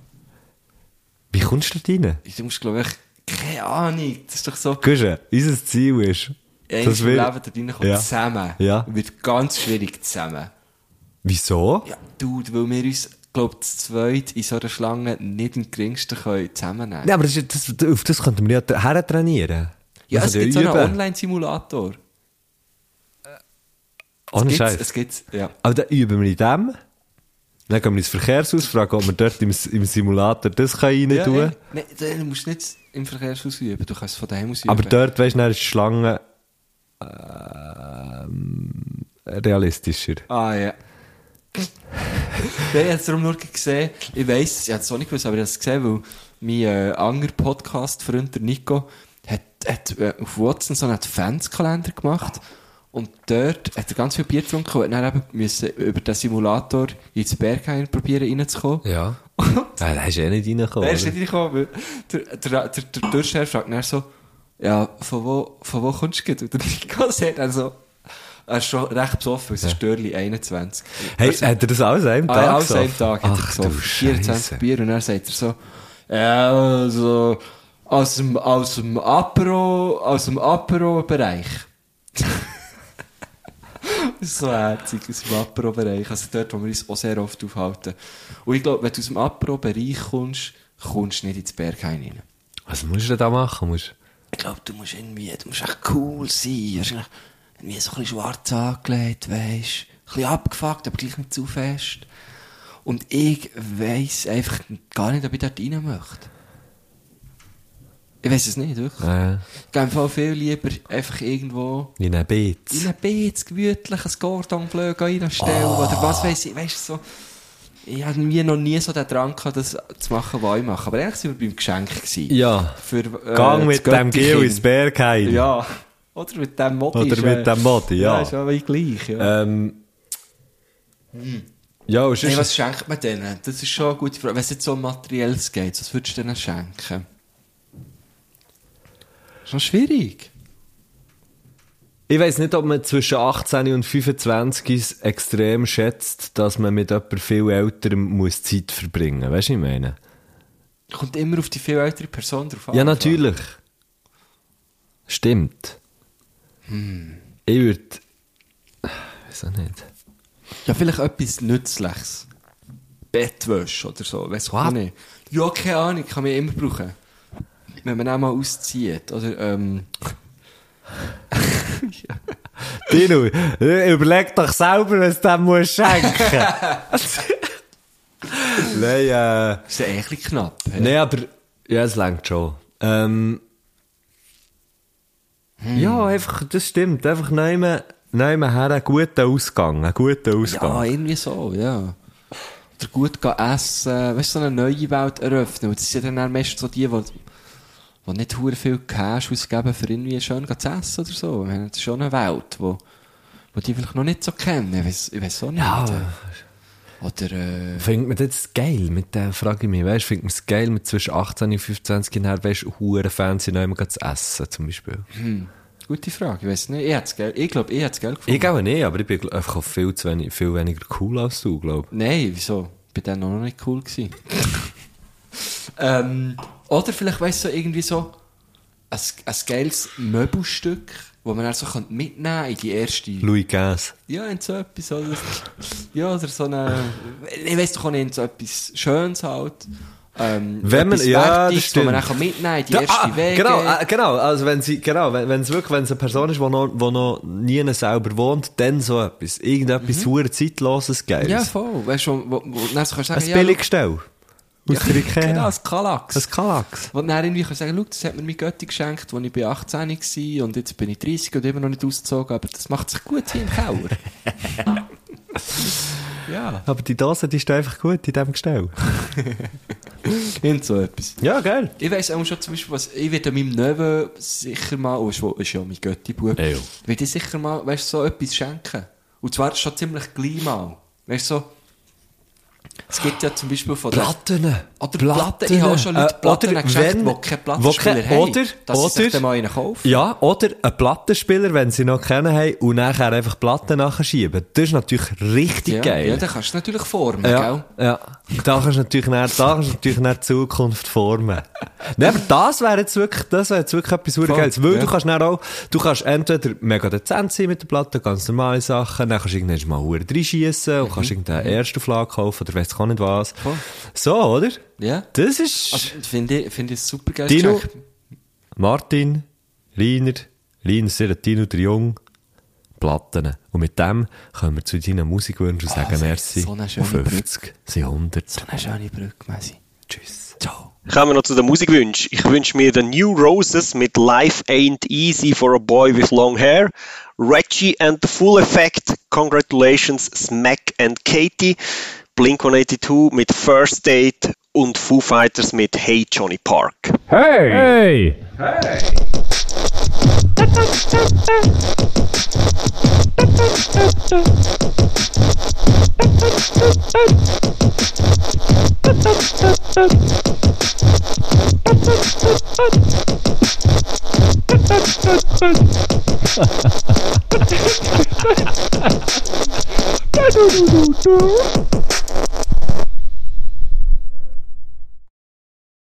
Speaker 2: Wie kommst du dort rein?
Speaker 5: Du musst, glaube ich, keine Ahnung, das ist doch so,
Speaker 2: Guck mal, unser Ziel ist,
Speaker 5: eins
Speaker 2: dass
Speaker 5: im
Speaker 2: wir...
Speaker 5: Leben da reinkommen,
Speaker 2: Ja.
Speaker 5: zusammen.
Speaker 2: Ja.
Speaker 5: Wird ganz schwierig zusammen.
Speaker 2: Wieso?
Speaker 5: Ja, Dude, weil wir uns, glaube ich, zu zweit in so einer Schlange nicht im geringsten können zusammennehmen
Speaker 2: Ja, aber das, ist- das, auf das könnten wir ja tra- her trainieren.
Speaker 5: Ja,
Speaker 2: Wir
Speaker 5: es
Speaker 2: können
Speaker 5: gibt so einen
Speaker 2: üben.
Speaker 5: Online-Simulator.
Speaker 2: Ohne
Speaker 5: Gibt's-
Speaker 2: Scheiß.
Speaker 5: Es gibt, ja.
Speaker 2: Aber dann üben wir in dem. Dann gehen wir ins Verkehrshaus, fragen, ob wir dort im, im Simulator Dus das kann rein
Speaker 5: ja,
Speaker 2: tun
Speaker 5: ey. Nein, du musst nicht im Verkehrshaus üben, du kannst es von daheim aus üben.
Speaker 2: Aber dort, weißt du, dann ist die Schlange ähm, realistischer.
Speaker 5: Ah, ja. Nein, ich habe es darum nur gesehen. Ich weiss, ich habe es auch nicht gewusst, aber ich habe es gesehen, weil mein äh, anderer Podcast-Freund, der Nico, hat, hat äh, auf Watson so einen Fanskalender gemacht. Und dort hat er ganz viel Bier getrunken und hat dann eben müssen über den Simulator ins Bergheim probieren reinzukommen.
Speaker 2: Ja.
Speaker 5: [laughs]
Speaker 2: Ah, da ist eh nicht reingekommen.
Speaker 5: Er ist
Speaker 2: oder?
Speaker 5: nicht reingekommen, weil der, der, der, der Durchherr fragt dann so, ja, von wo, von wo kommst du? Und der Nico sagt dann so, er ist schon recht besoffen, es ist Störli 21.
Speaker 2: Hey, eh, hat er das alles an einem
Speaker 5: Ah,
Speaker 2: Tag
Speaker 5: ja, am selben
Speaker 2: gesoffen?
Speaker 5: Tag hat er
Speaker 2: Ach du
Speaker 5: gesoffen.
Speaker 2: Scheiße.
Speaker 5: 24 Bier und dann sagt er so, Ja, also aus dem, aus dem Apero, aus dem [laughs] Apero-Bereich. Das ist so herzig, aus dem Apero-Bereich. Also dort, wo wir uns auch sehr oft aufhalten. Und ich glaube, wenn du aus dem Apero-Bereich kommst, kommst du nicht ins Berghain rein.
Speaker 2: Was musst du denn da machen? Musst
Speaker 5: Ich glaube, du musst irgendwie, du musst echt cool sein. Wahrscheinlich irgendwie so ein bisschen schwarz angelegt, weisst. Ein bisschen abgefuckt, aber gleich nicht zu fest. Und ich weiss einfach gar nicht, ob ich dort rein möchte. Ich weiß es nicht, wirklich.
Speaker 2: äh,
Speaker 5: Ich gehe im Fall viel lieber einfach irgendwo
Speaker 2: in ein Beet.
Speaker 5: in ein Beet gemütlich ein Cordon Bleu gehen reinstellen
Speaker 2: Ah.
Speaker 5: oder was weiß ich, weißt du, so. Ich habe mir noch nie so den Drang gehabt, das zu machen, was ich mache. Aber eigentlich sind wir beim Geschenk gewesen.
Speaker 2: Ja.
Speaker 5: Für, äh,
Speaker 2: Gang
Speaker 5: das
Speaker 2: mit dem Gil
Speaker 5: Göttikind.
Speaker 2: ins Bergheim.
Speaker 5: Ja. Oder mit dem Modi.
Speaker 2: Oder
Speaker 5: ist,
Speaker 2: mit dem Modi, ja.
Speaker 5: ist aber gleich, ja.
Speaker 2: Ähm,
Speaker 5: Hmm.
Speaker 2: ja, und
Speaker 5: Hey,
Speaker 2: sonst,
Speaker 5: was schenkt man denen? Das ist schon eine gute Frage. Wenn es jetzt so um Materielles geht, was würdest du denen schenken? Schon schwierig.
Speaker 2: ich weiss nicht, ob man zwischen 18 und 25 es extrem schätzt, dass man mit jemandem viel älterem muss Zeit verbringen muss. Weißt du, was ich meine?
Speaker 5: Kommt immer auf die viel ältere Person drauf an.
Speaker 2: Ja, natürlich. Stimmt. Ich würde. Wieso nicht?
Speaker 5: Ja, vielleicht etwas Nützliches. Bettwäsche oder so. Weiss ich auch nicht. Ja, keine Ahnung, kann man ja immer brauchen. Wenn man auch mal auszieht. Oder, ähm,
Speaker 2: Dino, äh, überleg doch selber, was du dem musst schenken Nein,
Speaker 5: ist ja eigentlich knapp.
Speaker 2: äh, nein, aber ja, es längt schon. Ähm,
Speaker 5: Hm.
Speaker 2: Ja, einfach, das stimmt. Einfach nehmen, nehmen her einen guten Ausgang. Einen guten
Speaker 5: Ja,
Speaker 2: Ausgang.
Speaker 5: irgendwie so, ja. Oder gut gehen essen, weißt du, so eine neue Welt eröffnen. Und das sind ja dann auch meistens so die, die, die nicht hure viel Cash ausgeben, für irgendwie schön gehen zu essen oder so. Ich meine, das ist schon eine Welt, wo, wo die vielleicht noch nicht so kennen. Ich weiß, ich weiß auch nicht. Oder, äh,
Speaker 2: Findet man das jetzt geil mit der Frage ich mich, weißt du, findet man es geil mit zwischen 18 und 25 Jahren, weißt du, hure Fernsehen noch immer zu essen zum Beispiel?
Speaker 5: gute Frage, ich weiß nicht. Ich hätt's gell, ich glaube, ich hätt's gell gefunden.
Speaker 2: Ich glaube nicht, aber ich bin gl- einfach auch viel, zu wenig, viel weniger cool als du, glaube
Speaker 5: Nein, wieso? Ich war dann auch noch nicht cool. Gewesen. [laughs] ähm, oder vielleicht, weißt du, so irgendwie so ein, ein geiles Möbelstück, das man dann so könnte mitnehmen in die erste...
Speaker 2: ich. Louis Gass.
Speaker 5: ja, in so etwas, oder? Ja, oder so eine... Ich weiss doch auch nicht, in so etwas Schönes halt. Ähm,
Speaker 2: Wenn man-
Speaker 5: etwas
Speaker 2: ja, das
Speaker 5: Wertiges, das man dann
Speaker 2: stimmt.
Speaker 5: kann mitnehmen in die erste
Speaker 2: ah,
Speaker 5: Wege.
Speaker 2: genau, ah, genau, also wenn sie, genau, wenn wenn es wirklich, wenn es eine Person ist, die noch, wo noch nie selber wohnt, dann so etwas. Irgendetwas hure zeitloses Geiles.
Speaker 5: Mhm. Ja, voll. Weißt du, wo, wo, wo, dann so kannst du
Speaker 2: äh, Ein
Speaker 5: sagen, ja,
Speaker 2: Billigstell. Aus der Ikea.
Speaker 5: genau,
Speaker 2: Ein
Speaker 5: ein Kallax.
Speaker 2: Kallax.
Speaker 5: Und dann irgendwie kann ich sagen, schau, das hat mir mein Götti geschenkt, als ich bei 18 war und jetzt bin ich 30 und immer noch nicht ausgezogen, aber das macht sich gut hier im Keller.
Speaker 2: [laughs]
Speaker 5: ja.
Speaker 2: Aber die Dose, die ist einfach gut in diesem
Speaker 5: [laughs]
Speaker 2: Gestell.
Speaker 5: Irgend so etwas.
Speaker 2: Ja, geil.
Speaker 5: Ich weiss auch schon zum Beispiel, was, ich werde meinem Neven sicher mal, oh, ist, wo- ist ja mein Götti-Bub,
Speaker 2: Ey, jo.
Speaker 5: werde ich sicher mal, weißt du, so etwas schenken. Und zwar schon ziemlich gleich mal. Weißt du, so, es gibt ja zum Beispiel von der...
Speaker 2: Platten.
Speaker 5: Oder Platten. Ich habe auch schon Leute
Speaker 2: Äh,
Speaker 5: Platten geschenkt, die keine Plattenspieler haben.
Speaker 2: Oder,
Speaker 5: dass sie sich dann
Speaker 2: oder,
Speaker 5: mal einen kaufen.
Speaker 2: ja, oder einen Plattenspieler, wenn sie noch kennen haben, und nachher einfach Platten nachschieben. Das ist natürlich richtig
Speaker 5: ja,
Speaker 2: geil.
Speaker 5: Ja, dann kannst du es natürlich formen, gell?
Speaker 2: Ja, ja. Da kannst du natürlich nach, da kannst du natürlich nach Zukunft formen. [laughs] Nein, aber das wäre jetzt wirklich, das wäre jetzt wirklich etwas super
Speaker 5: Voll,
Speaker 2: Geiles. Weil
Speaker 5: ja.
Speaker 2: du kannst dann auch, du kannst entweder mega dezent sein mit der Platte, ganz normale Sachen, dann kannst du irgendwann mal Huren reinschiessen und
Speaker 5: Mhm.
Speaker 2: kannst irgendeine Erstauflage kaufen oder weiss ich auch nicht was. So, oder?
Speaker 5: Ja.
Speaker 2: Das ist
Speaker 5: Also, finde ich, finde ich super geil.
Speaker 2: Dino. Martin, Rainer, Rainer, Seratino, der Jung, Platten. Und mit dem können wir zu deinen Musikwünschen sagen,
Speaker 5: Ah, so-
Speaker 2: merci.
Speaker 5: so eine schöne
Speaker 2: Und 50 sind 100.
Speaker 5: So eine schöne Brücke, Messi. Tschüss. Ciao.
Speaker 6: Kommen wir noch zu den Musikwünschen. Ich wünsche mir den New Roses mit Life Ain't Easy for a Boy with Long Hair, Reggie and the Full Effect, Congratulations Smack and Katie, Blink 182 mit First Date und Foo Fighters mit Hey Johnny Park.
Speaker 8: Hey!